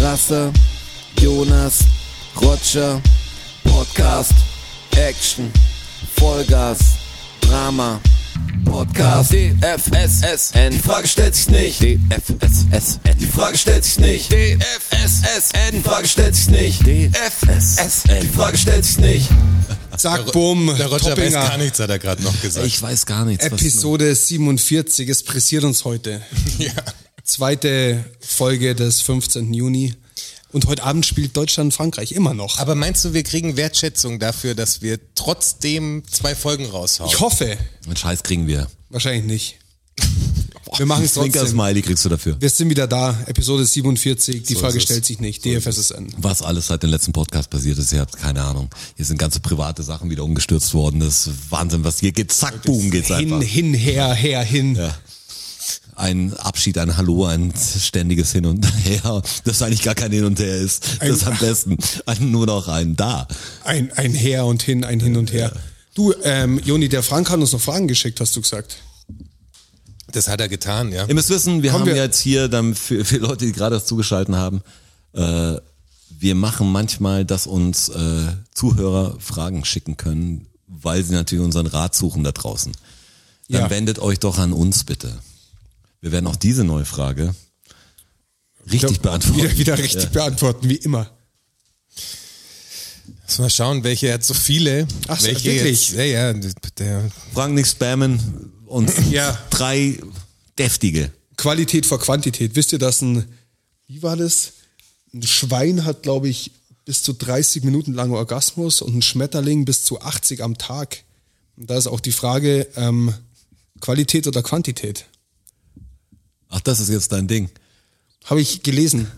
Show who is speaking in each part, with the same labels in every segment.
Speaker 1: Rasse, Jonas, Roger, Podcast, Action, Vollgas, Drama, Podcast, DFSSN, die Frage stellt sich nicht, DFSSN, die Frage stellt sich nicht, DFSSN, die Frage stellt sich nicht, DFSSN, die Frage stellt sich nicht.
Speaker 2: Zack, bumm,
Speaker 3: Der Roger weiß
Speaker 2: Toppinger.
Speaker 3: gar nichts, hat er gerade noch gesagt.
Speaker 1: Ich weiß gar nichts. was-
Speaker 2: Episode 47, es pressiert uns heute.
Speaker 3: ja.
Speaker 2: Zweite Folge des 15. Juni. Und heute Abend spielt Deutschland Frankreich immer noch.
Speaker 3: Aber meinst du, wir kriegen Wertschätzung dafür, dass wir trotzdem zwei Folgen raushauen?
Speaker 2: ich hoffe,
Speaker 1: Den Scheiß kriegen wir.
Speaker 2: wahrscheinlich nicht. Wir machen es trotzdem.
Speaker 1: Zwinker-Smiley kriegst du dafür.
Speaker 2: Wir sind wieder da, Episode 47, die
Speaker 3: So
Speaker 2: Frage
Speaker 3: ist es.
Speaker 2: stellt sich nicht, DFSSN.
Speaker 1: was alles seit dem letzten Podcast passiert ist, ihr habt keine Ahnung. Hier sind ganze private Sachen wieder umgestürzt worden. Das ist Wahnsinn, was hier geht. Zack, boom, geht's
Speaker 2: Hin,
Speaker 1: einfach.
Speaker 2: hin, her, her, hin.
Speaker 1: Ein Abschied, ein Hallo, ein ständiges Hin und Her, das eigentlich gar kein Hin und Her ist. Das ist am besten. Ein, nur noch ein Da.
Speaker 2: Ein, ein her und hin, ein hin und her. Du, ähm, Joni, der Frank hat uns noch Fragen geschickt, hast du gesagt.
Speaker 3: Das hat er getan, ja.
Speaker 1: Ihr müsst wissen, wir
Speaker 2: Kommen
Speaker 1: haben
Speaker 2: wir-
Speaker 1: jetzt hier, dann für, für Leute, die gerade das zugeschalten haben, äh, wir machen manchmal, dass uns äh, Zuhörer Fragen schicken können, weil sie natürlich unseren Rat suchen da draußen. Dann
Speaker 2: Ja.
Speaker 1: wendet euch doch an uns bitte. Wir werden auch diese neue Frage richtig beantworten.
Speaker 2: Wieder, wieder richtig beantworten, wie immer.
Speaker 3: Lass mal schauen, welche er hat so viele.
Speaker 2: Ach so,
Speaker 3: welche
Speaker 2: wirklich?
Speaker 3: Jetzt, ja, ja, der,
Speaker 1: Fragen nicht spammen und
Speaker 2: Ja.
Speaker 1: drei deftige.
Speaker 2: Qualität vor Quantität. Wisst ihr, dass ein, wie war das? Ein Schwein hat, glaube ich, bis zu 30 Minuten lange Orgasmus und ein Schmetterling bis zu 80 am Tag. Und da ist auch die Frage, ähm, Qualität oder Quantität.
Speaker 1: Ach, das ist jetzt dein Ding.
Speaker 2: Habe ich gelesen.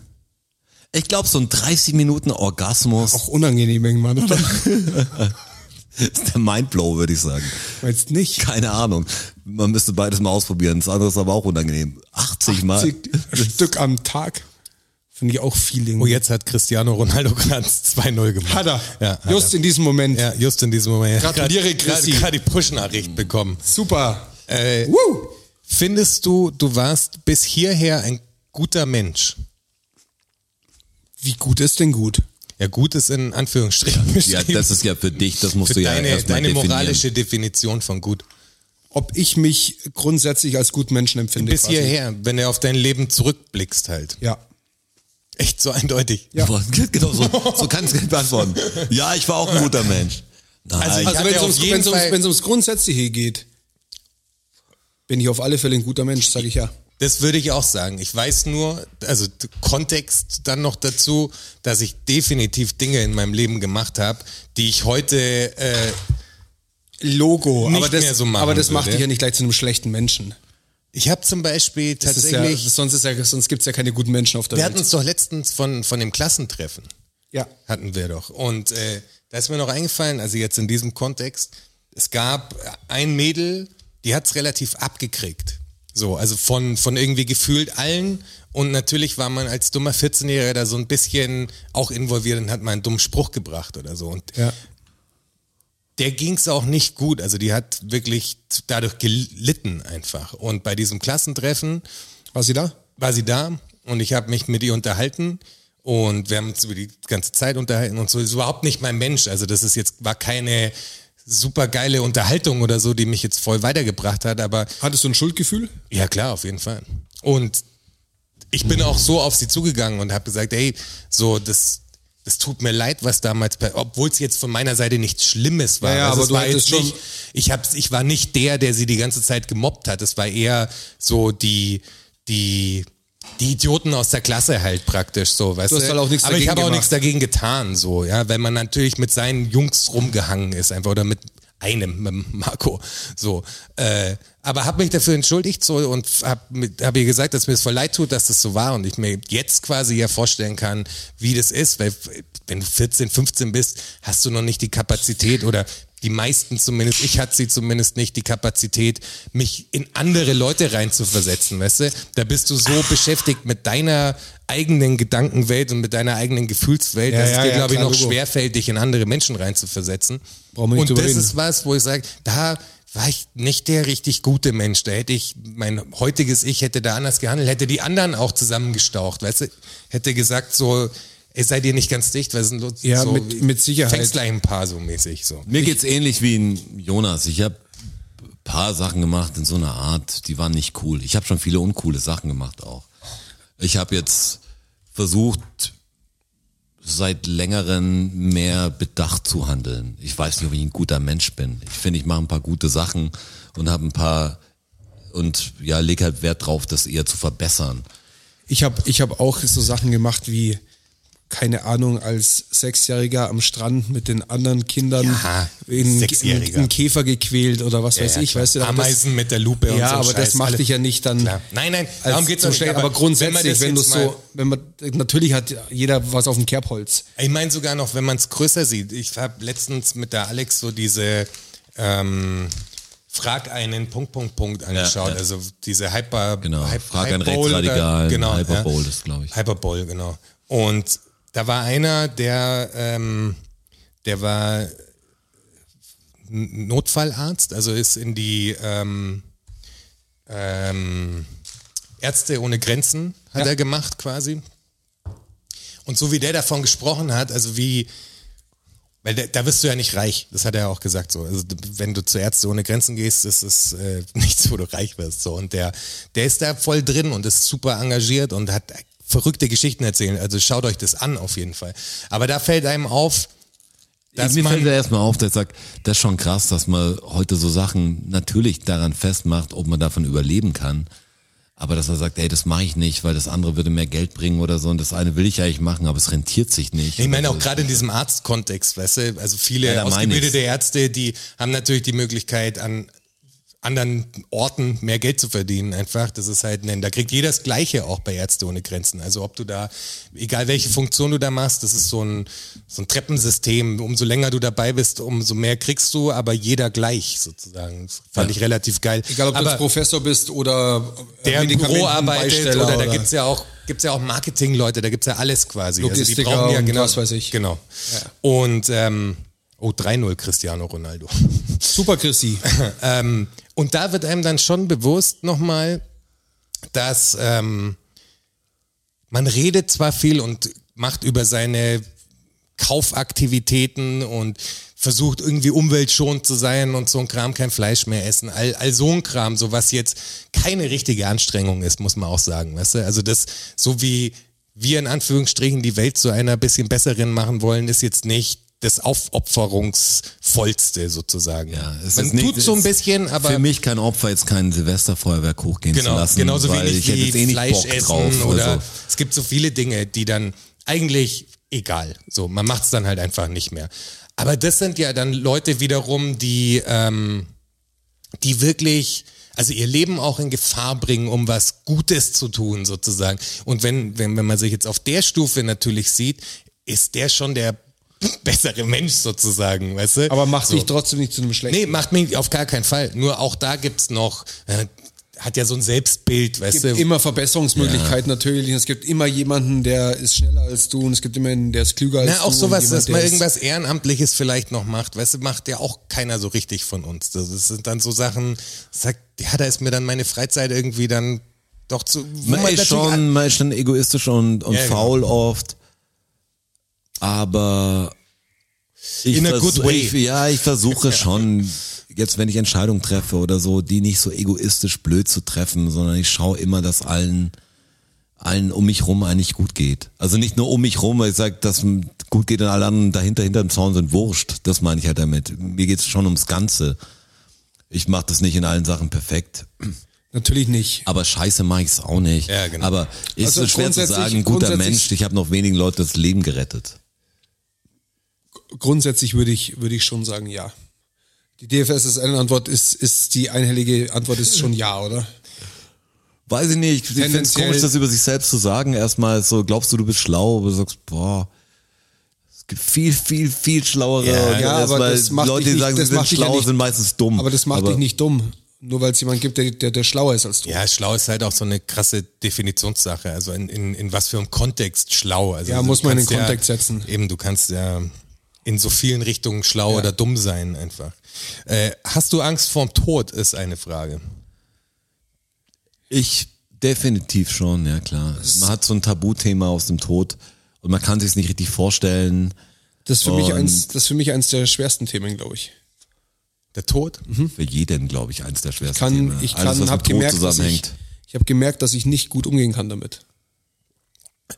Speaker 1: Ich glaube, so ein 30 Minuten Orgasmus
Speaker 2: Auch unangenehm irgendwann, oder?
Speaker 1: ist der Mindblow, würde ich sagen.
Speaker 2: Meinst nicht?
Speaker 1: Keine Ahnung. Man müsste beides mal ausprobieren. Das andere ist aber auch unangenehm. 80 Mal.
Speaker 2: 80 Stück am Tag. Finde ich auch viel.
Speaker 3: oh,
Speaker 2: irgendwie.
Speaker 3: jetzt hat Cristiano Ronaldo gerade 2-0 gemacht.
Speaker 2: Hat er.
Speaker 3: Ja, hat
Speaker 2: Just
Speaker 3: er.
Speaker 2: in diesem Moment.
Speaker 3: ja, just in diesem Moment.
Speaker 2: Gratuliere,
Speaker 3: Grad- grad-
Speaker 2: Chrissy.
Speaker 3: grad die Push-Nachricht bekommen.
Speaker 2: Super.
Speaker 3: Äh,
Speaker 2: Woo!
Speaker 3: Findest du, du warst bis hierher ein guter Mensch?
Speaker 2: Wie gut ist denn gut?
Speaker 3: Ja, gut ist in Anführungsstrichen.
Speaker 1: Ja,
Speaker 3: beschrieben.
Speaker 1: das ist ja für dich, das musst
Speaker 3: Für
Speaker 1: du ja
Speaker 3: deine,
Speaker 1: erstmal
Speaker 3: deine
Speaker 1: definieren.
Speaker 3: moralische Definition von gut.
Speaker 2: Ob ich mich grundsätzlich als guten Menschen empfinde?
Speaker 3: Bis
Speaker 2: quasi.
Speaker 3: hierher, wenn du auf dein Leben zurückblickst halt.
Speaker 2: Ja.
Speaker 3: Echt so eindeutig.
Speaker 2: Ja.
Speaker 1: Boah, Genau, so, so kannst du beantworten. Ja, ich war auch ein guter Mensch. Nein,
Speaker 3: Also-
Speaker 2: Also
Speaker 3: hatte
Speaker 2: wenn es
Speaker 3: auf
Speaker 2: ums,
Speaker 3: jeden
Speaker 2: wenn's ums,
Speaker 3: Fall-
Speaker 2: wenn's ums Grundsätzliche geht, bin ich auf alle Fälle ein guter Mensch, sage ich ja.
Speaker 3: Das würde ich auch sagen. Ich weiß nur, also t- Kontext dann noch dazu, dass ich definitiv Dinge in meinem Leben gemacht habe, die ich heute, äh,
Speaker 2: Logo,
Speaker 3: Nicht
Speaker 2: aber das,
Speaker 3: mehr so machen
Speaker 2: aber das
Speaker 3: würde.
Speaker 2: macht dich ja nicht gleich zu einem schlechten Menschen.
Speaker 3: ich habe zum Beispiel
Speaker 2: Das ist ja,
Speaker 3: tatsächlich,
Speaker 2: sonst ist ja, sonst gibt's ja keine guten Menschen auf der
Speaker 3: wir
Speaker 2: Welt.
Speaker 3: hatten uns doch letztens von, von dem Klassentreffen,
Speaker 2: Ja.
Speaker 3: hatten wir doch. Und äh, da ist mir noch eingefallen, also jetzt in diesem Kontext, es gab ein Mädel, die hat's relativ abgekriegt. So, also von, von irgendwie gefühlt allen. Und natürlich war man als dummer 14-Jähriger da so ein bisschen auch involviert und hat mal einen dummen Spruch gebracht oder so. Und
Speaker 2: ja.
Speaker 3: der ging's auch nicht gut. Also die hat wirklich dadurch gelitten einfach. Und bei diesem Klassentreffen
Speaker 2: War sie da?
Speaker 3: war sie da und ich habe mich mit ihr unterhalten und wir haben uns über die ganze Zeit unterhalten und so ist überhaupt nicht mein Mensch. Also das ist jetzt war keine super geile Unterhaltung oder so, die mich jetzt voll weitergebracht hat, aber
Speaker 2: Hattest du ein Schuldgefühl?
Speaker 3: ja, klar, auf jeden Fall. Und ich bin auch so auf sie zugegangen und habe gesagt, ey, so das das tut mir leid, was damals, bei- obwohl es jetzt von meiner Seite nichts Schlimmes war.
Speaker 2: Ja, ja,
Speaker 3: Also
Speaker 2: aber
Speaker 3: es
Speaker 2: du
Speaker 3: war
Speaker 2: hättest
Speaker 3: jetzt nicht,
Speaker 2: schon-
Speaker 3: ich hab's, ich war nicht der, der sie die ganze Zeit gemobbt hat. Es war eher so die die die Idioten aus der Klasse halt praktisch so, weißt
Speaker 2: Du hast halt auch nichts
Speaker 3: Aber ich
Speaker 2: dagegen
Speaker 3: habe auch
Speaker 2: gemacht.
Speaker 3: nichts dagegen getan, so ja, weil man natürlich mit seinen Jungs rumgehangen ist einfach oder mit einem, mit dem Marco, so. Äh, aber habe mich dafür entschuldigt so und habe hab ihr gesagt, dass mir es das voll leid tut, dass das so war und ich mir jetzt quasi ja vorstellen kann, wie das ist, weil wenn du 14, 15 bist, hast du noch nicht die Kapazität oder die meisten zumindest, ich hatte sie zumindest nicht die Kapazität, mich in andere Leute reinzuversetzen, weißt du? Da bist du so beschäftigt mit deiner eigenen Gedankenwelt und mit deiner eigenen Gefühlswelt,
Speaker 2: Ja,
Speaker 3: dass es
Speaker 2: ja,
Speaker 3: dir,
Speaker 2: ja,
Speaker 3: glaube ich,
Speaker 2: klar,
Speaker 3: noch
Speaker 2: Logo.
Speaker 3: schwerfällt, dich in andere Menschen reinzuversetzen.
Speaker 2: Brauchen wir nicht
Speaker 3: und
Speaker 2: drüber
Speaker 3: das
Speaker 2: reden.
Speaker 3: ist was, wo ich sage, da war ich nicht der richtig gute Mensch. Da hätte ich, mein heutiges Ich hätte da anders gehandelt, hätte die anderen auch zusammengestaucht, weißt du? Hätte gesagt so, ey, seid ihr nicht ganz dicht, weil es sind so-
Speaker 2: Ja,
Speaker 3: so,
Speaker 2: mit- mit Sicherheit.
Speaker 3: Fängst gleich ein paar so mäßig, so.
Speaker 4: Mir geht's ähnlich wie ein Jonas. Ich habe paar Sachen gemacht in so einer Art, die waren nicht cool. Ich habe schon viele uncoole Sachen gemacht auch. Ich habe jetzt versucht, seit längerem mehr bedacht zu handeln. Ich weiß nicht, ob ich ein guter Mensch bin. Ich finde, ich mache ein paar gute Sachen und habe ein paar und ja, leg halt Wert drauf, das eher zu verbessern.
Speaker 2: Ich habe ich hab auch so Sachen gemacht wie, keine Ahnung, als Sechsjähriger am Strand mit den anderen Kindern
Speaker 3: Ja,
Speaker 2: in, in,
Speaker 3: Sechsjähriger.
Speaker 2: in Käfer gequält oder was weiß
Speaker 3: Ja,
Speaker 2: ich.
Speaker 3: klar.
Speaker 2: Weißt du, aber
Speaker 3: Ameisen mit der Lupe
Speaker 2: das,
Speaker 3: und
Speaker 2: ja,
Speaker 3: so ein
Speaker 2: aber
Speaker 3: Scheiß,
Speaker 2: das macht
Speaker 3: alle-
Speaker 2: dich ja nicht dann.
Speaker 3: Klar. Nein, nein,
Speaker 2: als
Speaker 3: darum geht's
Speaker 2: zum
Speaker 3: doch nicht.
Speaker 2: Schlecht. Aber grundsätzlich, wenn
Speaker 3: man
Speaker 2: du
Speaker 3: das jetzt
Speaker 2: so, wenn man, natürlich hat jeder was auf dem Kerbholz.
Speaker 3: Ich meine sogar noch, wenn man es größer sieht. Ich habe letztens mit der Alex so diese ähm, Frag einen Punkt, Punkt, Punkt angeschaut.
Speaker 4: Ja, ja.
Speaker 3: Also diese Hyper...
Speaker 4: Genau,
Speaker 3: Hyp-
Speaker 4: Frag einen
Speaker 3: Hyperbowl oder-
Speaker 4: Rechtsradikalen,
Speaker 3: Genau,
Speaker 4: Hyperbowl
Speaker 3: ja.
Speaker 4: ist, glaube ich.
Speaker 3: Hyperbowl, genau. Und da war einer, der, ähm, der war N- Notfallarzt, also ist in die ähm, ähm, Ärzte ohne Grenzen hat er gemacht quasi. Und so wie der davon gesprochen hat, also wie, weil da, da wirst du ja nicht reich, das hat er auch gesagt so. Also d- wenn du zu Ärzte ohne Grenzen gehst, das ist äh, nichts, wo du reich wirst. So. Und der, der ist da voll drin und ist super engagiert und hat verrückte Geschichten erzählt. Also schaut euch das an auf jeden Fall. Aber da fällt einem auf, dass
Speaker 4: Mir
Speaker 3: man
Speaker 4: fällt ja erstmal auf, dass ich sag, das ist schon krass, dass man heute so Sachen natürlich daran festmacht, ob man davon überleben kann. Aber dass man sagt, ey, das mache ich nicht, weil das andere würde mehr Geld bringen oder so und das eine will ich eigentlich machen, aber es rentiert sich nicht.
Speaker 3: Ich meine auch
Speaker 4: Also,
Speaker 3: gerade in diesem Arztkontext, weißt du, also viele
Speaker 4: Ja, da meine
Speaker 3: ausgebildete Ärzte, die haben natürlich die Möglichkeit, an anderen Orten mehr Geld zu verdienen einfach. Das ist halt, nein, da kriegt jeder das Gleiche auch bei Ärzte ohne Grenzen. Also ob du da, egal welche Funktion du da machst, das ist so ein, so ein Treppensystem. Umso länger du dabei bist, umso mehr kriegst du, aber jeder gleich sozusagen. Das fand ich relativ geil.
Speaker 2: Egal, ob du
Speaker 3: aber, also
Speaker 2: jetzt Professor bist oder
Speaker 3: der im Büro arbeitet
Speaker 2: Medikamentenbeisteller
Speaker 3: oder, da gibt's ja auch gibt's ja auch Marketing-Leute, da gibt's ja alles quasi. Also
Speaker 2: Logistiker und was weiß ich.
Speaker 3: Genau. Und ähm, oh 3-0 Cristiano Ronaldo.
Speaker 2: Super Chrissy.
Speaker 3: ähm, und da wird einem dann schon bewusst nochmal, dass ähm, man redet zwar viel und macht über seine Kaufaktivitäten und versucht irgendwie umweltschonend zu sein und so ein Kram, kein Fleisch mehr essen, all, all so ein Kram, so was jetzt keine richtige Anstrengung ist, muss man auch sagen, weißt du? Also das, so wie wir in Anführungsstrichen die Welt zu einer bisschen besseren machen wollen, ist jetzt nicht das Aufopferungsvollste sozusagen.
Speaker 4: ja, es
Speaker 3: Man
Speaker 4: ist nicht-
Speaker 3: tut so ein
Speaker 4: es-
Speaker 3: bisschen, aber
Speaker 4: Für mich kein Opfer, jetzt kein Silvesterfeuerwerk hochgehen zu
Speaker 3: genau,
Speaker 4: lassen.
Speaker 3: genauso
Speaker 4: weil
Speaker 3: wenig
Speaker 4: ich hätte
Speaker 3: wie
Speaker 4: jetzt eh nicht
Speaker 3: Fleisch
Speaker 4: Bock
Speaker 3: essen
Speaker 4: drauf
Speaker 3: oder
Speaker 4: so.
Speaker 3: es gibt so viele Dinge, die dann eigentlich egal. So, man macht es dann halt einfach nicht mehr. Aber das sind ja dann Leute wiederum, die, ähm, die wirklich, also ihr Leben auch in Gefahr bringen, um was Gutes zu tun, sozusagen. Und wenn, wenn, wenn man sich jetzt auf der Stufe natürlich sieht, ist der schon der bessere Mensch sozusagen, weißt du?
Speaker 2: Aber macht
Speaker 3: so.
Speaker 2: dich trotzdem nicht zu einem schlechten.
Speaker 3: Nee, macht mich auf gar keinen Fall. Nur auch da gibt's noch, äh, hat ja so ein Selbstbild, weißt
Speaker 2: Es
Speaker 3: du.
Speaker 2: gibt immer Verbesserungsmöglichkeiten natürlich. Es gibt immer jemanden, der ist schneller als du und es gibt immer einen, der ist klüger als
Speaker 3: Na,
Speaker 2: du.
Speaker 3: auch
Speaker 2: und
Speaker 3: sowas,
Speaker 2: jemand,
Speaker 3: dass man
Speaker 2: der ist-
Speaker 3: irgendwas Ehrenamtliches vielleicht noch macht, weißt du, macht ja auch keiner so richtig von uns. Das sind dann so Sachen, sagt, ja, da ist mir dann meine Freizeit irgendwie dann doch zu. wo
Speaker 4: Man ist
Speaker 3: natürlich
Speaker 4: schon, man ist schon egoistisch und, und
Speaker 3: Ja, genau.
Speaker 4: faul oft. Aber ich
Speaker 3: In a good way.
Speaker 4: Ich, ja, ich versuche schon, jetzt wenn ich Entscheidungen treffe oder so, die nicht so egoistisch blöd zu treffen, sondern ich schaue immer, dass allen allen um mich rum eigentlich gut geht. Also nicht nur um mich rum, weil ich sage, dass m- gut geht und alle anderen dahinter, hinter dem Zaun sind wurscht. Das meine ich halt damit. Mir geht's schon ums Ganze. Ich mache das nicht in allen Sachen perfekt.
Speaker 2: Natürlich nicht.
Speaker 4: Aber scheiße mache ich's auch nicht.
Speaker 3: Ja, genau.
Speaker 4: Aber ist
Speaker 2: Also
Speaker 4: es schwer zu
Speaker 2: grundsätzlich-
Speaker 4: sagen, guter
Speaker 2: grundsätzlich-
Speaker 4: Mensch, ich habe noch wenigen Leuten das Leben gerettet.
Speaker 2: Grundsätzlich würde ich, würde ich schon sagen, ja. Die DFSSN-Antwort ist, ist, die einhellige Antwort ist schon ja, oder?
Speaker 4: Weiß ich nicht, ich finde es
Speaker 2: Tendenziell-
Speaker 4: komisch, das über sich selbst zu sagen. Erstmal so, glaubst du, du bist schlau, aber du sagst, boah, es gibt viel, viel, viel schlauere.
Speaker 3: Ja,
Speaker 4: Und
Speaker 2: ja, aber
Speaker 4: erstmal
Speaker 2: das macht
Speaker 4: Leute,
Speaker 2: dich
Speaker 4: die
Speaker 2: nicht-
Speaker 4: sagen, sie
Speaker 2: das
Speaker 4: sind
Speaker 2: macht dich ja
Speaker 4: schlau,
Speaker 2: nicht-
Speaker 4: sind meistens dumm.
Speaker 2: Aber das macht dich nicht dumm. Nur weil es jemanden gibt, der, der, der schlauer ist als du.
Speaker 3: Ja, schlau ist halt auch so eine krasse Definitionssache. Also in, in, in was für einem Kontext schlau. Also
Speaker 2: Ja,
Speaker 3: du
Speaker 2: muss man in
Speaker 3: kannst
Speaker 2: den Kontext setzen.
Speaker 3: Eben, du kannst ja in so vielen Richtungen schlau oder dumm sein einfach. Äh, hast du Angst vorm Tod, ist eine Frage.
Speaker 4: Ich definitiv schon, ja klar. Man hat so ein Tabuthema aus dem Tod und man kann sich's nicht richtig vorstellen.
Speaker 2: Das ist für, mich
Speaker 4: Und-
Speaker 2: eins, das ist für mich eins der schwersten Themen, glaube ich.
Speaker 3: Der Tod?
Speaker 2: Mhm.
Speaker 4: Für jeden, glaube ich, eins der schwersten
Speaker 2: Kann,
Speaker 4: Themen.
Speaker 2: ich
Speaker 4: Alles,
Speaker 2: kann,
Speaker 4: was
Speaker 2: habe
Speaker 4: mit Tod
Speaker 2: gemerkt, dass ich,
Speaker 4: zusammenhängt.
Speaker 2: ich habe gemerkt, dass ich nicht gut umgehen kann damit.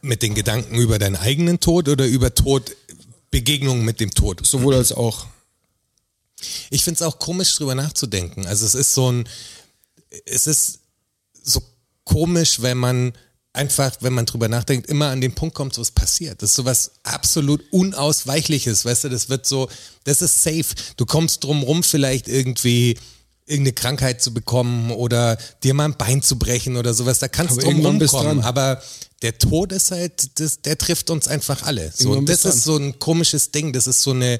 Speaker 3: Mit den Gedanken über deinen eigenen Tod oder über Tod, Begegnungen mit dem Tod?
Speaker 2: Sowohl als auch.
Speaker 3: Ich find's auch komisch, drüber nachzudenken. Also es ist so ein, es ist so komisch, wenn man einfach, wenn man drüber nachdenkt, immer an den Punkt kommt, so es passiert. Das ist sowas absolut Unausweichliches, weißt du, das wird so, das ist safe. Du kommst drum rum vielleicht irgendwie irgendeine Krankheit zu bekommen oder dir mal ein Bein zu brechen oder sowas, da kannst
Speaker 2: Aber
Speaker 3: du drum
Speaker 2: irgendwann bist
Speaker 3: rumkommen.
Speaker 2: dran.
Speaker 3: Aber der Tod ist halt, das, der trifft uns einfach alle. So,
Speaker 2: Irgendwann
Speaker 3: und das
Speaker 2: bist
Speaker 3: ist so ein komisches Ding, das ist so eine,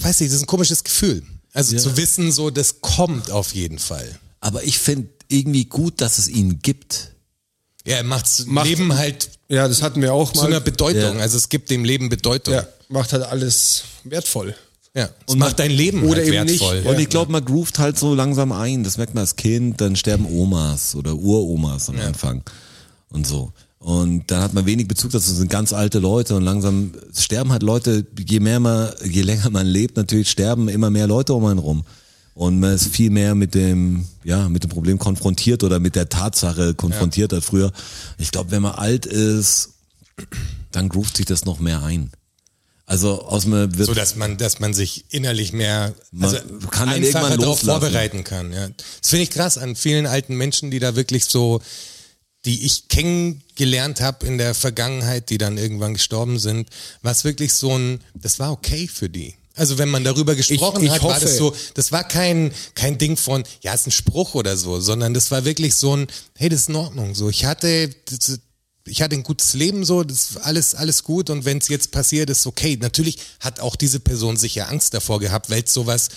Speaker 3: weiß nicht, das ist ein komisches Gefühl. Also zu wissen, so, das kommt auf jeden Fall.
Speaker 4: Aber ich finde irgendwie gut, dass es ihn gibt.
Speaker 3: Ja, er macht's
Speaker 2: Macht-
Speaker 3: Leben halt
Speaker 2: Ja, das hatten wir auch
Speaker 3: zu einer
Speaker 2: mal.
Speaker 3: Bedeutung.
Speaker 4: Ja.
Speaker 3: Also es gibt dem Leben Bedeutung.
Speaker 2: Ja,
Speaker 3: Ja.
Speaker 2: macht halt alles wertvoll.
Speaker 3: Es macht dein Leben
Speaker 2: Oder
Speaker 3: halt
Speaker 2: eben nicht.
Speaker 3: wertvoll.
Speaker 4: Und ich glaube, man groovt halt so langsam ein. Das merkt man als Kind, dann sterben Omas oder Uromas am Anfang und so. Und dann hat man wenig Bezug dazu, das sind ganz alte Leute und langsam sterben halt Leute, je mehr man, je länger man lebt, natürlich sterben immer mehr Leute um einen rum. Und man ist viel mehr mit dem, ja, mit dem Problem konfrontiert oder mit der Tatsache konfrontiert als früher. Ich glaube, wenn man alt ist, dann groovt sich das noch mehr ein. Also aus mir wird
Speaker 3: So dass man, dass man sich innerlich mehr
Speaker 4: Man
Speaker 3: also
Speaker 4: kann
Speaker 3: einfacher
Speaker 4: dann irgendwann
Speaker 3: darauf
Speaker 4: loslassen.
Speaker 3: vorbereiten kann. Ja. Das finde ich krass an vielen alten Menschen, die da wirklich so, die ich kennengelernt habe in der Vergangenheit, die dann irgendwann gestorben sind, war es wirklich so ein, das war okay für die. Also wenn man darüber gesprochen
Speaker 2: ich
Speaker 3: hat, war das
Speaker 2: hoffe.
Speaker 3: so, das war kein, kein Ding von, ja, ist ein Spruch oder so, sondern das war wirklich so ein, hey, das ist in Ordnung. So, ich hatte, das, ich hatte ein gutes Leben, so, das ist alles, alles gut und wenn es jetzt passiert, ist okay. Natürlich hat auch diese Person sicher Angst davor gehabt, weil sowas,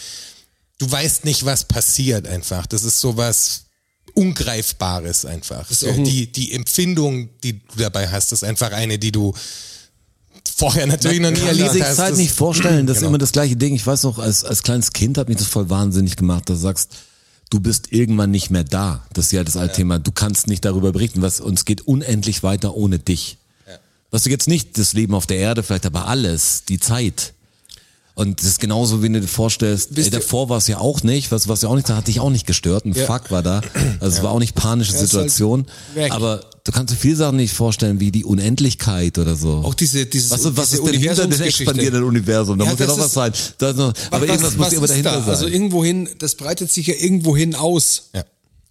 Speaker 3: du weißt nicht, was passiert einfach. Das ist sowas Ungreifbares einfach.
Speaker 2: ist auch ein-
Speaker 3: die, die Empfindung, die du dabei hast, ist einfach eine, die du vorher natürlich noch nie
Speaker 4: kann
Speaker 3: erlebt
Speaker 4: sich
Speaker 3: hast.
Speaker 4: halt
Speaker 3: Das-
Speaker 4: nicht vorstellen. Das ist
Speaker 3: Genau.
Speaker 4: immer das gleiche Ding. Ich weiß noch, als, als kleines Kind hat mich das voll wahnsinnig gemacht, dass du sagst, du bist irgendwann nicht mehr da. Das ist ja das alte Thema. Du kannst nicht darüber berichten, was uns geht unendlich weiter ohne dich. Was du jetzt nicht das Leben auf der Erde, vielleicht aber alles, die Zeit. Und das ist genauso, wenn du dir vorstellst, ey,
Speaker 2: Wisst ihr-
Speaker 4: davor war es ja auch nicht, was, was ja auch nicht, da hat dich auch nicht gestört, ein
Speaker 2: Ja.
Speaker 4: Fuck war da. Also es war auch nicht panische
Speaker 2: ist halt
Speaker 4: Situation.
Speaker 2: weg.
Speaker 4: aber du kannst dir viele Sachen nicht vorstellen, wie die Unendlichkeit oder so.
Speaker 2: Auch diese, dieses,
Speaker 4: Was, was
Speaker 2: diese
Speaker 4: ist denn hinter dem
Speaker 2: Universumsgeschichte.
Speaker 4: expandierenden Universum? Da
Speaker 2: Ja,
Speaker 4: muss ja
Speaker 2: das
Speaker 4: noch was
Speaker 2: ist-
Speaker 4: sein. Da ist noch,
Speaker 2: was,
Speaker 4: aber irgendwas muss
Speaker 2: was
Speaker 4: immer
Speaker 2: ist
Speaker 4: dahinter
Speaker 2: da?
Speaker 4: sein.
Speaker 2: Also irgendwohin, das breitet sich ja irgendwohin aus.
Speaker 3: Ja.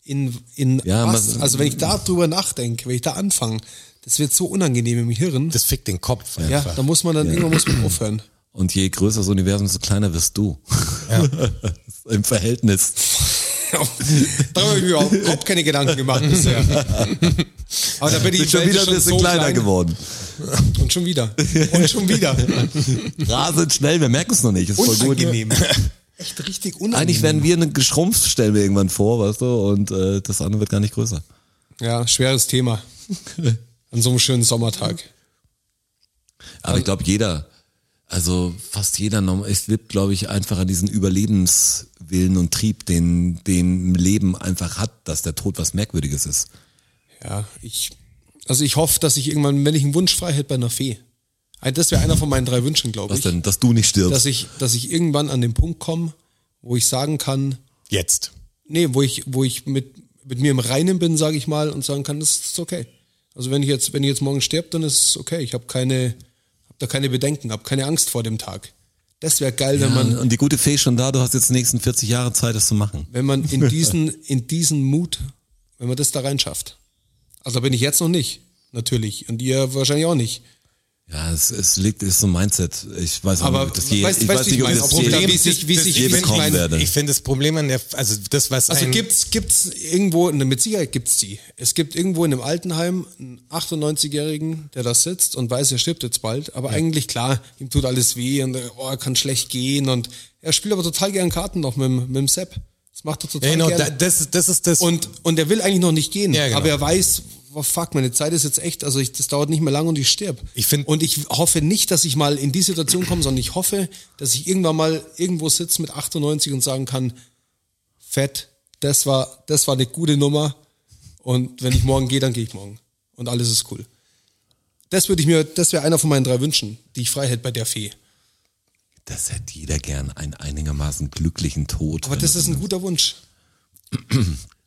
Speaker 2: In, in
Speaker 4: Ja,
Speaker 2: was?
Speaker 4: man-
Speaker 2: also wenn ich da drüber nachdenke, wenn ich da anfange, das wird so unangenehm im Hirn.
Speaker 3: Das fickt den Kopf
Speaker 2: ja,
Speaker 3: einfach.
Speaker 2: da muss man dann irgendwann muss man aufhören.
Speaker 4: Und je größer das Universum, desto kleiner wirst du. Im Verhältnis.
Speaker 2: Darüber habe ich mir überhaupt, überhaupt keine Gedanken gemacht bisher. Aber da bin ich
Speaker 4: Bin schon
Speaker 2: Welt
Speaker 4: wieder ein bisschen
Speaker 2: so
Speaker 4: kleiner
Speaker 2: klein.
Speaker 4: geworden.
Speaker 2: Und schon wieder. Und schon wieder.
Speaker 4: Rasend schnell, wir merken es noch nicht. Ist voll gut.
Speaker 2: Unangenehm. Echt richtig unangenehm.
Speaker 4: Eigentlich werden wir eine geschrumpft, stellen wir irgendwann vor, weißt du, und äh, das andere wird gar nicht größer.
Speaker 2: Ja, schweres Thema. An so einem schönen Sommertag.
Speaker 4: Aber ich glaube, jeder, also fast jeder, norm- es lebt, glaube ich, einfach an diesen Überlebenswillen und Trieb, den, den Leben einfach hat, dass der Tod was Merkwürdiges ist.
Speaker 2: Ja, ich. Also ich hoffe, dass ich irgendwann, wenn ich einen Wunsch frei hätte bei einer Fee. Ein- Das wäre einer von meinen drei Wünschen, glaube
Speaker 4: Was
Speaker 2: ich.
Speaker 4: denn, dass du nicht stirbst.
Speaker 2: Dass ich, dass ich irgendwann an den Punkt komme, wo ich sagen kann,
Speaker 3: Jetzt.
Speaker 2: nee, wo ich, wo ich mit, mit mir im Reinen bin, sage ich mal, und sagen kann, das ist okay. Also wenn ich jetzt, wenn ich jetzt morgen sterbe, dann ist es okay. Ich habe keine, hab da keine Bedenken, habe keine Angst vor dem Tag. Das wäre geil, wenn
Speaker 4: Ja,
Speaker 2: man,
Speaker 4: und die gute Fee ist schon da, du hast jetzt die nächsten 40 Jahre Zeit, das zu machen.
Speaker 2: wenn man in diesen, in diesen Mut, wenn man das da reinschafft. Also da bin ich jetzt noch nicht, natürlich. Und ihr wahrscheinlich auch nicht.
Speaker 4: Ja, es, es liegt, ist so ein Mindset. Ich weiß auch
Speaker 2: Aber
Speaker 4: nicht, dass je,
Speaker 2: weißt- weißt
Speaker 4: ich weiß
Speaker 2: du,
Speaker 4: nicht,
Speaker 2: ich
Speaker 4: ob
Speaker 2: meine,
Speaker 4: das
Speaker 2: das Problem
Speaker 4: je,
Speaker 2: ist, ich- wie sich-
Speaker 4: je
Speaker 2: wie sich
Speaker 4: bekommen
Speaker 2: mein-
Speaker 4: werde.
Speaker 3: Ich finde das Problem an der, also das, was
Speaker 2: Also
Speaker 3: ein,
Speaker 2: gibt's gibt's irgendwo ne, mit Sicherheit gibt's die. Es gibt irgendwo in einem Altenheim einen 98-jährigen, der da sitzt und weiß, er stirbt jetzt bald, aber eigentlich klar, ihm tut alles weh und oh, er kann schlecht gehen und er spielt aber total gern Karten noch mit, dem- mit dem Sepp. Das macht er total
Speaker 3: genau,
Speaker 2: gerne.
Speaker 3: da, das, das ist das.
Speaker 2: und und er will eigentlich noch nicht gehen,
Speaker 3: Ja, genau.
Speaker 2: aber er weiß, oh fuck, meine Zeit ist jetzt echt, also ich, das dauert nicht mehr lang und ich sterbe.
Speaker 3: Ich find-
Speaker 2: und ich hoffe nicht, dass ich mal in die Situation komme, sondern ich hoffe, dass ich irgendwann mal irgendwo sitze mit 98 und sagen kann, fett, das war, das war eine gute Nummer und wenn ich morgen gehe, dann gehe ich morgen und alles ist cool. Das würde ich mir, das wäre einer von meinen drei Wünschen, die ich frei hätte bei der Fee.
Speaker 4: Das hätte jeder gern, einen einigermaßen glücklichen Tod.
Speaker 2: Aber das ist ein guter Wunsch.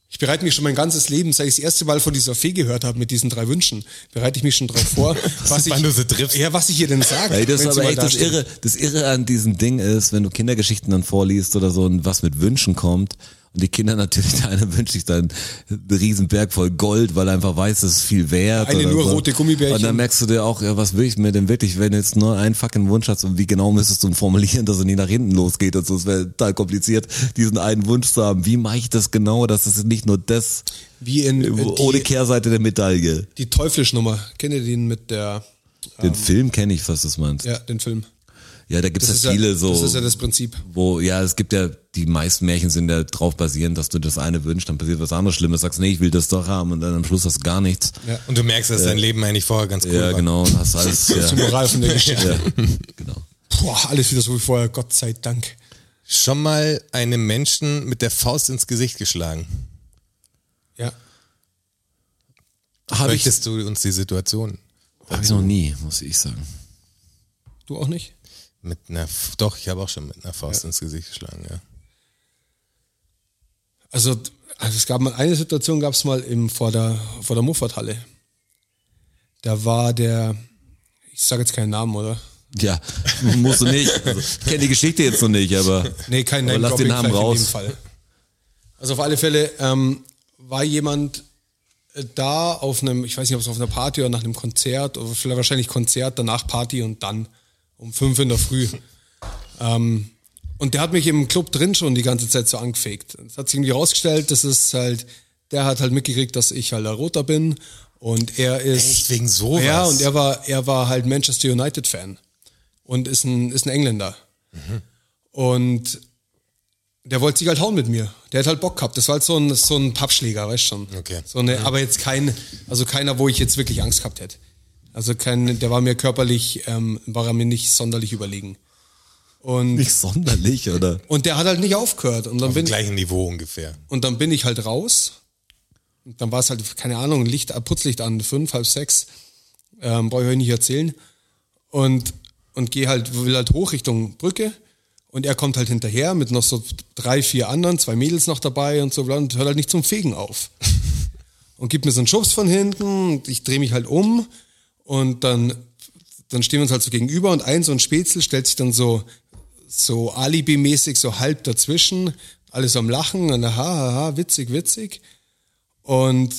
Speaker 2: Ich bereite mich schon mein ganzes Leben, seit ich das erste Mal von dieser Fee gehört habe mit diesen drei Wünschen, bereite ich mich schon drauf vor, was ich,
Speaker 3: wann du sie triffst.
Speaker 2: ja, was ich ihr denn sage.
Speaker 4: Ey, das
Speaker 2: wenn
Speaker 4: ist
Speaker 2: sie
Speaker 4: aber
Speaker 2: mal
Speaker 4: echt
Speaker 2: da
Speaker 4: das
Speaker 2: steht.
Speaker 4: Irre. Das Irre an diesem Ding ist, wenn du Kindergeschichten dann vorliest oder so und was mit Wünschen kommt und die Kinder natürlich, der eine wünscht sich dann einen riesen Berg voll Gold, weil er einfach weiß, das ist viel wert.
Speaker 2: Eine
Speaker 4: oder
Speaker 2: nur
Speaker 4: so.
Speaker 2: rote Gummibärchen.
Speaker 4: Und dann merkst du dir auch, ja, was will ich mir denn wirklich, wenn du jetzt nur einen fucking Wunsch hast und wie genau müsstest du ihn formulieren, dass er nicht nach hinten losgeht und so. Es wäre total kompliziert, diesen einen Wunsch zu haben. Wie mache ich das genau, dass es nicht nur das
Speaker 2: Wie in äh,
Speaker 4: ohne
Speaker 2: die,
Speaker 4: Kehrseite der Medaille.
Speaker 2: die Teuflischnummer. Kennt ihr den mit der,
Speaker 4: Den Film kenne ich, was du meinst. Ja,
Speaker 2: ja, den Film?
Speaker 4: da gibt es
Speaker 2: ist
Speaker 4: ja
Speaker 2: ja,
Speaker 4: viele so.
Speaker 2: Das ist ja das Prinzip.
Speaker 4: wo, ja, es gibt ja, die meisten Märchen sind ja drauf basierend, dass du das eine wünschst, dann passiert was anderes Schlimmes, sagst, nee, ich will das doch haben und dann am Schluss hast du gar nichts.
Speaker 2: Ja,
Speaker 3: Und du merkst, dass dein Leben eigentlich vorher ganz cool
Speaker 4: Ja,
Speaker 3: war.
Speaker 4: genau, und hast alles,
Speaker 2: Zum
Speaker 4: ja,
Speaker 2: Moral von der Geschichte.
Speaker 4: ja, genau.
Speaker 2: Boah, alles wieder so wie vorher, Gott sei Dank.
Speaker 3: Schon mal einem Menschen mit der Faust ins Gesicht geschlagen.
Speaker 2: Ja.
Speaker 4: Habe ich,
Speaker 3: Möchtest du uns die Situation
Speaker 4: hab ich noch nie, muss ich sagen.
Speaker 2: Du auch nicht?
Speaker 3: mit einer, F- doch, ich habe auch schon mit einer Faust ins Gesicht geschlagen, ja.
Speaker 2: Also, also es gab mal eine Situation, gab es mal im, vor der, vor der Muffathalle. Da war der, ich sage jetzt keinen Namen, oder?
Speaker 4: Ja, musst du nicht. Also, ich kenne die Geschichte jetzt noch nicht, aber.
Speaker 2: Nee, kein
Speaker 4: aber
Speaker 2: Name.
Speaker 4: Lass den Namen
Speaker 2: In dem
Speaker 4: raus.
Speaker 2: Fall. Also auf alle Fälle ähm, war jemand äh, da auf einem, ich weiß nicht, ob es auf einer Party oder nach einem Konzert, oder vielleicht wahrscheinlich Konzert, danach Party und dann um fünf in der Früh. ähm, und der hat mich im Club drin schon die ganze Zeit so angefegt. Es hat sich irgendwie rausgestellt, das ist halt, der hat halt mitgekriegt, dass ich halt ein Roter bin und er ist...
Speaker 3: Echt, wegen sowas?
Speaker 2: Ja, und er war, er war halt Manchester United-Fan und ist ein, ist ein Engländer. Und der wollte sich halt hauen mit mir. Der hat halt Bock gehabt. Das war halt so ein, so ein Pappschläger, weißt schon.
Speaker 3: Okay. Mhm.
Speaker 2: So eine, Aber jetzt kein, also keiner, wo ich jetzt wirklich Angst gehabt hätte. Also kein, der war mir körperlich, ähm, war er mir nicht sonderlich überlegen. Und,
Speaker 4: Nicht sonderlich, oder?
Speaker 2: und der hat halt nicht aufgehört. Und dann
Speaker 3: Auf dem
Speaker 2: bin,
Speaker 3: gleichen Niveau ungefähr.
Speaker 2: und dann bin ich halt raus. Und dann war es halt, keine Ahnung, Licht, Putzlicht an, fünf, halb sechs. Ähm, brauche ich euch nicht erzählen. Und, und gehe halt, will halt hoch Richtung Brücke. Und er kommt halt hinterher mit noch so drei, vier anderen, zwei Mädels noch dabei und so bla, und hört halt nicht zum Fegen auf. Und gibt mir so einen Schubs von hinten und ich drehe mich halt um und dann, dann stehen wir uns halt so gegenüber und ein so ein Spätzle stellt sich dann so so Alibi-mäßig so halb dazwischen, alles am Lachen und haha, ha, witzig, witzig. Und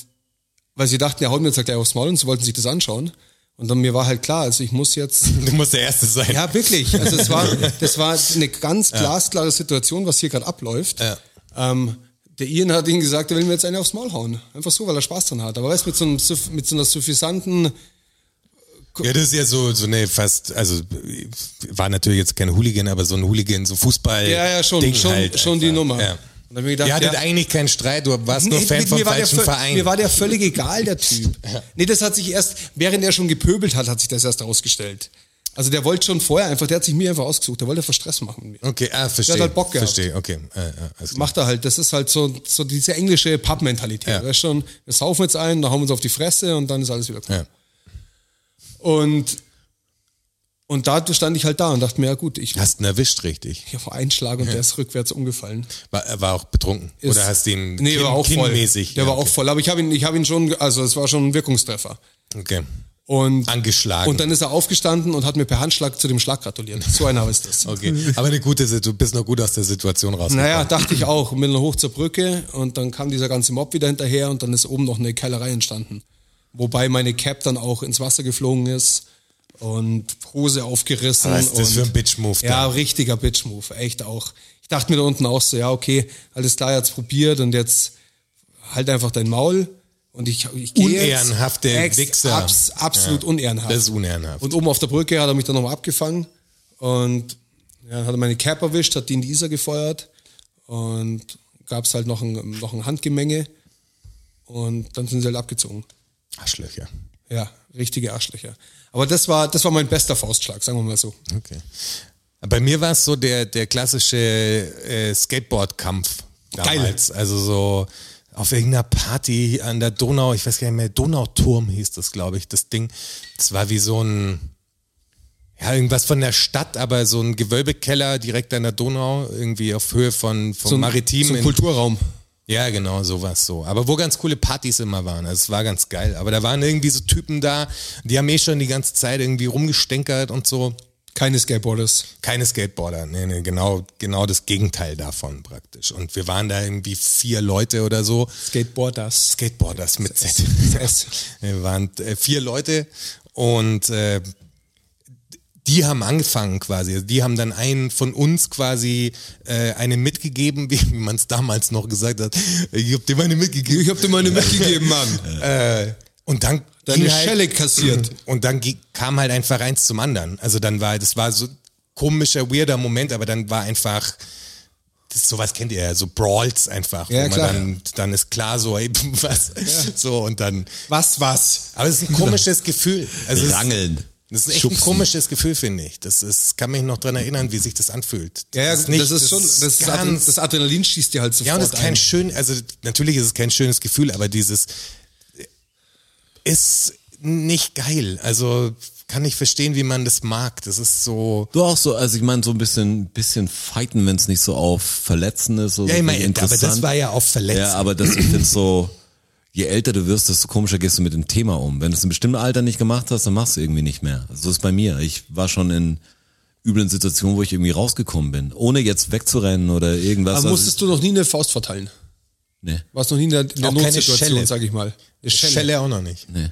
Speaker 2: weil sie dachten, er haut mir jetzt halt gleich aufs Maul und sie wollten sich das anschauen. Und dann mir war halt klar, also ich muss jetzt
Speaker 3: Du musst der Erste sein.
Speaker 2: ja, wirklich. Also es war, das war eine ganz glasklare Situation, was hier gerade abläuft.
Speaker 3: Ja.
Speaker 2: Ähm, der Ian hat ihnen gesagt, er will mir jetzt eine aufs Maul hauen. Einfach so, weil er Spaß dran hat. Aber weißt du, mit so, einem, suff- mit so einer suffisanten,
Speaker 3: Ja, das ist ja so, so ne, fast, also war natürlich jetzt kein Hooligan, aber so ein Hooligan, so Fußball.
Speaker 2: ja, ja, schon,
Speaker 3: Ding
Speaker 2: schon,
Speaker 3: halt
Speaker 2: schon die
Speaker 3: einfach.
Speaker 2: Nummer.
Speaker 3: Ja.
Speaker 2: Und dann hab ich
Speaker 3: Ihr hattet
Speaker 2: ja,
Speaker 3: eigentlich keinen Streit, du warst nur
Speaker 2: nee,
Speaker 3: Fan
Speaker 2: mit
Speaker 3: vom
Speaker 2: mir war der
Speaker 3: falschen
Speaker 2: völ-
Speaker 3: Verein.
Speaker 2: Mir war der völlig egal, der Typ. Nee, das hat sich erst, während er schon gepöbelt hat, hat sich das erst herausgestellt. Also der wollte schon vorher einfach, der hat sich mir einfach ausgesucht, der wollte einfach Stress machen mit mir.
Speaker 3: okay, ah, verstehe.
Speaker 2: Der hat halt Bock gehabt.
Speaker 3: Verstehe, okay. Äh, äh, alles klar.
Speaker 2: macht er halt. Das ist halt so, so diese englische Pub-Mentalität.
Speaker 3: Ja.
Speaker 2: Ja. Schon, wir saufen jetzt ein, dann hauen wir uns auf die Fresse und dann ist alles wieder cool.
Speaker 3: Ja.
Speaker 2: Und, und da stand ich halt da und dachte mir, ja gut, ich
Speaker 3: Hast ihn erwischt, richtig.
Speaker 2: hier vor einen Schlag und der ist rückwärts umgefallen.
Speaker 3: War, er war auch betrunken.
Speaker 2: Ist-
Speaker 3: Oder hast ihn
Speaker 2: Nee,
Speaker 3: kin-
Speaker 2: war auch voll.
Speaker 3: kinnmäßig.
Speaker 2: Der
Speaker 3: Ja,
Speaker 2: war auch voll. Aber ich habe ihn, ich habe ihn schon, also es war schon ein Wirkungstreffer.
Speaker 3: Okay. Ah,
Speaker 2: Und,
Speaker 3: Angeschlagen.
Speaker 2: und dann ist er aufgestanden und hat mir per Handschlag zu dem Schlag gratuliert. So einer ist das.
Speaker 3: okay. Aber eine gute Situation. Du bist noch gut aus der Situation rausgekommen.
Speaker 2: Naja, dachte ich auch. Und bin dann hoch zur Brücke und dann kam dieser ganze Mob wieder hinterher und dann ist oben noch eine Kellerei entstanden. Wobei meine Cap dann auch ins Wasser geflogen ist und Hose aufgerissen.
Speaker 3: Was ist das
Speaker 2: und
Speaker 3: für ein Bitch-Move da?
Speaker 2: Ja, richtiger Bitch-Move, echt auch. Ich dachte mir da unten auch so, ja, okay, alles klar, er hat's probiert und jetzt halt einfach dein Maul. Und ich, ich gehe jetzt.
Speaker 3: Unehrenhafte
Speaker 2: Ex-
Speaker 3: Wichser.
Speaker 2: Abs, absolut
Speaker 3: Ja,
Speaker 2: unehrenhaft.
Speaker 3: das ist unehrenhaft.
Speaker 2: Und oben auf der Brücke hat er mich dann nochmal abgefangen und ja, hat er meine Cap erwischt, hat die in die Isar gefeuert und gab es halt noch ein, noch ein Handgemenge und dann sind sie halt abgezogen.
Speaker 3: Arschlöcher.
Speaker 2: Ja, richtige Arschlöcher. Aber das war, das war mein bester Faustschlag, sagen wir mal so.
Speaker 3: Okay. Bei mir war es so der, der klassische äh, Skateboard-Kampf damals. Also so auf irgendeiner Party an der Donau, ich weiß gar nicht mehr, Donauturm hieß das, glaube ich, das Ding. Das war wie so ein, ja, irgendwas von der Stadt, aber so ein Gewölbekeller direkt an der Donau, irgendwie auf Höhe von, vom
Speaker 2: ein-
Speaker 3: Maritim.
Speaker 2: so ein
Speaker 3: in-
Speaker 2: Kulturraum.
Speaker 3: ja, genau, sowas so. Aber wo ganz coole Partys immer waren. Also es war ganz geil. Aber da waren irgendwie so Typen da, die haben eh schon die ganze Zeit irgendwie rumgestänkert und so.
Speaker 2: Keine Skateboarders.
Speaker 3: Keine Skateboarder, nee, nee, genau, genau das Gegenteil davon praktisch. Und wir waren da irgendwie vier Leute oder so.
Speaker 2: Skateboarders.
Speaker 3: Skateboarders mit Z.
Speaker 2: S.
Speaker 3: Wir waren äh, vier Leute und äh, die haben angefangen quasi. Also die haben dann einen von uns quasi äh, eine mitgegeben, wie man es damals noch gesagt hat. Ich hab dir meine mitgegeben.
Speaker 2: Ich hab dir meine mitgegeben, Mann.
Speaker 3: Und dann
Speaker 2: Deine
Speaker 3: ging halt-
Speaker 2: Schelle kassiert.
Speaker 3: Und dann ging- kam halt einfach eins zum anderen. Also dann war, das war so ein komischer, weirder Moment, aber dann war einfach, das, sowas kennt ihr ja, so Brawls einfach.
Speaker 2: Ja, klar.
Speaker 3: dann, dann ist klar so, ey, was, so und dann.
Speaker 2: Was, was?
Speaker 3: Aber es ist ein komisches Gefühl. Also es ist-
Speaker 4: Rangeln.
Speaker 3: Das ist echt
Speaker 4: Schubsen.
Speaker 3: ein komisches Gefühl, finde ich. Das ist, kann mich noch dran erinnern, wie sich das anfühlt.
Speaker 2: Ja, ja,
Speaker 3: ist nicht-
Speaker 2: das ist schon, das, ist Adre- das Adrenalin schießt dir halt sofort
Speaker 3: ja, und es ist kein
Speaker 2: ein.
Speaker 3: schön, also natürlich ist es kein schönes Gefühl, aber dieses äh, ist nicht geil. Also kann ich verstehen, wie man das mag. Das ist so.
Speaker 4: Du auch so, also ich meine, so ein bisschen, bisschen fighten, wenn es nicht so auf Verletzen ist. So
Speaker 3: Ja, ich meine, aber
Speaker 4: interessant.
Speaker 3: das war ja auch verletzt.
Speaker 4: Ja, aber das ich find's so, je älter du wirst, desto komischer gehst du mit dem Thema um. Wenn du es in bestimmten Alter nicht gemacht hast, dann machst du irgendwie nicht mehr. So ist bei mir. Ich war schon in üblen Situationen, wo ich irgendwie rausgekommen bin, ohne jetzt wegzurennen oder irgendwas.
Speaker 2: Aber
Speaker 4: Also
Speaker 2: musstest du noch nie eine Faust verteilen?
Speaker 4: ich, nee,
Speaker 2: Warst noch nie in der, in der
Speaker 3: Auch keine
Speaker 2: Notsituation,
Speaker 3: Schelle.
Speaker 2: sag ich mal. Eine
Speaker 3: Schelle.
Speaker 2: Schelle. Äh,
Speaker 3: auch noch nicht.
Speaker 4: nee.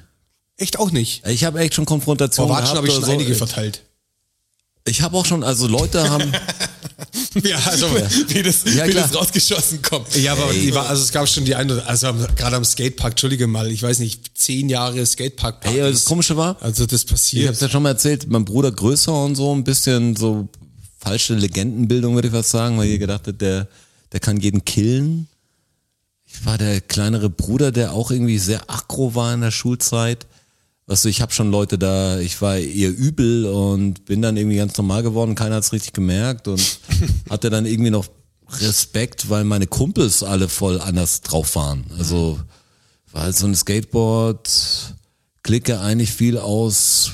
Speaker 2: Echt auch nicht.
Speaker 4: Ich habe echt schon
Speaker 2: Vor
Speaker 4: Konfrontationen
Speaker 2: Watschen
Speaker 4: gehabt.
Speaker 2: habe ich schon
Speaker 4: oder so.
Speaker 2: einige verteilt.
Speaker 4: ich habe auch schon, also Leute haben,
Speaker 3: Ja, also wie das,
Speaker 4: Ja,
Speaker 3: wie
Speaker 4: klar.
Speaker 3: das rausgeschossen kommt.
Speaker 2: Ja, aber die war, also es gab schon die eine, oder- also am- gerade am Skatepark, entschuldige mal, ich weiß nicht, zehn Jahre Skatepark.
Speaker 4: ey, das Komische war,
Speaker 2: Also das
Speaker 4: Ich
Speaker 2: passiert.
Speaker 4: hab's ja schon mal erzählt, mein Bruder größer und so, ein bisschen so falsche Legendenbildung, würde ich was sagen, weil ihr gedacht habt, der, der kann jeden killen. Ich war der kleinere Bruder, der auch irgendwie sehr aggro war in der Schulzeit. Weißt du, ich habe schon Leute da, ich war ihr übel und bin dann irgendwie ganz normal geworden, keiner hat's richtig gemerkt und hatte dann irgendwie noch Respekt, weil meine Kumpels alle voll anders drauf waren. Also war halt so ein Skateboard, Clique eigentlich viel aus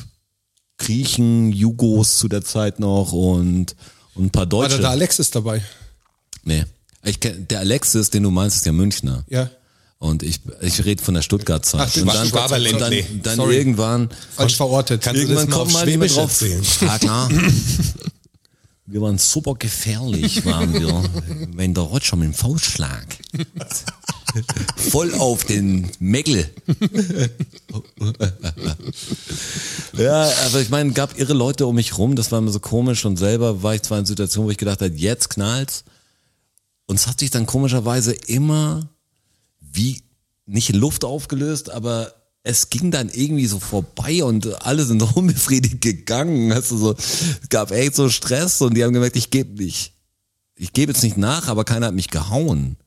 Speaker 4: Griechen, Jugos zu der Zeit noch und, und ein paar
Speaker 2: War da der
Speaker 4: Deutsche.
Speaker 2: Alexis dabei?
Speaker 4: Nee. Ich kenn, der Alexis, den du meinst, ist ja Münchner.
Speaker 2: Ja.
Speaker 4: Und ich, ich rede von der
Speaker 2: Ach,
Speaker 4: Stuttgart-Zeit.
Speaker 2: stimmt,
Speaker 4: und dann,
Speaker 3: Schwaberländer,
Speaker 4: und dann,
Speaker 3: nee,
Speaker 4: dann
Speaker 2: sorry.
Speaker 4: irgendwann,
Speaker 2: Falsch verortet.
Speaker 3: Kannst du das
Speaker 4: irgendwann
Speaker 3: mal
Speaker 4: kommt
Speaker 3: auf
Speaker 4: mal niemand
Speaker 3: Schwäbisch
Speaker 4: drauf.
Speaker 3: erzählen?
Speaker 4: Ja, klar. Wir waren super gefährlich, waren wir. Wenn der Roger mit dem Faustschlag voll auf den Mäckel. ja, also ich meine, gab irre Leute um mich rum, das war immer so komisch und selber war ich zwar in Situationen, wo ich gedacht habe, jetzt knallt's. Und es hat sich dann komischerweise immer wie nicht in Luft aufgelöst, aber es ging dann irgendwie so vorbei und alle sind so unbefriedigt gegangen. Weißt du, so, es gab echt so Stress und die haben gemerkt, ich gebe nicht. Ich gebe jetzt nicht nach, aber keiner hat mich gehauen.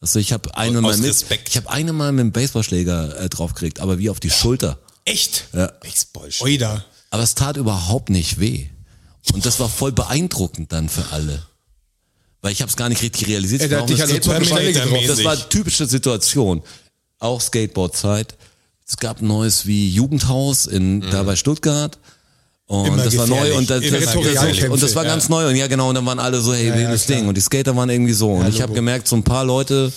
Speaker 4: Also ich habe eine mal
Speaker 3: Aus
Speaker 4: mit,
Speaker 3: Respekt.
Speaker 4: ich habe eine mal mit dem Baseballschläger äh, draufgelegt, aber wie auf die Schulter.
Speaker 3: Echt? Baseball.
Speaker 2: Oida.
Speaker 4: Aber es tat überhaupt nicht weh. Und das war voll beeindruckend dann für alle. Weil ich habe es gar nicht richtig realisiert.
Speaker 2: Ey,
Speaker 4: Ich
Speaker 2: der
Speaker 4: war
Speaker 2: hat dich
Speaker 4: auf dem
Speaker 2: also zur
Speaker 4: Skateboard-
Speaker 2: Stelle getroffen.
Speaker 4: Das war typische Situation. Auch Skateboardzeit. Es gab ein neues wie Jugendhaus
Speaker 2: Mhm.
Speaker 4: in, da bei Stuttgart. Und
Speaker 3: Immer
Speaker 4: das war neu
Speaker 3: gefährlich.
Speaker 4: und das,
Speaker 3: Immer
Speaker 4: das,
Speaker 3: gefährlich.
Speaker 4: das, und das war
Speaker 2: Ja.
Speaker 4: ganz neu und ja genau und dann waren alle so hey
Speaker 2: ja,
Speaker 4: das
Speaker 2: klar.
Speaker 4: Ding und die Skater waren irgendwie so und ich habe
Speaker 2: Logo.
Speaker 4: gemerkt so ein paar Leute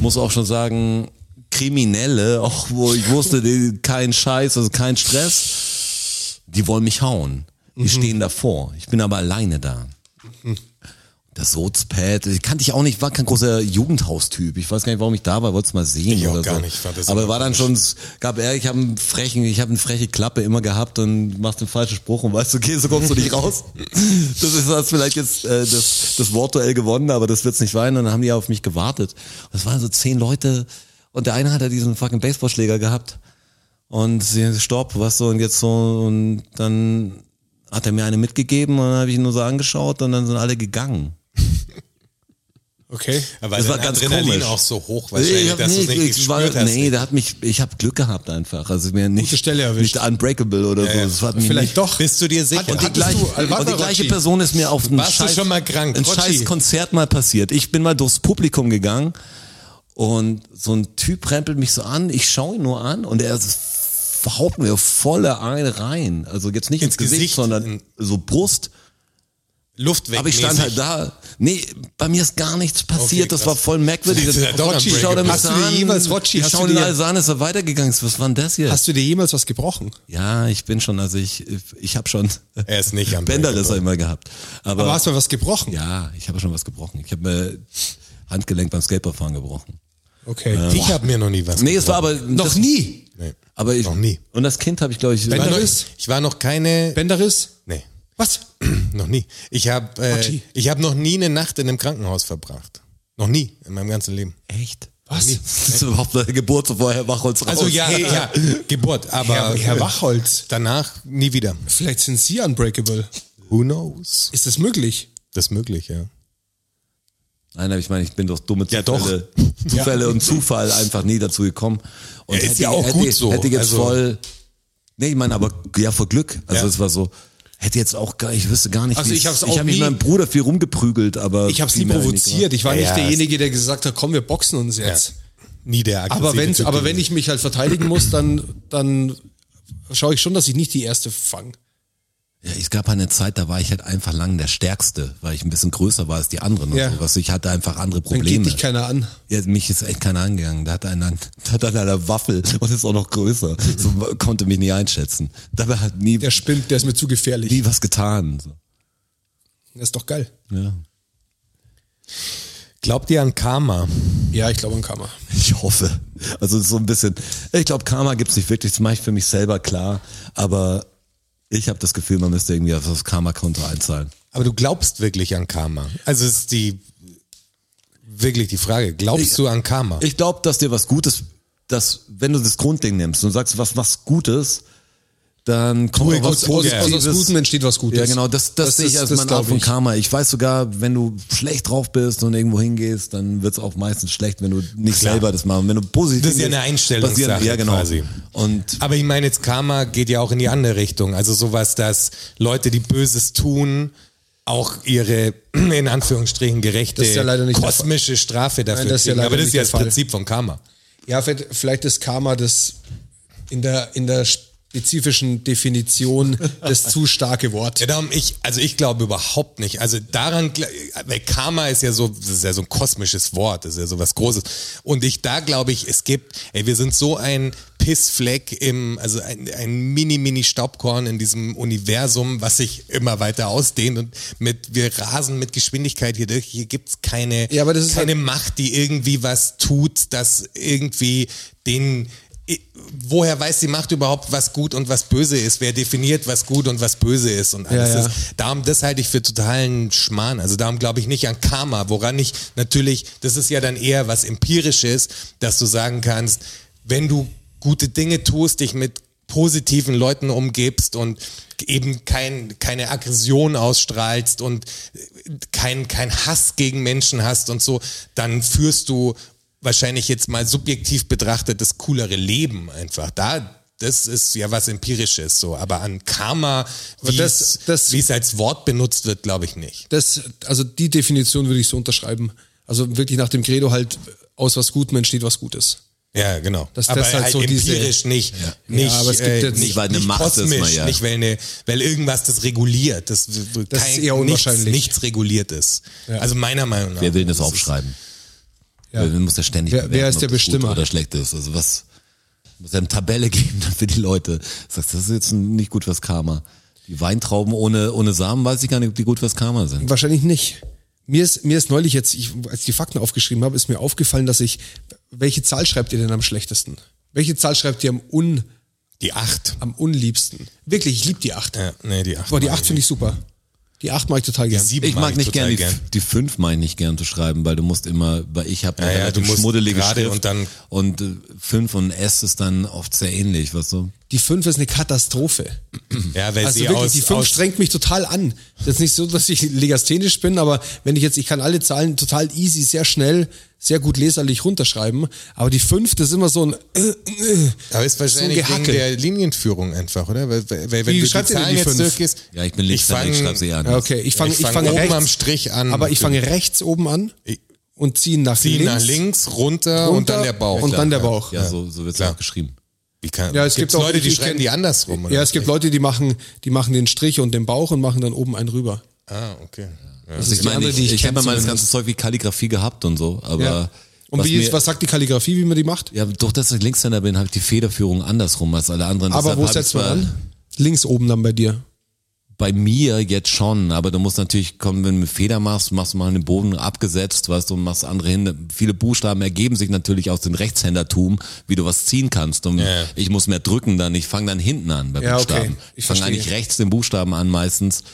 Speaker 4: muss auch schon sagen Kriminelle auch wo ich wusste die, kein Scheiß also kein Stress die wollen mich hauen.
Speaker 3: Mhm.
Speaker 4: Die stehen davor. Ich bin aber alleine da. Das Sozpad, ich kannte ich auch nicht, war kein großer Jugendhaustyp. Ich weiß gar nicht, warum ich da war, wollte es mal sehen
Speaker 3: Ich auch
Speaker 4: oder
Speaker 3: gar
Speaker 4: so.
Speaker 3: nicht, fand das
Speaker 4: aber
Speaker 3: immer
Speaker 4: war dann schon, es gab er, ich habe einen frechen, ich habe eine freche Klappe immer gehabt und machst den falschen Spruch und weißt du, okay, so kommst du nicht raus. Das ist hast vielleicht jetzt äh, das, das Wortduell gewonnen, aber das wird's nicht sein. Und dann haben die auf mich gewartet. Und es waren so zehn Leute und der eine hat ja diesen fucking Baseballschläger gehabt und sie stopp, was so und jetzt so und dann hat er mir eine mitgegeben und dann habe ich ihn nur so angeschaut und dann sind alle gegangen.
Speaker 2: Okay.
Speaker 3: Weil
Speaker 4: Das war
Speaker 3: dein
Speaker 4: ganz
Speaker 3: Adrenalin
Speaker 4: komisch.
Speaker 3: auch so hoch wahrscheinlich,
Speaker 4: hab-
Speaker 3: dass du es
Speaker 4: nee,
Speaker 3: nicht
Speaker 4: ich war-
Speaker 3: gespürt hast.
Speaker 4: Nee, der hat mich, ich habe Glück gehabt einfach. Also mir nicht,
Speaker 2: Gute Stelle erwischt.
Speaker 4: nicht unbreakable oder so. Das hat mich
Speaker 2: Vielleicht
Speaker 4: nicht,
Speaker 2: doch.
Speaker 3: Bist du dir sicher?
Speaker 4: Und die,
Speaker 2: Hattest
Speaker 4: gleiche,
Speaker 2: du Alvaro
Speaker 4: und die gleiche
Speaker 2: Rocci?
Speaker 4: Person ist mir auf ein
Speaker 3: Warst du
Speaker 4: scheiß,
Speaker 3: schon mal krank,
Speaker 4: ein
Speaker 3: Rocci?
Speaker 4: scheiß Konzert mal passiert. Ich bin mal durchs Publikum gegangen und so ein Typ rempelt mich so an, ich schaue ihn nur an und er s- haut mir volle eine rein. Also jetzt nicht ins,
Speaker 3: Ins
Speaker 4: Gesicht,
Speaker 3: Gesicht.
Speaker 4: sondern so Brust.
Speaker 3: Luft weg.
Speaker 4: Aber ich stand halt da. Nee, bei mir ist gar nichts passiert.
Speaker 3: Okay,
Speaker 4: das
Speaker 3: krass.
Speaker 4: war voll merkwürdig.
Speaker 3: Das ist ja doch
Speaker 4: Rocci
Speaker 3: unbreakable.
Speaker 4: schaut er mich
Speaker 2: Hast du
Speaker 4: an.
Speaker 2: dir jemals Rocci-
Speaker 4: Ich
Speaker 2: hast
Speaker 4: schaue
Speaker 2: du
Speaker 4: ihn
Speaker 2: dir-
Speaker 4: alles an, ist er weitergegangen. ist. Was war denn das hier?
Speaker 2: Hast du dir jemals was gebrochen?
Speaker 4: ja, ich bin schon, also ich, ich habe schon
Speaker 3: Er ist nicht am
Speaker 4: Bänder das immer gehabt. Aber,
Speaker 2: Aber hast du mal was gebrochen?
Speaker 4: ja, ich habe schon was gebrochen. Ich habe mir Handgelenk beim Skateboardfahren gebrochen.
Speaker 2: Okay.
Speaker 3: Ich habe mir noch nie was.
Speaker 4: Nee, es war aber
Speaker 2: Noch
Speaker 4: das,
Speaker 2: nie.
Speaker 3: Nee.
Speaker 4: Aber ich
Speaker 3: Noch nie.
Speaker 4: und das Kind habe ich glaube ich
Speaker 3: Ich war noch,
Speaker 2: Bänderriss?
Speaker 3: ich war noch keine.
Speaker 2: Bänderriss?
Speaker 3: Nee,
Speaker 2: Was?
Speaker 3: noch nie. Ich habe äh,
Speaker 2: Ochi.
Speaker 3: ich hab noch nie eine Nacht in einem Krankenhaus verbracht. Noch nie in meinem ganzen Leben.
Speaker 4: echt.
Speaker 2: Was?
Speaker 4: Das ist überhaupt eine Geburt so vorher Wachholz raus.
Speaker 3: Also ja, ja, Geburt, aber
Speaker 2: Herr, Herr Wachholz,
Speaker 3: danach nie wieder.
Speaker 2: vielleicht sind Sie unbreakable.
Speaker 3: Who knows?
Speaker 2: Ist das möglich?
Speaker 3: Das ist möglich, ja.
Speaker 4: Nein, aber ich meine, ich bin durch dumme
Speaker 3: Ja, doch.
Speaker 4: Zufälle, Zufälle und Zufall einfach nie dazu gekommen. Und
Speaker 3: Ja, ist
Speaker 4: hätte-
Speaker 3: ja auch
Speaker 4: hätte,
Speaker 3: gut so.
Speaker 4: Hätte jetzt
Speaker 3: Also-
Speaker 4: voll. Nee, ich meine, aber ja, vor Glück. Also
Speaker 3: Ja.
Speaker 4: es war so. Hätte jetzt auch gar, ich wüsste gar nicht.
Speaker 2: Also
Speaker 4: wie
Speaker 2: ich hab's
Speaker 4: Ich
Speaker 2: auch
Speaker 4: habe mit
Speaker 2: nie-
Speaker 4: meinem Bruder viel rumgeprügelt, aber
Speaker 2: Ich habe es
Speaker 4: viel
Speaker 2: nie
Speaker 4: mehr
Speaker 2: provoziert. Ich war
Speaker 3: Ja,
Speaker 2: nicht
Speaker 3: ja,
Speaker 2: derjenige, der gesagt hat, komm, wir boxen uns jetzt.
Speaker 3: Nie der aggressive
Speaker 2: Aber, wenn's,
Speaker 3: Typ
Speaker 2: aber wenn
Speaker 3: gewesen.
Speaker 2: ich mich halt verteidigen muss, dann, dann schaue ich schon, dass ich nicht die erste fange.
Speaker 4: Ja, es gab eine Zeit, da war ich halt einfach lang der Stärkste, weil ich ein bisschen größer war als die anderen
Speaker 2: Ja.
Speaker 4: und sowas. Ich hatte einfach andere
Speaker 2: Dann
Speaker 4: Probleme.
Speaker 2: geht dich keiner an.
Speaker 4: Ja, mich ist echt keiner angegangen. Da hat einer, da hat einer eine Waffel und ist auch noch größer. So, konnte mich nie einschätzen. Dabei hat nie,
Speaker 2: Der spinnt, der ist mir zu gefährlich.
Speaker 4: nie was getan. So.
Speaker 2: Das ist doch geil.
Speaker 4: Ja.
Speaker 3: Glaubt ihr an Karma?
Speaker 2: Ja, ich glaube an Kammer.
Speaker 4: Ich hoffe. Also so ein bisschen. Ich glaube, Karma gibt's nicht wirklich. Das mache ich für mich selber klar. Aber ich habe das Gefühl, man müsste irgendwie auf das Karma-Konto einzahlen.
Speaker 3: Aber du glaubst wirklich an Karma. Also es ist die wirklich die Frage, glaubst
Speaker 4: Ich-
Speaker 3: du an Karma?
Speaker 4: Ich glaube, dass dir was Gutes, dass wenn du das Grundding nimmst und sagst, was was Gutes, dann kommt auch
Speaker 2: Aus, aus,
Speaker 4: was
Speaker 2: aus, aus
Speaker 4: Positives.
Speaker 2: Gutem entsteht was Gutes.
Speaker 4: Ja, genau, das, das, sehe ich
Speaker 2: ist-
Speaker 4: als
Speaker 2: das
Speaker 4: mein
Speaker 2: glaub
Speaker 4: Art von
Speaker 2: ich.
Speaker 4: Karma. Ich weiß sogar, wenn du schlecht drauf bist und irgendwo hingehst, dann wird's auch meistens schlecht, wenn du nicht
Speaker 3: Klar.
Speaker 4: selber das machst. Wenn du positiv
Speaker 3: Das ist ja
Speaker 4: hingehst,
Speaker 3: eine Einstellungssache
Speaker 4: passieren- Ja, genau.
Speaker 3: quasi.
Speaker 4: Und
Speaker 3: Aber ich meine, jetzt Karma geht ja auch in die andere Richtung. Also sowas, dass Leute, die Böses tun, auch ihre, in Anführungsstrichen, gerechte,
Speaker 2: Das ist ja leider nicht der Fall.
Speaker 3: kosmische Strafe dafür
Speaker 2: das ist ja
Speaker 3: kriegen.
Speaker 2: leider
Speaker 3: Aber das ist
Speaker 2: nicht
Speaker 3: ja
Speaker 2: der
Speaker 3: das
Speaker 2: Fall.
Speaker 3: Prinzip von Karma.
Speaker 2: Ja, vielleicht, vielleicht ist Karma das in der, in der spezifischen Definition das zu starke Wort.
Speaker 3: Ja, darum ich, also ich glaube überhaupt nicht. Also daran, gl- weil Karma ist ja so, das ist ja so ein kosmisches Wort, das ist ja so was Großes. Und ich, da glaube ich, es gibt, ey, wir sind so ein Pissfleck im, also ein, ein mini, mini Staubkorn in diesem Universum, was sich immer weiter ausdehnt und mit, wir rasen mit Geschwindigkeit hier durch. Hier gibt's keine,
Speaker 2: Ja, aber das ist halt
Speaker 3: keine Macht, die irgendwie was tut, das irgendwie den, woher weiß die Macht überhaupt, was gut und was böse ist? Wer definiert, was gut und was böse ist? Und alles
Speaker 2: Ja, ja.
Speaker 3: Das, darum, das halte ich für totalen Schmarrn. Also darum glaube ich nicht an Karma, woran ich natürlich, das ist ja dann eher was Empirisches, dass du sagen kannst, wenn du gute Dinge tust, dich mit positiven Leuten umgibst und eben kein, keine Aggression ausstrahlst und kein, kein Hass gegen Menschen hast und so, dann führst du wahrscheinlich jetzt mal subjektiv betrachtet das coolere Leben einfach. Da, das ist ja was Empirisches so, aber an Karma, wie
Speaker 2: das-
Speaker 3: es
Speaker 2: das-
Speaker 3: wie es als Wort benutzt wird, glaube ich nicht.
Speaker 2: Das, also die Definition würde ich so unterschreiben. Also wirklich nach dem Credo halt, aus was Gutem entsteht was Gutes.
Speaker 3: Ja, genau.
Speaker 2: Dass
Speaker 3: aber
Speaker 2: das halt so diese-
Speaker 3: empirisch nicht, nicht,
Speaker 2: Ja, aber es gibt
Speaker 3: äh,
Speaker 2: jetzt-
Speaker 3: nicht,
Speaker 4: Weil eine
Speaker 3: nicht
Speaker 4: Macht ist
Speaker 3: kosmisch,
Speaker 4: man ja.
Speaker 3: nicht weil, eine, weil irgendwas das reguliert, das,
Speaker 2: Das ist eher unwahrscheinlich.
Speaker 3: Nichts, nichts reguliert ist. Also meiner Meinung nach.
Speaker 4: wer will denn das
Speaker 3: ist-
Speaker 4: aufschreiben?
Speaker 2: Ja.
Speaker 4: Wer muss ja ständig
Speaker 2: Wer- wer
Speaker 4: bewerten,
Speaker 2: ist
Speaker 4: ob
Speaker 2: der
Speaker 4: das
Speaker 2: Bestimmer?
Speaker 4: Gut oder schlecht ist. Also was muss ja eine Tabelle geben dann für die Leute. Sagst, das ist jetzt nicht gut fürs Karma. Die Weintrauben ohne, ohne Samen weiß ich gar nicht, ob die gut fürs Karma sind.
Speaker 2: Wahrscheinlich nicht. Mir ist, mir ist neulich jetzt, ich, als ich die Fakten aufgeschrieben habe, ist mir aufgefallen, dass ich, welche Zahl schreibt ihr denn am schlechtesten? Welche Zahl schreibt ihr am, un,
Speaker 3: Die Acht.
Speaker 2: am unliebsten? Wirklich, ich liebe die Acht.
Speaker 3: Ja, nee, die Acht.
Speaker 2: Boah, die
Speaker 3: mag
Speaker 2: Acht finde ich super. Die 8 mag ich total gern.
Speaker 3: Sieben
Speaker 4: Ich mag, nicht
Speaker 3: total
Speaker 4: gern, Die, die fünf mag ich nicht gern zu schreiben, weil du musst immer, weil ich habe
Speaker 3: Ja, ja, du musst
Speaker 4: schmuddelige
Speaker 3: gerade
Speaker 4: Schrift
Speaker 3: und dann-
Speaker 4: und äh, fünf und S ist dann oft sehr ähnlich, weißt du?
Speaker 2: Die 5 ist eine Katastrophe.
Speaker 3: Ja, weil
Speaker 2: Also
Speaker 3: sie
Speaker 2: wirklich,
Speaker 3: aus,
Speaker 2: die 5
Speaker 3: aus
Speaker 2: strengt mich total an. Das ist nicht so, dass ich legasthenisch bin, aber wenn ich jetzt, ich kann alle Zahlen total easy, sehr schnell, sehr gut leserlich runterschreiben, aber die 5, das ist immer so ein äh, äh.
Speaker 3: Aber ist wahrscheinlich
Speaker 2: So ein
Speaker 3: wegen
Speaker 2: Gehacke.
Speaker 3: der Linienführung einfach, oder? Weil, weil, wenn
Speaker 2: Wie
Speaker 3: du die
Speaker 2: schreibt ihr denn
Speaker 3: Zahlen
Speaker 2: die
Speaker 3: jetzt
Speaker 2: fünf?
Speaker 3: durchgehst.
Speaker 4: Ja, ich bin links,
Speaker 3: fang-
Speaker 4: ich schreib's eher
Speaker 2: Ja,
Speaker 4: anders.
Speaker 2: okay, ich fange
Speaker 3: Ich
Speaker 2: ich
Speaker 3: fang
Speaker 2: fange
Speaker 3: oben
Speaker 2: rechts,
Speaker 3: am Strich an.
Speaker 2: Aber ich fange rechts oben an
Speaker 3: Mhm. Ich-
Speaker 2: und ziehe nach
Speaker 3: Zieh
Speaker 2: links.
Speaker 3: nach links, runter, und
Speaker 2: runter
Speaker 3: dann der Bauch.
Speaker 2: und dann der
Speaker 3: Ja.
Speaker 2: Bauch.
Speaker 4: Ja, so, so wird's
Speaker 3: Klar.
Speaker 4: auch geschrieben.
Speaker 3: Wie kann,
Speaker 2: Ja, es gibt
Speaker 3: gibt's
Speaker 2: auch-
Speaker 3: Leute, die
Speaker 2: ich
Speaker 3: schreiben
Speaker 2: kenn-
Speaker 3: die andersrum. oder?
Speaker 2: Ja, es gibt Leute, die machen, die machen den Strich und den Bauch und machen dann oben einen rüber.
Speaker 3: Ah, okay. Ja.
Speaker 4: Also ich
Speaker 2: die
Speaker 4: meine,
Speaker 2: andere,
Speaker 4: ich,
Speaker 2: die
Speaker 4: ich,
Speaker 2: ich
Speaker 4: habe
Speaker 2: kenn
Speaker 4: ja mal das
Speaker 2: zumindest.
Speaker 4: ganze Zeug wie Kalligrafie gehabt und so, aber
Speaker 2: Ja. Und was, wie ist,
Speaker 4: mir-
Speaker 2: was sagt die Kalligrafie, wie man die macht?
Speaker 4: Ja, durch dass ich Linkshänder bin, habe ich die Federführung andersrum als alle anderen.
Speaker 2: Aber
Speaker 4: Deshalb
Speaker 2: wo
Speaker 4: hab
Speaker 2: setzt
Speaker 4: ich's
Speaker 2: man
Speaker 4: bei-
Speaker 2: an? Links oben dann bei dir.
Speaker 4: Bei mir jetzt schon, aber du musst natürlich kommen, wenn du mit Feder machst, machst du mal den Boden abgesetzt, weißt du, und machst andere hin. Viele Buchstaben ergeben sich natürlich aus dem Rechtshändertum, wie du was ziehen kannst. Und
Speaker 3: Ja.
Speaker 4: ich muss mehr drücken dann, ich fange dann hinten an bei
Speaker 2: Ja, okay.
Speaker 4: Buchstaben.
Speaker 2: Ich
Speaker 4: Ich fange
Speaker 2: verstehe.
Speaker 4: eigentlich rechts den Buchstaben an meistens,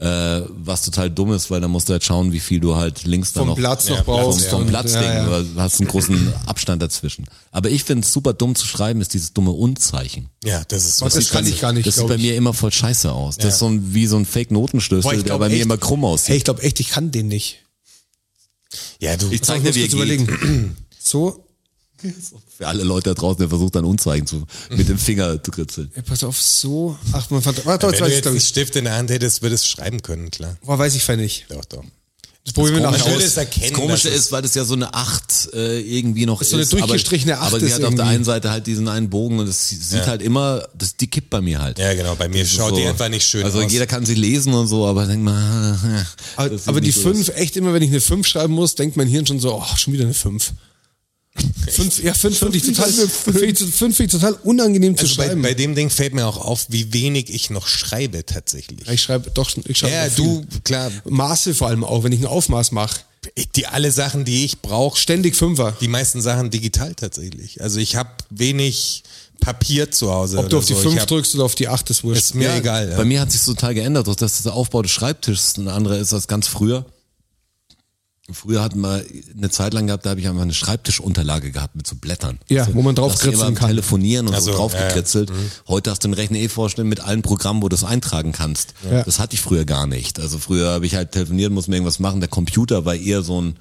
Speaker 4: äh, was total dumm ist, weil dann musst du halt schauen, wie viel du halt links dann
Speaker 2: Vom
Speaker 4: noch
Speaker 2: Platz noch
Speaker 3: ja,
Speaker 4: vom,
Speaker 2: brauchst.
Speaker 4: vom
Speaker 2: und-
Speaker 4: Platzding,
Speaker 2: ja, ja.
Speaker 4: weil du hast einen großen Abstand dazwischen. Aber ich finde es super dumm zu schreiben, ist dieses dumme Und-Zeichen.
Speaker 3: ja, das ist
Speaker 2: Das kann ich gar Ah, nicht,
Speaker 4: Das sieht
Speaker 2: glaub
Speaker 4: bei
Speaker 2: ich.
Speaker 4: mir immer voll scheiße aus. Das ist so ein, wie so ein
Speaker 2: Boah,
Speaker 4: Fake-Notenschlüssel,
Speaker 2: ich
Speaker 4: der
Speaker 2: glaub
Speaker 4: bei mir
Speaker 2: echt-
Speaker 4: immer krumm aussieht.
Speaker 2: Hey, ich glaube echt, ich kann den nicht.
Speaker 3: Ja, du,
Speaker 4: Ich zeig
Speaker 2: Ich muss
Speaker 4: dir, wie
Speaker 2: kurz
Speaker 4: er geht.
Speaker 2: überlegen. So,
Speaker 4: Für alle Leute da draußen, der versucht, ein Unzeichen zu, mit dem Finger zu kritzeln.
Speaker 2: ja, pass auf, so. Ach, man fand, warte,
Speaker 3: wenn
Speaker 2: jetzt
Speaker 3: du
Speaker 2: weiß ich,
Speaker 3: jetzt
Speaker 2: glaub
Speaker 3: einen
Speaker 2: ich.
Speaker 3: Stift in der Hand hättest, würdest du schreiben können, klar.
Speaker 2: Boah, weiß ich vielleicht nicht.
Speaker 3: Doch, doch.
Speaker 2: Das probieren wir
Speaker 3: Komisch
Speaker 2: nachher
Speaker 3: würde
Speaker 2: aus.
Speaker 3: es erkennen.
Speaker 4: Das Komische
Speaker 3: dass es-
Speaker 4: ist, weil das ja so eine Acht äh, irgendwie noch ist.
Speaker 2: so eine durchgestrichene
Speaker 4: aber,
Speaker 2: Acht
Speaker 4: Aber sie
Speaker 2: ist
Speaker 4: hat auf der
Speaker 2: irgendwie.
Speaker 4: einen Seite halt diesen einen Bogen und das sieht halt immer, das, die kippt bei mir halt.
Speaker 3: Ja, genau, bei mir schaut die einfach nicht schön
Speaker 4: also
Speaker 3: aus.
Speaker 4: Also jeder kann sie lesen und so, aber denk mal. äh,
Speaker 2: Aber,
Speaker 4: das sieht
Speaker 2: Halt, aber die
Speaker 4: nicht so aus.
Speaker 2: fünf, echt immer, wenn ich eine fünf schreiben muss, denkt mein Hirn schon so, ach, schon wieder eine fünf. Fünf, ja, fünf finde ich total, finde ich, fünf finde ich total unangenehm zu
Speaker 3: Also bei,
Speaker 2: schreiben.
Speaker 3: bei dem Ding fällt mir auch auf, wie wenig ich noch schreibe tatsächlich.
Speaker 2: Ja, ich schreibe doch, ich schreibe
Speaker 3: Ja,
Speaker 2: noch viel.
Speaker 3: du, klar,
Speaker 2: Maße vor allem auch, wenn ich ein Aufmaß mache.
Speaker 3: ich- die alle Sachen, die ich brauche,
Speaker 2: Ständig Fünfer.
Speaker 3: die meisten Sachen digital tatsächlich. Also ich habe wenig Papier zu Hause.
Speaker 2: Ob du
Speaker 3: oder
Speaker 2: auf die
Speaker 3: so.
Speaker 2: fünf
Speaker 3: ich hab,
Speaker 2: drückst oder auf die acht, ist wurscht.
Speaker 3: Ist mir
Speaker 2: ja,
Speaker 3: egal.
Speaker 4: Bei
Speaker 3: Ja.
Speaker 4: mir hat sich total geändert, durch dass der Aufbau des Schreibtisches ein anderer ist als ganz früher. Früher hatten wir eine Zeit lang gehabt, da habe ich einfach eine Schreibtischunterlage gehabt mit so Blättern.
Speaker 2: Ja,
Speaker 4: also,
Speaker 2: wo man drauf
Speaker 4: dass du immer
Speaker 2: kritzeln
Speaker 4: am
Speaker 2: kann.
Speaker 4: Telefonieren und
Speaker 3: Also,
Speaker 4: so drauf
Speaker 3: ja, ja.
Speaker 4: gekritzelt. Heute hast du den Rechner eh vorstellen mit allen Programmen, wo du es eintragen kannst.
Speaker 2: Ja.
Speaker 4: Das hatte ich früher gar nicht. Also früher habe ich halt telefoniert, muss mir irgendwas machen. Der Computer war eher so ein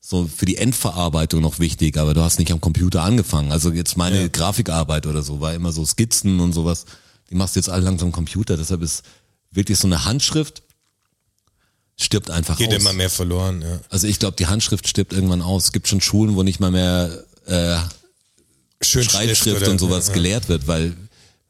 Speaker 4: so für die Endverarbeitung noch wichtig, aber du hast nicht am Computer angefangen. Also jetzt meine Grafikarbeit oder so war immer so Skizzen und sowas. Die machst du jetzt alle langsam am Computer. Deshalb ist wirklich so eine Handschrift stirbt einfach
Speaker 3: geht
Speaker 4: aus.
Speaker 3: immer mehr verloren. Ja.
Speaker 4: Also ich glaube, die Handschrift stirbt irgendwann aus. Es gibt schon Schulen, wo nicht mal mehr äh,
Speaker 3: Schön
Speaker 4: Schreibschrift und sowas gelehrt wird, weil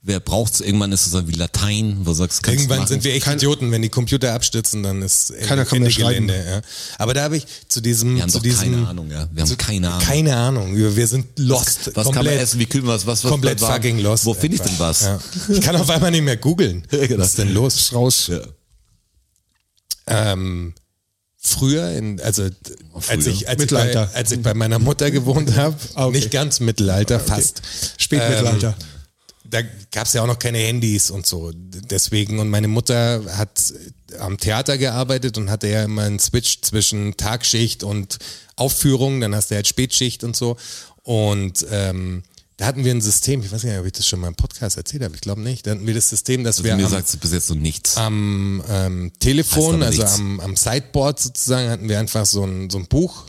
Speaker 4: wer braucht's? Irgendwann ist es dann wie Latein, wo du sagst, kannst
Speaker 3: Irgendwann
Speaker 4: machen.
Speaker 3: sind wir echt Idioten, wenn die Computer abstürzen, dann ist Ende-
Speaker 2: Keiner kann
Speaker 3: Ende
Speaker 2: mehr schreiben.
Speaker 3: Gelände. Ja. Aber da habe ich zu diesem,
Speaker 4: wir haben
Speaker 3: zu
Speaker 4: doch
Speaker 3: diesem,
Speaker 4: keine Ahnung, ja. Wir haben keine Ahnung.
Speaker 3: keine Ahnung, wir wir sind lost.
Speaker 4: was kann man
Speaker 3: komplett.
Speaker 4: essen? Wie kühlen wir was? was
Speaker 3: komplett
Speaker 4: was-
Speaker 3: fucking lost.
Speaker 4: Wo finde ich denn was? genau.
Speaker 3: Ja. Ich kann auf einmal nicht mehr googeln. Was ist denn los?
Speaker 2: Ist raus.
Speaker 3: Ähm, früher, in, also d- als
Speaker 4: früher.
Speaker 3: ich, als, ich bei,
Speaker 2: Mittelalter.
Speaker 3: als ich bei meiner Mutter gewohnt habe,
Speaker 2: Ah, okay.
Speaker 3: nicht ganz Mittelalter, fast. Ähm,
Speaker 2: Spätmittelalter.
Speaker 3: da gab es ja auch noch keine Handys und so. D- Deswegen, und meine Mutter hat am Theater gearbeitet und hatte ja immer einen Switch zwischen Tagschicht und Aufführung, dann hast du halt Spätschicht und so. Und ähm, da hatten wir ein System, ich weiß gar nicht, ob ich das schon mal im Podcast erzählt habe, ich glaube nicht. Da hatten wir das System, dass wir
Speaker 4: Also Mir
Speaker 3: am,
Speaker 4: sagt bis jetzt so nichts.
Speaker 3: am ähm,
Speaker 4: Heißt
Speaker 3: Telefon,
Speaker 4: aber
Speaker 3: also
Speaker 4: nichts.
Speaker 3: am, am Sideboard sozusagen, hatten wir einfach so ein, so ein Buch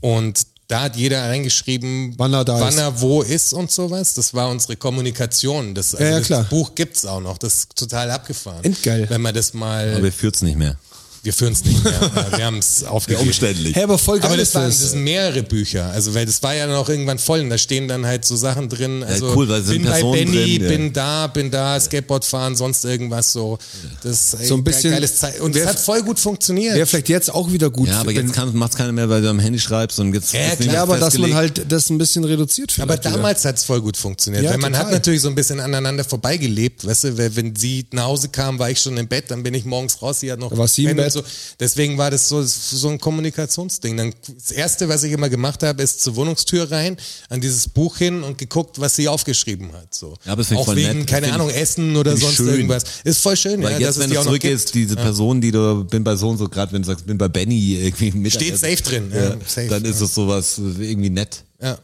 Speaker 3: und da hat jeder reingeschrieben,
Speaker 2: Mhm. Wann er da ist.
Speaker 3: er wo ist und sowas. Das war unsere Kommunikation. Das, also
Speaker 2: Ja, ja, klar.
Speaker 3: das Buch gibt's auch noch. Das ist total abgefahren.
Speaker 2: Endgeil.
Speaker 3: Wenn man das mal,
Speaker 4: Aber wir führt's nicht mehr.
Speaker 3: wir führen's nicht mehr. Ja, wir haben's aufgegeben.
Speaker 2: Hey, aber voll geil
Speaker 3: Aber das,
Speaker 2: ist
Speaker 3: waren,
Speaker 2: das.
Speaker 3: das sind mehrere Bücher, also weil das war ja dann auch irgendwann voll und da stehen dann halt so Sachen drin, also
Speaker 4: cool, weil es sind
Speaker 3: bin bei
Speaker 4: Personen
Speaker 3: Benny,
Speaker 4: drin, ja.
Speaker 3: bin da, bin da, Skateboard fahren, sonst irgendwas so. Das ist
Speaker 2: So ein bisschen-
Speaker 3: geiles Zeit und das
Speaker 2: Wer-
Speaker 3: hat voll gut funktioniert.
Speaker 2: Wäre vielleicht jetzt auch wieder gut.
Speaker 4: Ja, aber
Speaker 2: wenn-
Speaker 4: jetzt kann, macht's keiner mehr, weil du am Handy schreibst und jetzt.
Speaker 3: Ja,
Speaker 4: jetzt
Speaker 3: klar,
Speaker 4: nicht mehr
Speaker 2: Äh, ja, aber dass man
Speaker 4: festgelegt.
Speaker 2: halt das ein bisschen reduziert vielleicht.
Speaker 3: aber
Speaker 2: wieder.
Speaker 3: damals hat's voll gut funktioniert,
Speaker 2: Ja,
Speaker 3: weil man hat
Speaker 2: total.
Speaker 3: natürlich so ein bisschen aneinander vorbeigelebt, weißt du, weil wenn sie nach Hause kam, war ich schon im Bett, dann bin ich morgens raus, sie hat noch
Speaker 2: Da war sie im
Speaker 3: Ben und
Speaker 2: Bett,
Speaker 3: Also deswegen war das so, so ein Kommunikationsding. Dann, das Erste, was ich immer gemacht habe, ist zur Wohnungstür rein, an dieses Buch hin und geguckt, was sie aufgeschrieben hat. So.
Speaker 4: Ja, aber das find ich
Speaker 3: Auch
Speaker 4: voll
Speaker 3: wegen,
Speaker 4: nett.
Speaker 3: keine
Speaker 4: Find ich-
Speaker 3: Ahnung, Essen oder
Speaker 4: find ich
Speaker 3: sonst
Speaker 4: schön.
Speaker 3: irgendwas. Ist voll schön,
Speaker 4: Weil
Speaker 3: ja, dass
Speaker 4: jetzt,
Speaker 3: es
Speaker 4: wenn
Speaker 3: die
Speaker 4: du
Speaker 3: auch noch
Speaker 4: zurückgehst, diese Person, die du, bin bei so und so, gerade wenn du sagst, bin bei Benny irgendwie mit. also
Speaker 3: Steht safe drin, ja, safe,
Speaker 4: dann ist
Speaker 3: ja.
Speaker 4: es sowas äh, irgendwie nett.
Speaker 3: Ja.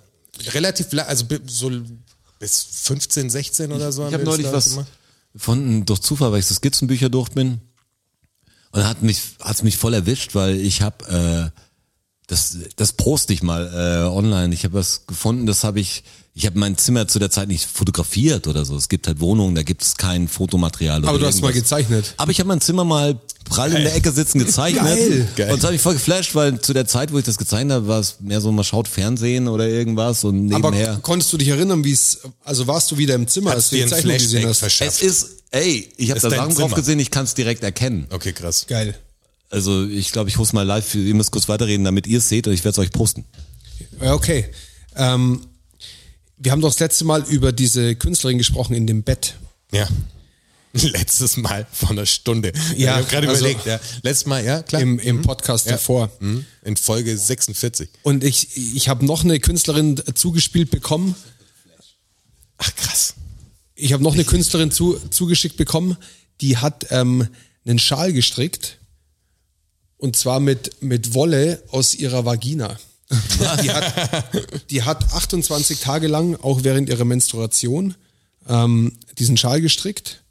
Speaker 3: Relativ, la- also bi- so bis 15, 16 oder so. haben
Speaker 4: Ich
Speaker 3: wir
Speaker 4: habe
Speaker 3: das,
Speaker 4: neulich
Speaker 3: glaub
Speaker 4: was
Speaker 3: gemacht.
Speaker 4: gefunden, durch Zufall, weil ich so Skizzenbücher durch bin. Und hat mich, hat's mich voll erwischt, weil ich habe, äh, das, das poste ich mal äh, online. Ich habe was gefunden, das habe ich, ich habe mein Zimmer zu der Zeit nicht fotografiert oder so. Es gibt halt Wohnungen, da gibt es kein Fotomaterial.
Speaker 2: Aber
Speaker 4: oder
Speaker 2: du hast mal
Speaker 4: irgendwas.
Speaker 2: gezeichnet.
Speaker 4: Aber ich habe mein Zimmer mal prall in der Ecke sitzen gezeichnet.
Speaker 2: Geil.
Speaker 4: Und das hat mich voll geflasht, weil zu der Zeit, wo ich das gezeichnet habe, war es mehr so, man schaut Fernsehen oder irgendwas und
Speaker 2: Aber
Speaker 4: nebenher.
Speaker 2: konntest du dich erinnern, wie es, also warst du wieder im Zimmer, als
Speaker 3: Hat's
Speaker 2: du
Speaker 3: dir
Speaker 2: die
Speaker 3: ein
Speaker 2: Zeichnung gesehen
Speaker 3: Flashback
Speaker 2: hast?
Speaker 3: verschafft.
Speaker 4: Es ist, ey, ich habe
Speaker 3: Ist
Speaker 4: da
Speaker 3: dein
Speaker 4: Sachen drauf
Speaker 3: Zimmer.
Speaker 4: gesehen, ich kann es direkt erkennen.
Speaker 3: Okay, krass.
Speaker 2: Geil.
Speaker 4: Also ich glaube, ich hol's mal live, ihr müsst kurz weiterreden, damit ihr es seht und ich werde es euch posten.
Speaker 2: Ja, okay. Ähm, wir haben doch das letzte Mal über diese Künstlerin gesprochen in dem Bett.
Speaker 3: Ja. Letztes Mal vor einer Stunde.
Speaker 2: Ja,
Speaker 3: ich habe gerade
Speaker 2: also-
Speaker 3: überlegt. Ja. Letztes Mal, ja, klar.
Speaker 2: Im, im Podcast davor.
Speaker 3: Mhm. in Folge 46.
Speaker 2: Und ich, ich habe noch eine Künstlerin zugespielt bekommen.
Speaker 3: Ach, krass.
Speaker 2: Ich habe noch eine Künstlerin zu, zugeschickt bekommen, die hat ähm, einen Schal gestrickt. Und zwar mit, mit Wolle aus ihrer Vagina. Die hat, die hat 28 Tage lang, auch während ihrer Menstruation, ähm, diesen Schal gestrickt.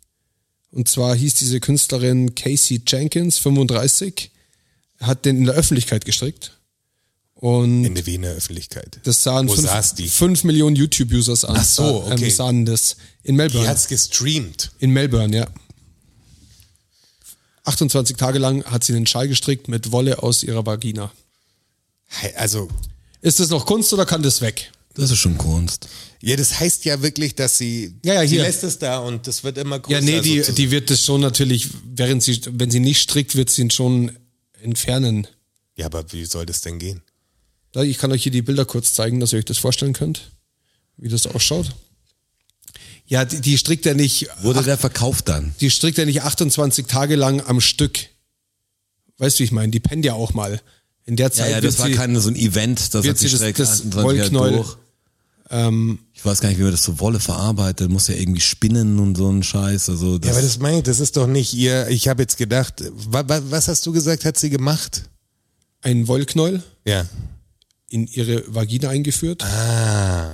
Speaker 2: Und zwar hieß diese Künstlerin Casey Jenkins, 35, hat den in der Öffentlichkeit gestrickt. Und
Speaker 3: In der Wiener Öffentlichkeit.
Speaker 2: das sahen
Speaker 3: Wo
Speaker 2: fünf,
Speaker 3: saß die?
Speaker 2: fünf Millionen YouTube-Users an.
Speaker 3: Ach so, okay.
Speaker 2: Ähm, sahen das in
Speaker 3: Die
Speaker 2: Melbourne.
Speaker 3: hat's gestreamt.
Speaker 2: In Melbourne, ja. 28 Tage lang hat sie einen Schal gestrickt mit Wolle aus ihrer Vagina.
Speaker 3: He- Also,
Speaker 2: Ist das noch Kunst oder kann das weg?
Speaker 4: Das ist schon Kunst.
Speaker 3: ja, das heißt ja wirklich, dass sie,
Speaker 2: Ja, ja,
Speaker 3: sie
Speaker 2: hier.
Speaker 3: lässt es da und das wird immer größer. also
Speaker 2: Ja,
Speaker 4: Also
Speaker 2: nee, die,
Speaker 3: sozusagen.
Speaker 2: die wird das schon natürlich, während sie, wenn sie nicht strickt, wird sie ihn schon entfernen.
Speaker 3: ja, aber wie soll das denn gehen?
Speaker 2: Ich kann euch hier die Bilder kurz zeigen, dass ihr euch das vorstellen könnt, wie das ausschaut. Ja, die, die strickt ja nicht
Speaker 4: Wurde der verkauft dann?
Speaker 2: die strickt ja nicht 28 Tage lang am Stück. Weißt du, wie ich meine? Die pennt ja auch mal. In der
Speaker 4: Ja,
Speaker 2: Zeit
Speaker 4: ja,
Speaker 2: wird
Speaker 4: das war
Speaker 2: sie,
Speaker 4: kein so ein Event, das
Speaker 2: wird
Speaker 4: hat sich
Speaker 2: sie das-
Speaker 4: direkt
Speaker 2: das
Speaker 4: 28 Jahre
Speaker 2: Wollknäuel-
Speaker 4: ich weiß gar nicht, wie man das so Wolle verarbeitet. Muss ja irgendwie spinnen und so ein Scheiß. Also
Speaker 3: Ja,
Speaker 4: das,
Speaker 3: aber das meine ich, das ist doch nicht ihr, ich habe jetzt gedacht, wa, wa, was hast du gesagt, hat sie gemacht?
Speaker 2: ein Wollknäuel
Speaker 3: Ja.
Speaker 2: in ihre Vagina eingeführt.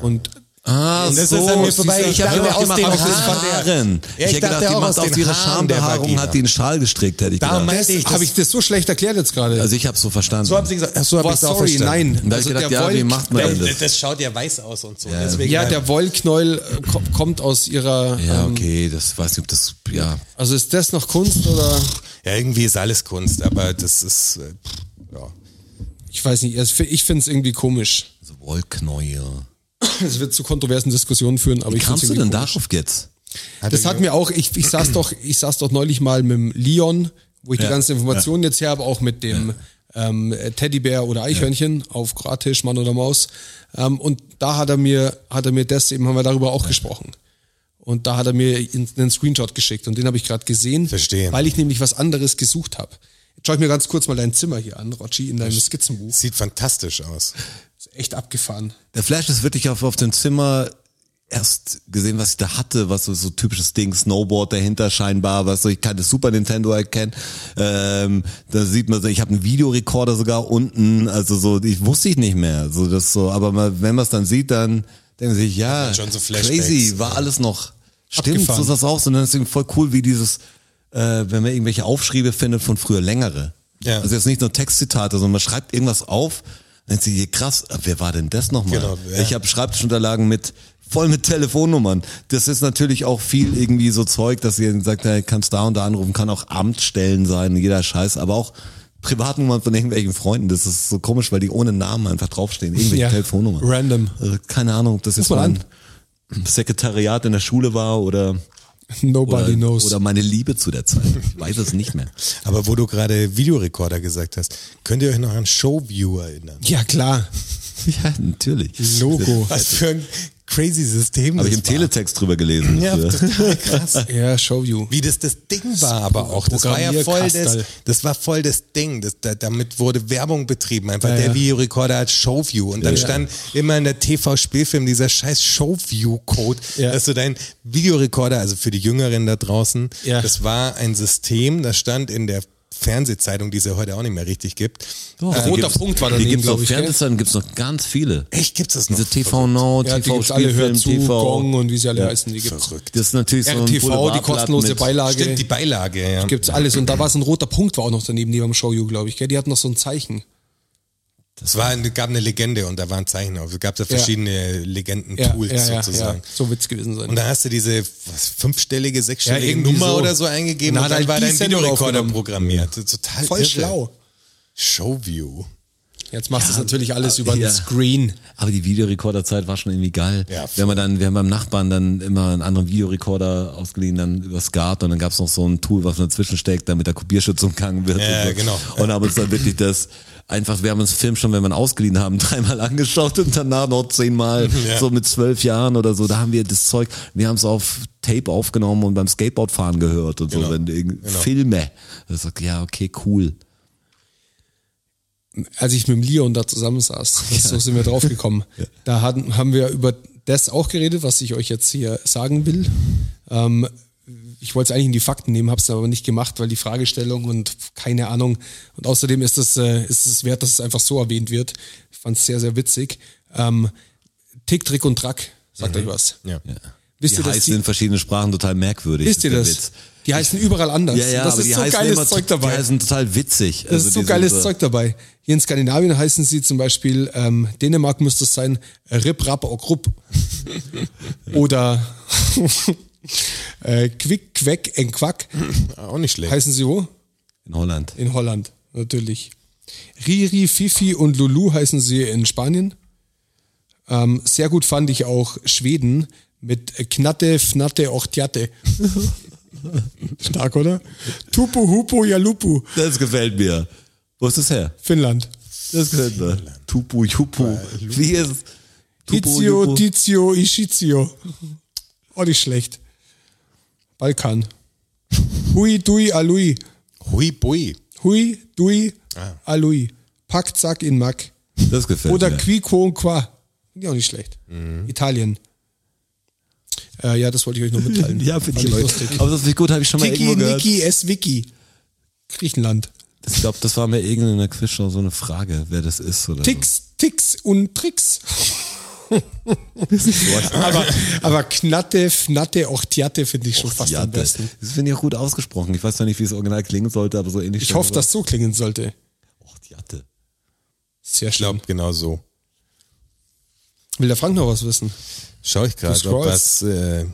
Speaker 2: Und
Speaker 4: ah,
Speaker 3: das
Speaker 4: so,
Speaker 3: ist an mir vorbei.
Speaker 4: siehst du,
Speaker 3: Ich
Speaker 4: Ich habe
Speaker 3: dachte,
Speaker 4: gedacht, die
Speaker 3: aus
Speaker 4: macht
Speaker 3: den
Speaker 4: aus den
Speaker 3: Haaren.
Speaker 4: Haaren.
Speaker 3: Ja, ich
Speaker 4: ich
Speaker 3: dachte
Speaker 4: hätte gedacht, die
Speaker 3: auch
Speaker 4: macht
Speaker 3: aus
Speaker 4: aus
Speaker 3: den
Speaker 4: ihrer
Speaker 3: Haaren der
Speaker 4: Schambehaarung,
Speaker 3: Vagina.
Speaker 4: hat die einen Schal gestrickt, hätte ich
Speaker 3: Da
Speaker 4: gedacht.
Speaker 3: meinte
Speaker 2: das,
Speaker 3: ich, das-
Speaker 2: habe ich das so schlecht erklärt jetzt gerade.
Speaker 4: Also ich habe so verstanden.
Speaker 3: So habe ich gesagt, ach, so habe
Speaker 2: Boah,
Speaker 3: ich auch
Speaker 2: sorry,
Speaker 3: verstanden.
Speaker 2: nein.
Speaker 4: Und da hab ich gedacht, ja, wie macht man
Speaker 3: Ja,
Speaker 4: denn
Speaker 3: das,
Speaker 4: das?
Speaker 3: schaut ja weiß aus und so. Deswegen halt
Speaker 2: Ja, der Wollknäuel äh, ko- kommt aus ihrer.
Speaker 4: Ja,
Speaker 2: ähm,
Speaker 4: okay, das weiß ich, ob das, ja.
Speaker 2: also ist das noch Kunst oder?
Speaker 3: ja, irgendwie ist alles Kunst, aber das ist, äh, ja.
Speaker 2: Ich weiß nicht. also Ich finde es irgendwie komisch.
Speaker 4: So Wollknäuel.
Speaker 2: Es wird zu kontroversen Diskussionen führen. Aber
Speaker 4: Wie
Speaker 2: ich find's
Speaker 4: kamst du
Speaker 2: irgendwie
Speaker 4: denn
Speaker 2: komisch.
Speaker 4: darauf jetzt?
Speaker 2: Das hat mir auch, ich, ich saß doch, ich saß doch neulich mal mit dem Leon, wo ich
Speaker 4: Ja,
Speaker 2: die ganzen Informationen jetzt her habe, auch mit dem ähm, Teddybär oder Eichhörnchen auf Kroatisch, Mann oder Maus. Ähm, und da hat er mir, hat er mir das eben, haben wir darüber auch gesprochen. Und da hat er mir in- einen Screenshot geschickt und den habe ich gerade gesehen,
Speaker 3: Verstehe.
Speaker 2: weil ich nämlich was anderes gesucht habe. Jetzt schau ich mir ganz kurz mal dein Zimmer hier an, Rotschi, in deinem Skizzenbuch.
Speaker 3: Sieht fantastisch aus.
Speaker 2: Ist echt abgefahren.
Speaker 4: Der Flash ist wirklich auf, auf dem Zimmer erst gesehen, was ich da hatte, was so, so typisches Ding, Snowboard dahinter scheinbar, was so, ich kann das Super Nintendo erkennen. Ähm, da sieht man so, ich habe einen Videorekorder sogar unten, also so, ich wusste ich nicht mehr, so das so, aber mal, wenn man es dann sieht, dann denkt man sich, ja,
Speaker 3: man schon so Flashbacks.
Speaker 4: crazy, war alles noch. Stimmt,
Speaker 2: Abgefahren.
Speaker 4: so ist das auch, so. und dann ist es voll cool, wie dieses, äh, wenn man irgendwelche Aufschriebe findet von früher längere.
Speaker 3: Ja.
Speaker 4: Also jetzt nicht nur Textzitate, sondern man schreibt irgendwas auf, dann denkt sich, hier, krass, wer war denn das nochmal?
Speaker 3: Genau, ja.
Speaker 4: Ich habe Schreibtischunterlagen mit voll mit Telefonnummern. Das ist natürlich auch viel irgendwie so Zeug, dass ihr sagt, hey, kannst da und da anrufen, kann auch Amtsstellen sein, jeder Scheiß, aber auch Privatnummern von irgendwelchen Freunden. Das ist so komisch, weil die ohne Namen einfach draufstehen, irgendwelche
Speaker 2: Ja,
Speaker 4: Telefonnummern.
Speaker 2: random.
Speaker 4: Äh, Keine Ahnung, ob das jetzt
Speaker 2: mal
Speaker 4: mein Sekretariat in der Schule war oder
Speaker 2: Nobody
Speaker 4: oder,
Speaker 2: knows.
Speaker 4: oder meine Liebe zu der Zeit. Ich weiß es nicht mehr.
Speaker 3: Aber wo du gerade Videorekorder gesagt hast, könnt ihr euch noch an Showview erinnern?
Speaker 2: ja, klar.
Speaker 4: Ja, natürlich.
Speaker 3: Oh.
Speaker 2: Logo.
Speaker 3: Was für ein crazy System
Speaker 4: Habe ich
Speaker 3: das
Speaker 4: im Teletext drüber gelesen.
Speaker 3: war. Ja,
Speaker 4: früher.
Speaker 3: total krass.
Speaker 2: Ja, show you.
Speaker 3: Wie das das Ding war aber auch. Das war ja voll das,
Speaker 2: Programmierkastel.
Speaker 3: das war voll das Ding. Das, da, damit wurde Werbung betrieben. Einfach
Speaker 2: Ja,
Speaker 3: der
Speaker 2: ja.
Speaker 3: Videorekorder hat Showview. Und dann stand immer in der TV-Spielfilm dieser scheiß Showview-Code,
Speaker 2: Ja.
Speaker 3: dass du deinen Videorekorder, also für die Jüngeren da draußen,
Speaker 2: Ja.
Speaker 3: das war ein System, das stand in der Fernsehzeitung, die es ja heute auch nicht mehr richtig gibt.
Speaker 2: Oh,
Speaker 3: Also
Speaker 2: Roter Punkt war
Speaker 4: Die
Speaker 2: daneben,
Speaker 4: Also gibt's auf
Speaker 2: glaube ich. gell?
Speaker 4: Fernsehzeiten gibt's noch ganz viele.
Speaker 3: Echt, gibt's das noch?
Speaker 4: Diese TV Now,
Speaker 2: Ja, die
Speaker 4: TV
Speaker 2: gibt's alle, hört
Speaker 4: Spielfilm,
Speaker 2: zu, Gong
Speaker 4: TV.
Speaker 2: und wie sie alle heißen, die gibt's.
Speaker 3: Verrückt.
Speaker 4: Das ist natürlich so ein
Speaker 2: RTV, die
Speaker 4: Boulevardblatt
Speaker 2: kostenlose
Speaker 4: mit-
Speaker 2: Beilage.
Speaker 3: Stimmt, die Beilage, ja.
Speaker 2: gibt's alles. Und da war es ein roter Punkt, war auch noch daneben, die beim Show You, glaube ich. Gell? Die hatten noch so ein Zeichen.
Speaker 3: Das war, eine- gab eine Legende und da waren Zeichen auf. Es gab da verschiedene Legenden-Tools sozusagen.
Speaker 2: So wird's gewesen sein.
Speaker 3: Und da hast du diese was, fünfstellige,
Speaker 2: Ja,
Speaker 3: sechsstellige
Speaker 2: irgendwie
Speaker 3: Nummer
Speaker 2: so.
Speaker 3: oder so eingegeben
Speaker 2: Na,
Speaker 3: und dann
Speaker 2: dann
Speaker 3: war
Speaker 2: halt die
Speaker 3: dein
Speaker 2: Sendung
Speaker 3: Videorekorder
Speaker 2: aufgenommen.
Speaker 3: programmiert. Das ist Total
Speaker 2: Voll
Speaker 3: irre.
Speaker 2: schlau.
Speaker 3: Showview.
Speaker 2: Jetzt machst du es natürlich alles
Speaker 3: äh,
Speaker 4: ja.
Speaker 2: über den Screen.
Speaker 4: Aber die Videorekorderzeit war schon irgendwie geil.
Speaker 3: Ja, voll.
Speaker 4: wenn man dann, wir haben beim Nachbarn dann immer einen anderen Videorekorder ausgeliehen, dann über SCART und dann gab's noch so ein Tool, was man dazwischen steckt, damit der Kopierschutz umgangen wird.
Speaker 3: Ja,
Speaker 4: und so.
Speaker 3: genau.
Speaker 4: Und haben uns dann wirklich das einfach, wir haben uns den Film schon, wenn wir ihn ausgeliehen haben, dreimal angeschaut und danach noch zehnmal,
Speaker 3: Ja.
Speaker 4: so mit zwölf Jahren oder so, da haben wir das Zeug, wir haben es auf Tape aufgenommen und beim Skateboardfahren gehört und
Speaker 3: Genau.
Speaker 4: so, wenn irgend-
Speaker 3: Genau.
Speaker 4: Filme. Das sagt, ja, okay, cool.
Speaker 2: als ich mit dem Leon da zusammensaß, das, so sind wir draufgekommen. Da hatten, haben wir über das auch geredet, was ich euch jetzt hier sagen will. Ähm, ich wollte es eigentlich in die Fakten nehmen, habe es aber nicht gemacht, weil die Fragestellung und keine Ahnung. Und außerdem ist es, äh, ist es wert, dass es einfach so erwähnt wird. Ich fand es sehr, sehr witzig. Ähm, Tick, Trick und Track, sagt euch was.
Speaker 3: Ja.
Speaker 4: Mhm. Die
Speaker 2: Wisst ihr, dass
Speaker 4: heißen
Speaker 2: die,
Speaker 4: in verschiedenen Sprachen total merkwürdig.
Speaker 2: wisst ihr
Speaker 4: der
Speaker 2: das?
Speaker 4: Witz.
Speaker 2: Die heißen überall anders.
Speaker 4: Ja, ja,
Speaker 2: das
Speaker 4: aber
Speaker 2: ist
Speaker 4: die
Speaker 2: so
Speaker 4: heißen
Speaker 2: geiles
Speaker 4: immer,
Speaker 2: Zeug dabei.
Speaker 4: Die heißen total witzig. Also
Speaker 2: Das ist so geiles Zeug dabei. Hier in Skandinavien heißen sie zum Beispiel, ähm, Dänemark müsste es sein, Rip Rap och Rupp. Oder äh, Quick Quack en Quack
Speaker 3: Auch nicht schlecht.
Speaker 2: heißen sie wo?
Speaker 4: In Holland.
Speaker 2: In Holland, natürlich. Riri, Fifi und Lulu heißen sie in Spanien. Ähm, sehr gut fand ich auch Schweden mit Knatte, Fnatte, Ochtjatte. Stark, oder? Tupu, Hupu, Jalupu.
Speaker 4: Das gefällt mir. Wo ist das her?
Speaker 2: Finnland.
Speaker 4: Das gefällt mir. Tupu, Jupu. Wie ist es?
Speaker 2: Tizio, Tizio, Ishizio. Oh, nicht schlecht. Balkan. Hui, dui, alui.
Speaker 3: Hui bui.
Speaker 2: Hui, dui,
Speaker 4: Ah.
Speaker 2: alui. Pack, zack, in Mack.
Speaker 4: Das gefällt
Speaker 2: Oder
Speaker 4: mir.
Speaker 2: qui, quo, qua. Ja, auch nicht schlecht.
Speaker 4: Mhm.
Speaker 2: Italien. Äh, ja, das wollte ich euch nur mitteilen.
Speaker 4: Ja,
Speaker 2: Fand
Speaker 4: finde ich
Speaker 2: ich
Speaker 4: gut.
Speaker 2: lustig.
Speaker 4: Aber das finde ich gut, habe ich schon mal
Speaker 2: Tiki,
Speaker 4: irgendwo gehört.
Speaker 2: Niki, es Wiki. Griechenland.
Speaker 4: Ich glaube, das war mir irgendeiner Quizshow so eine Frage, wer das ist oder
Speaker 2: Tix, Tix und Tricks.
Speaker 4: so. Boah,
Speaker 2: Aber, aber Knatte, Fnatte, Ochtiatte finde ich schon fast
Speaker 4: ja,
Speaker 2: am
Speaker 4: das
Speaker 2: besten.
Speaker 4: das finde ich auch gut ausgesprochen. Ich weiß zwar nicht, wie es original klingen sollte, aber so ähnlich.
Speaker 2: Ich hoffe, dass es so klingen sollte.
Speaker 4: Och, die Jatte.
Speaker 2: Sehr
Speaker 3: Ich
Speaker 2: schlau.
Speaker 3: glaube, genau so.
Speaker 2: Will der Frank noch was wissen?
Speaker 3: Schau ich gerade,
Speaker 2: Du
Speaker 3: ob was.
Speaker 2: scrollst.
Speaker 3: Äh,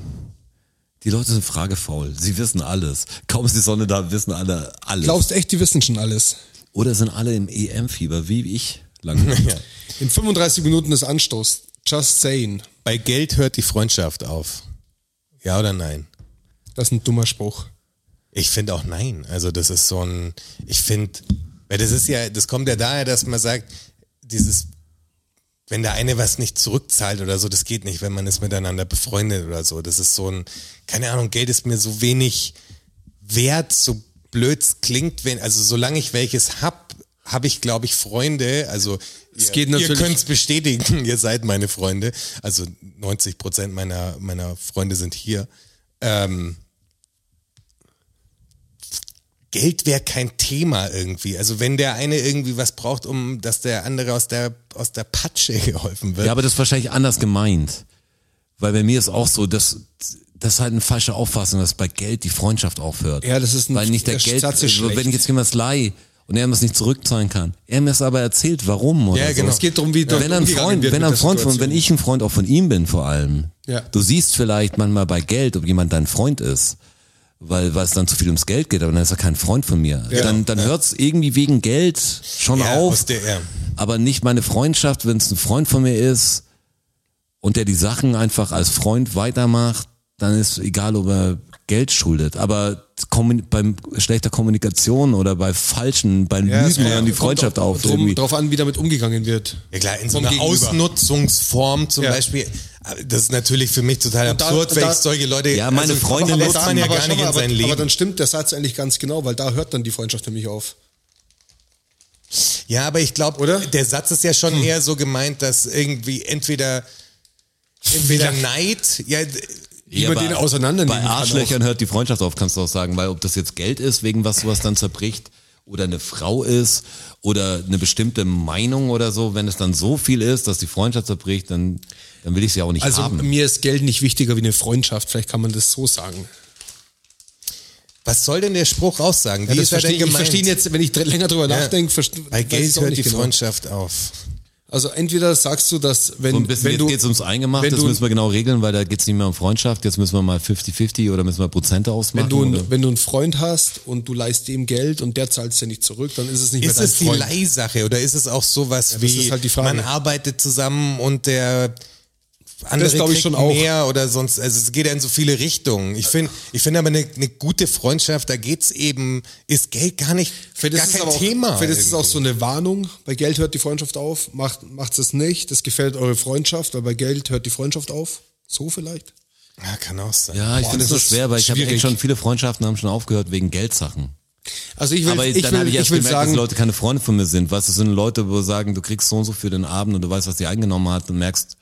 Speaker 4: Die Leute sind fragefaul. Sie wissen alles. Kaum ist die Sonne da, wissen alle alles.
Speaker 2: Glaubst echt, die wissen schon alles?
Speaker 4: Oder sind alle im EM-Fieber, wie ich lange.
Speaker 3: ja.
Speaker 2: In 35 Minuten ist Anstoß. Just saying.
Speaker 3: Bei Geld hört die Freundschaft auf. Ja oder nein?
Speaker 2: Das ist ein dummer Spruch.
Speaker 3: Ich finde auch nein. Also das ist so ein, ich finde, weil das ist ja, das kommt ja daher, dass man sagt, dieses, wenn der eine was nicht zurückzahlt oder so, das geht nicht, wenn man ist miteinander befreundet oder so. Das ist so ein, keine Ahnung, Geld ist mir so wenig wert, so blöds klingt, wenn, also solange ich welches hab, habe ich, glaube ich, Freunde, also es
Speaker 2: geht
Speaker 3: ihr
Speaker 2: natürlich-
Speaker 3: könnt es bestätigen, ihr seid meine Freunde. Also 90 Prozent meiner, meiner Freunde sind hier. Geld wäre kein Thema irgendwie. Also wenn der eine irgendwie was braucht, um dass der andere aus der aus der Patsche geholfen wird.
Speaker 4: Ja, aber das ist wahrscheinlich anders gemeint. Weil bei mir ist auch so, dass das ist halt eine falsche Auffassung, dass bei Geld die Freundschaft aufhört.
Speaker 2: Ja, das ist ein-
Speaker 4: Weil nicht der
Speaker 2: das ist
Speaker 4: Geld,
Speaker 2: tatsächlich
Speaker 4: also wenn
Speaker 2: schlecht.
Speaker 4: ich jetzt jemand leihe und er mir das nicht zurückzahlen kann, er mir es aber erzählt, warum oder
Speaker 3: Ja,
Speaker 4: so.
Speaker 3: genau.
Speaker 2: Es geht darum, wie dort
Speaker 4: Wenn er ein
Speaker 2: umgegangen
Speaker 4: Freund,
Speaker 2: wird
Speaker 4: wenn
Speaker 2: mit
Speaker 4: er ein
Speaker 2: der
Speaker 4: Freund von,
Speaker 2: Situation.
Speaker 4: wenn ich ein Freund auch von ihm bin vor allem,
Speaker 2: Ja.
Speaker 4: du siehst vielleicht manchmal bei Geld, ob jemand dein Freund ist, weil, weil es dann zu viel ums Geld geht, aber dann ist er kein Freund von mir. Dann, dann hört's irgendwie wegen Geld schon
Speaker 3: Ja,
Speaker 4: auf
Speaker 3: aus der, ja.
Speaker 4: aber nicht meine Freundschaft, wenn es ein Freund von mir ist und der die Sachen einfach als Freund weitermacht, dann ist egal, ob er Geld schuldet. Aber Kommuni- beim schlechter Kommunikation oder bei falschen, beim
Speaker 2: Ja, es
Speaker 4: Lügen hören
Speaker 2: kommt-
Speaker 4: die Freundschaft
Speaker 2: kommt
Speaker 4: auf.
Speaker 2: Drum,
Speaker 4: irgendwie.
Speaker 2: drauf an, wie damit umgegangen wird.
Speaker 3: Ja klar, in so
Speaker 2: Vom
Speaker 3: einer
Speaker 2: Um Gegenüber.
Speaker 3: Ausnutzungsform zum
Speaker 2: Ja.
Speaker 3: Beispiel, äh, das ist natürlich für mich total
Speaker 2: Und da-
Speaker 3: absurd, wenn
Speaker 2: da-
Speaker 3: ich solche Leute...
Speaker 4: Ja, meine Freundin
Speaker 3: aber
Speaker 4: lässt
Speaker 3: lässt man ja
Speaker 2: aber
Speaker 3: gar
Speaker 2: schau
Speaker 3: nicht
Speaker 2: mal,
Speaker 3: in
Speaker 2: aber,
Speaker 3: sein
Speaker 2: Aber
Speaker 3: Leben.
Speaker 2: dann stimmt der Satz eigentlich ganz genau, weil da hört dann die Freundschaft nämlich auf.
Speaker 3: Ja, aber ich
Speaker 2: Oder? Hm.
Speaker 3: glaube, der Satz ist ja schon eher so gemeint, dass irgendwie entweder, entweder Neid, ja,
Speaker 4: Ja,
Speaker 2: man
Speaker 4: bei-
Speaker 2: den auseinandernehmen
Speaker 4: Bei
Speaker 2: kann
Speaker 4: Arschlöchern hört die Freundschaft auf, kannst du auch sagen, weil ob das jetzt Geld ist, wegen was sowas dann zerbricht, oder eine Frau ist, oder eine bestimmte Meinung oder so, wenn es dann so viel ist, dass die Freundschaft zerbricht, dann, dann will ich sie auch nicht
Speaker 2: Also
Speaker 4: haben.
Speaker 2: mir ist Geld nicht wichtiger wie eine Freundschaft, vielleicht kann man das so sagen.
Speaker 3: was soll denn der Spruch aussagen? Wie
Speaker 2: Ja, das
Speaker 3: ist er
Speaker 2: verstehe,
Speaker 3: denn
Speaker 2: ich
Speaker 3: gemeint?
Speaker 2: verstehe ihn jetzt, wenn ich dr- länger drüber
Speaker 3: Ja.
Speaker 2: nachdenke, verste-
Speaker 3: Bei
Speaker 2: weiß ich's
Speaker 3: Geld
Speaker 2: auch
Speaker 3: hört
Speaker 2: nicht
Speaker 3: die
Speaker 2: genau.
Speaker 3: Freundschaft auf.
Speaker 2: Also entweder sagst du, dass wenn,
Speaker 4: So ein bisschen,
Speaker 2: wenn
Speaker 4: jetzt
Speaker 2: du,
Speaker 4: geht's ums Eingemachte,
Speaker 2: wenn
Speaker 4: das
Speaker 2: du-
Speaker 4: müssen wir genau regeln, weil da geht's nicht mehr um Freundschaft, jetzt müssen wir mal 50-50 oder müssen wir Prozente ausmachen.
Speaker 2: wenn, du
Speaker 4: oder?
Speaker 2: ein, wenn du einen Freund hast und du leist dem Geld und der zahlt es dir nicht zurück, dann ist es nicht mehr
Speaker 3: Ist
Speaker 2: dein
Speaker 3: es die
Speaker 2: Freund.
Speaker 3: Leihsache oder ist es auch sowas
Speaker 2: das
Speaker 3: wie,
Speaker 2: ist halt die Frage.
Speaker 3: man arbeitet zusammen und der andere
Speaker 2: Das glaub ich
Speaker 3: kriegt
Speaker 2: schon auch.
Speaker 3: mehr oder sonst, also es geht ja in so viele Richtungen. Ich finde ich finde aber eine, eine gute Freundschaft, da geht's eben, ist Geld gar nicht,
Speaker 2: Vielleicht
Speaker 3: gar
Speaker 2: ist es
Speaker 3: kein
Speaker 2: aber auch,
Speaker 3: Thema.
Speaker 2: Vielleicht ist es auch
Speaker 3: irgendwie.
Speaker 2: so eine Warnung. Bei Geld hört die Freundschaft auf. Macht macht's es nicht. Das gefällt eure Freundschaft, weil bei Geld hört die Freundschaft auf. So vielleicht.
Speaker 3: Ja, kann auch sein.
Speaker 4: ja, ich
Speaker 2: Boah,
Speaker 4: finde es
Speaker 2: das
Speaker 4: so
Speaker 2: ist
Speaker 4: schwer, weil ich habe
Speaker 2: schwierig.
Speaker 4: echt schon viele Freundschaften haben schon aufgehört wegen Geldsachen.
Speaker 2: Also ich will,
Speaker 4: aber
Speaker 2: ich
Speaker 4: dann
Speaker 2: will,
Speaker 4: habe ich
Speaker 2: ich
Speaker 4: erst
Speaker 2: will
Speaker 4: gemerkt,
Speaker 2: sagen,
Speaker 4: dass Leute keine Freunde von mir sind. Weißt du, es sind Leute, wo sagen, du kriegst so und so für den Abend und du weißt, was die eingenommen hat und merkst,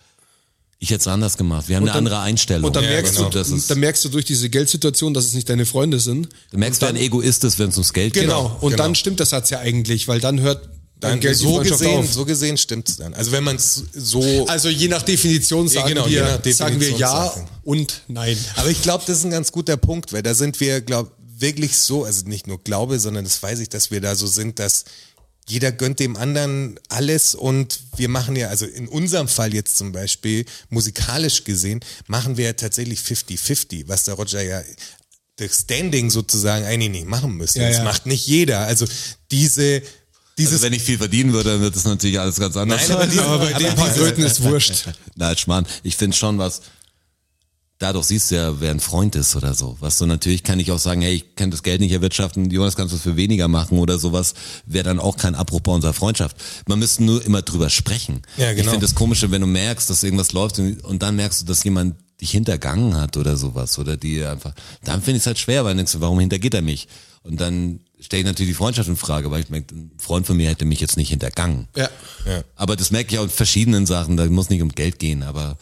Speaker 4: ich hätte es anders gemacht. Wir haben eine
Speaker 2: dann-
Speaker 4: andere Einstellung.
Speaker 2: und dann, merkst
Speaker 4: genau.
Speaker 2: du,
Speaker 4: das ist,
Speaker 2: dann merkst du durch diese Geldsituation, dass es nicht deine Freunde sind.
Speaker 4: dann merkst du, ein Egoist ist, wenn es ums Geld
Speaker 2: Genau.
Speaker 4: geht.
Speaker 2: Und
Speaker 3: genau.
Speaker 2: dann stimmt das Satz ja eigentlich, weil dann hört dein
Speaker 3: Dann
Speaker 2: Geld die
Speaker 3: so,
Speaker 2: Freundschaft
Speaker 3: gesehen,
Speaker 2: auf.
Speaker 3: so gesehen stimmt's dann. Also wenn man es so.
Speaker 2: Also je nach Definition sagen
Speaker 3: genau, je
Speaker 2: wir,
Speaker 3: nach Definition
Speaker 2: sagen wir ja
Speaker 3: sagen.
Speaker 2: und nein.
Speaker 3: aber ich glaube, das ist ein ganz guter Punkt, weil da sind wir, glaub, wirklich so, also nicht nur Glaube, sondern das weiß ich, dass wir da so sind, dass jeder gönnt dem anderen alles und wir machen ja, also in unserem Fall jetzt zum Beispiel, musikalisch gesehen, machen wir ja tatsächlich 50-50, was der Roger ja das Standing sozusagen eigentlich nicht machen müsste.
Speaker 2: Ja,
Speaker 3: das
Speaker 2: ja.
Speaker 3: macht nicht jeder. Also diese, dieses
Speaker 4: Also wenn ich viel verdienen würde, dann wird das natürlich alles ganz anders.
Speaker 3: Nein, aber die-
Speaker 2: Aber bei
Speaker 3: aber
Speaker 2: den paar
Speaker 3: diese-
Speaker 2: Kröten ist wurscht.
Speaker 4: Nein, Schmarrn. Ich finde schon was, dadurch siehst du ja, wer ein Freund ist oder so. Was so natürlich kann ich auch sagen, hey, ich kann das Geld nicht erwirtschaften, Jonas, kannst du es für weniger machen oder sowas, wäre dann auch kein Abbruch bei unserer Freundschaft. Man müsste nur immer drüber sprechen.
Speaker 3: Ja,
Speaker 4: Ich
Speaker 3: genau.
Speaker 4: finde das Komische, wenn du merkst, dass irgendwas läuft und, und dann merkst du, dass jemand dich hintergangen hat oder sowas oder die einfach, dann finde ich es halt schwer, weil dann denkst du, warum hintergeht er mich? Und dann stelle ich natürlich die Freundschaft in Frage, weil ich merke, ein Freund von mir hätte mich jetzt nicht hintergangen.
Speaker 2: Ja.
Speaker 4: Aber das merke ich auch in verschiedenen Sachen, da muss nicht um Geld gehen, aber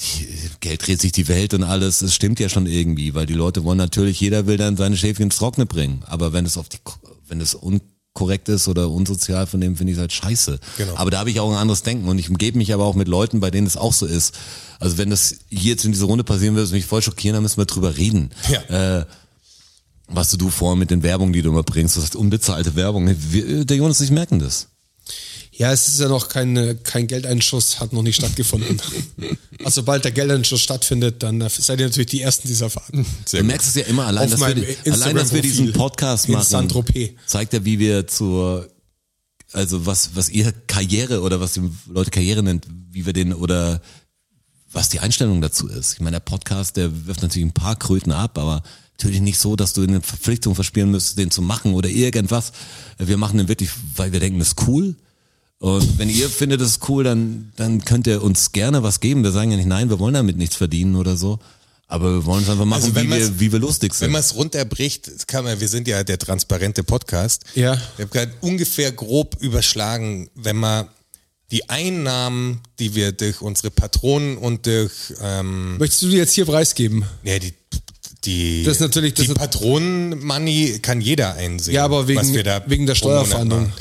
Speaker 4: die, Geld dreht sich die Welt und alles, es stimmt ja schon irgendwie, weil die Leute wollen natürlich, jeder will dann seine Schäfchen ins Trockene bringen, aber wenn es auf die, Ko- wenn es unkorrekt ist oder unsozial von dem finde ich es halt scheiße.
Speaker 3: Genau.
Speaker 4: Aber da habe ich auch ein anderes Denken und ich umgebe mich aber auch mit Leuten, bei denen es auch so ist. Also wenn das hier jetzt in dieser Runde passieren würde, würde mich voll schockieren, dann müssen wir drüber reden.
Speaker 3: Ja.
Speaker 4: Äh, was du, du vor mit den Werbungen, die du immer bringst, das ist unbezahlte Werbung. Wir, der Jonas, ich merken das.
Speaker 2: Ja, es ist ja noch kein, äh, kein Geldeinschuss, hat noch nicht stattgefunden. also sobald der Geldeinschuss stattfindet, dann äh, seid ihr natürlich die Ersten, die es erfahren.
Speaker 3: Mhm.
Speaker 4: Du merkst es ja immer allein,
Speaker 2: Auf
Speaker 4: dass wir,
Speaker 2: meinem
Speaker 4: die- allein, dass
Speaker 2: Instagram-Profil
Speaker 4: wir diesen Podcast
Speaker 2: in
Speaker 4: machen.
Speaker 2: Saint-Tropez.
Speaker 4: Zeigt ja, wie wir zur, also was, was ihr Karriere oder was die Leute Karriere nennt, wie wir den oder was die Einstellung dazu ist. Ich meine, der Podcast, der wirft natürlich ein paar Kröten ab, aber natürlich nicht so, dass du eine Verpflichtung verspielen müsstest, den zu machen oder irgendwas. Wir machen den wirklich, weil wir denken, das ist cool. Und wenn ihr findet, das ist cool, dann, dann könnt ihr uns gerne was geben. Wir sagen ja nicht, nein, wir wollen damit nichts verdienen oder so. Aber wir wollen es einfach machen,
Speaker 3: Also wenn
Speaker 4: wie,
Speaker 3: man's-
Speaker 4: wir, wie wir lustig sind.
Speaker 3: Wenn man es runterbricht, das kann man, wir sind ja der transparente Podcast.
Speaker 2: Ja.
Speaker 3: Ich habe gerade ungefähr grob überschlagen, wenn man die Einnahmen, die wir durch unsere Patronen und durch ähm,
Speaker 2: Möchtest du die jetzt hier preisgeben?
Speaker 3: ja, die, die,
Speaker 2: Das ist natürlich- das
Speaker 3: die
Speaker 2: ist-
Speaker 3: Patronen-Money kann jeder einsehen.
Speaker 2: Ja, aber wegen- wegen der
Speaker 3: pro Monat
Speaker 2: Steuerfahndung.
Speaker 3: machen.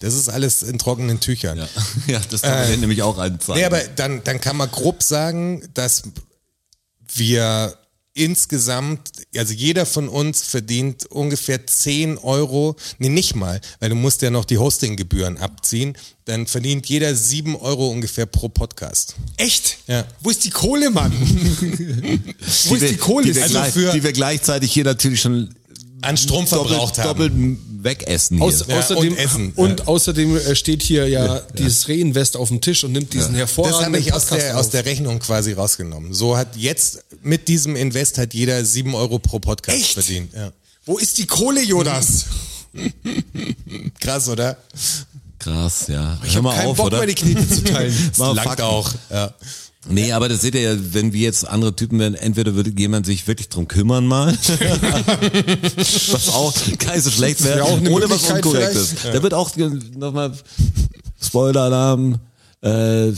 Speaker 3: Das ist alles in trockenen Tüchern.
Speaker 4: ja. ja, das kann man denen nämlich auch einzahlen.
Speaker 3: Äh, Nee, aber dann, dann kann man grob sagen, dass wir insgesamt, also jeder von uns verdient ungefähr 10 Euro, nee, nicht mal, weil du musst ja noch die Hostinggebühren abziehen, dann verdient jeder 7 Euro ungefähr pro Podcast.
Speaker 2: Echt?
Speaker 3: Ja.
Speaker 2: Wo ist die Kohle, Mann? Wo ist
Speaker 4: wir-
Speaker 2: die Kohle?
Speaker 4: wir,
Speaker 3: Also
Speaker 4: gleich,
Speaker 3: für-
Speaker 4: die wir gleichzeitig hier natürlich schon
Speaker 3: An Strom verbraucht
Speaker 4: doppelt,
Speaker 3: haben.
Speaker 4: doppelt wegessen hier.
Speaker 2: Aus,
Speaker 3: Ja,
Speaker 2: außerdem,
Speaker 3: und Essen.
Speaker 2: und außerdem äh, steht hier ja, dieses Reinvest auf dem Tisch und nimmt diesen
Speaker 3: Das habe
Speaker 2: hervorragenden
Speaker 3: ich aus
Speaker 2: Podcast
Speaker 3: der,
Speaker 2: auf.
Speaker 3: aus der Rechnung quasi rausgenommen. So hat jetzt mit diesem Invest hat jeder 7 Euro pro Podcast
Speaker 2: Echt?
Speaker 3: verdient. Ja. Wo ist die Kohle, Jonas? Krass, oder?
Speaker 4: Krass, ja.
Speaker 3: Ich habe keinen Bock, meine Knete zu teilen.
Speaker 4: Mal
Speaker 3: Das langt
Speaker 4: fuck.
Speaker 3: auch. Ja.
Speaker 4: Nee, aber das seht ihr ja, wenn wir jetzt andere Typen wären, entweder würde jemand sich wirklich drum kümmern mal, was auch gar nicht so schlecht
Speaker 2: Das
Speaker 4: wäre,
Speaker 2: wäre auch eine
Speaker 4: oder was
Speaker 2: Möglichkeit
Speaker 4: unkorrekt
Speaker 2: vielleicht.
Speaker 4: ist. Da wird auch äh, nochmal Spoiler-Alarm, äh, würde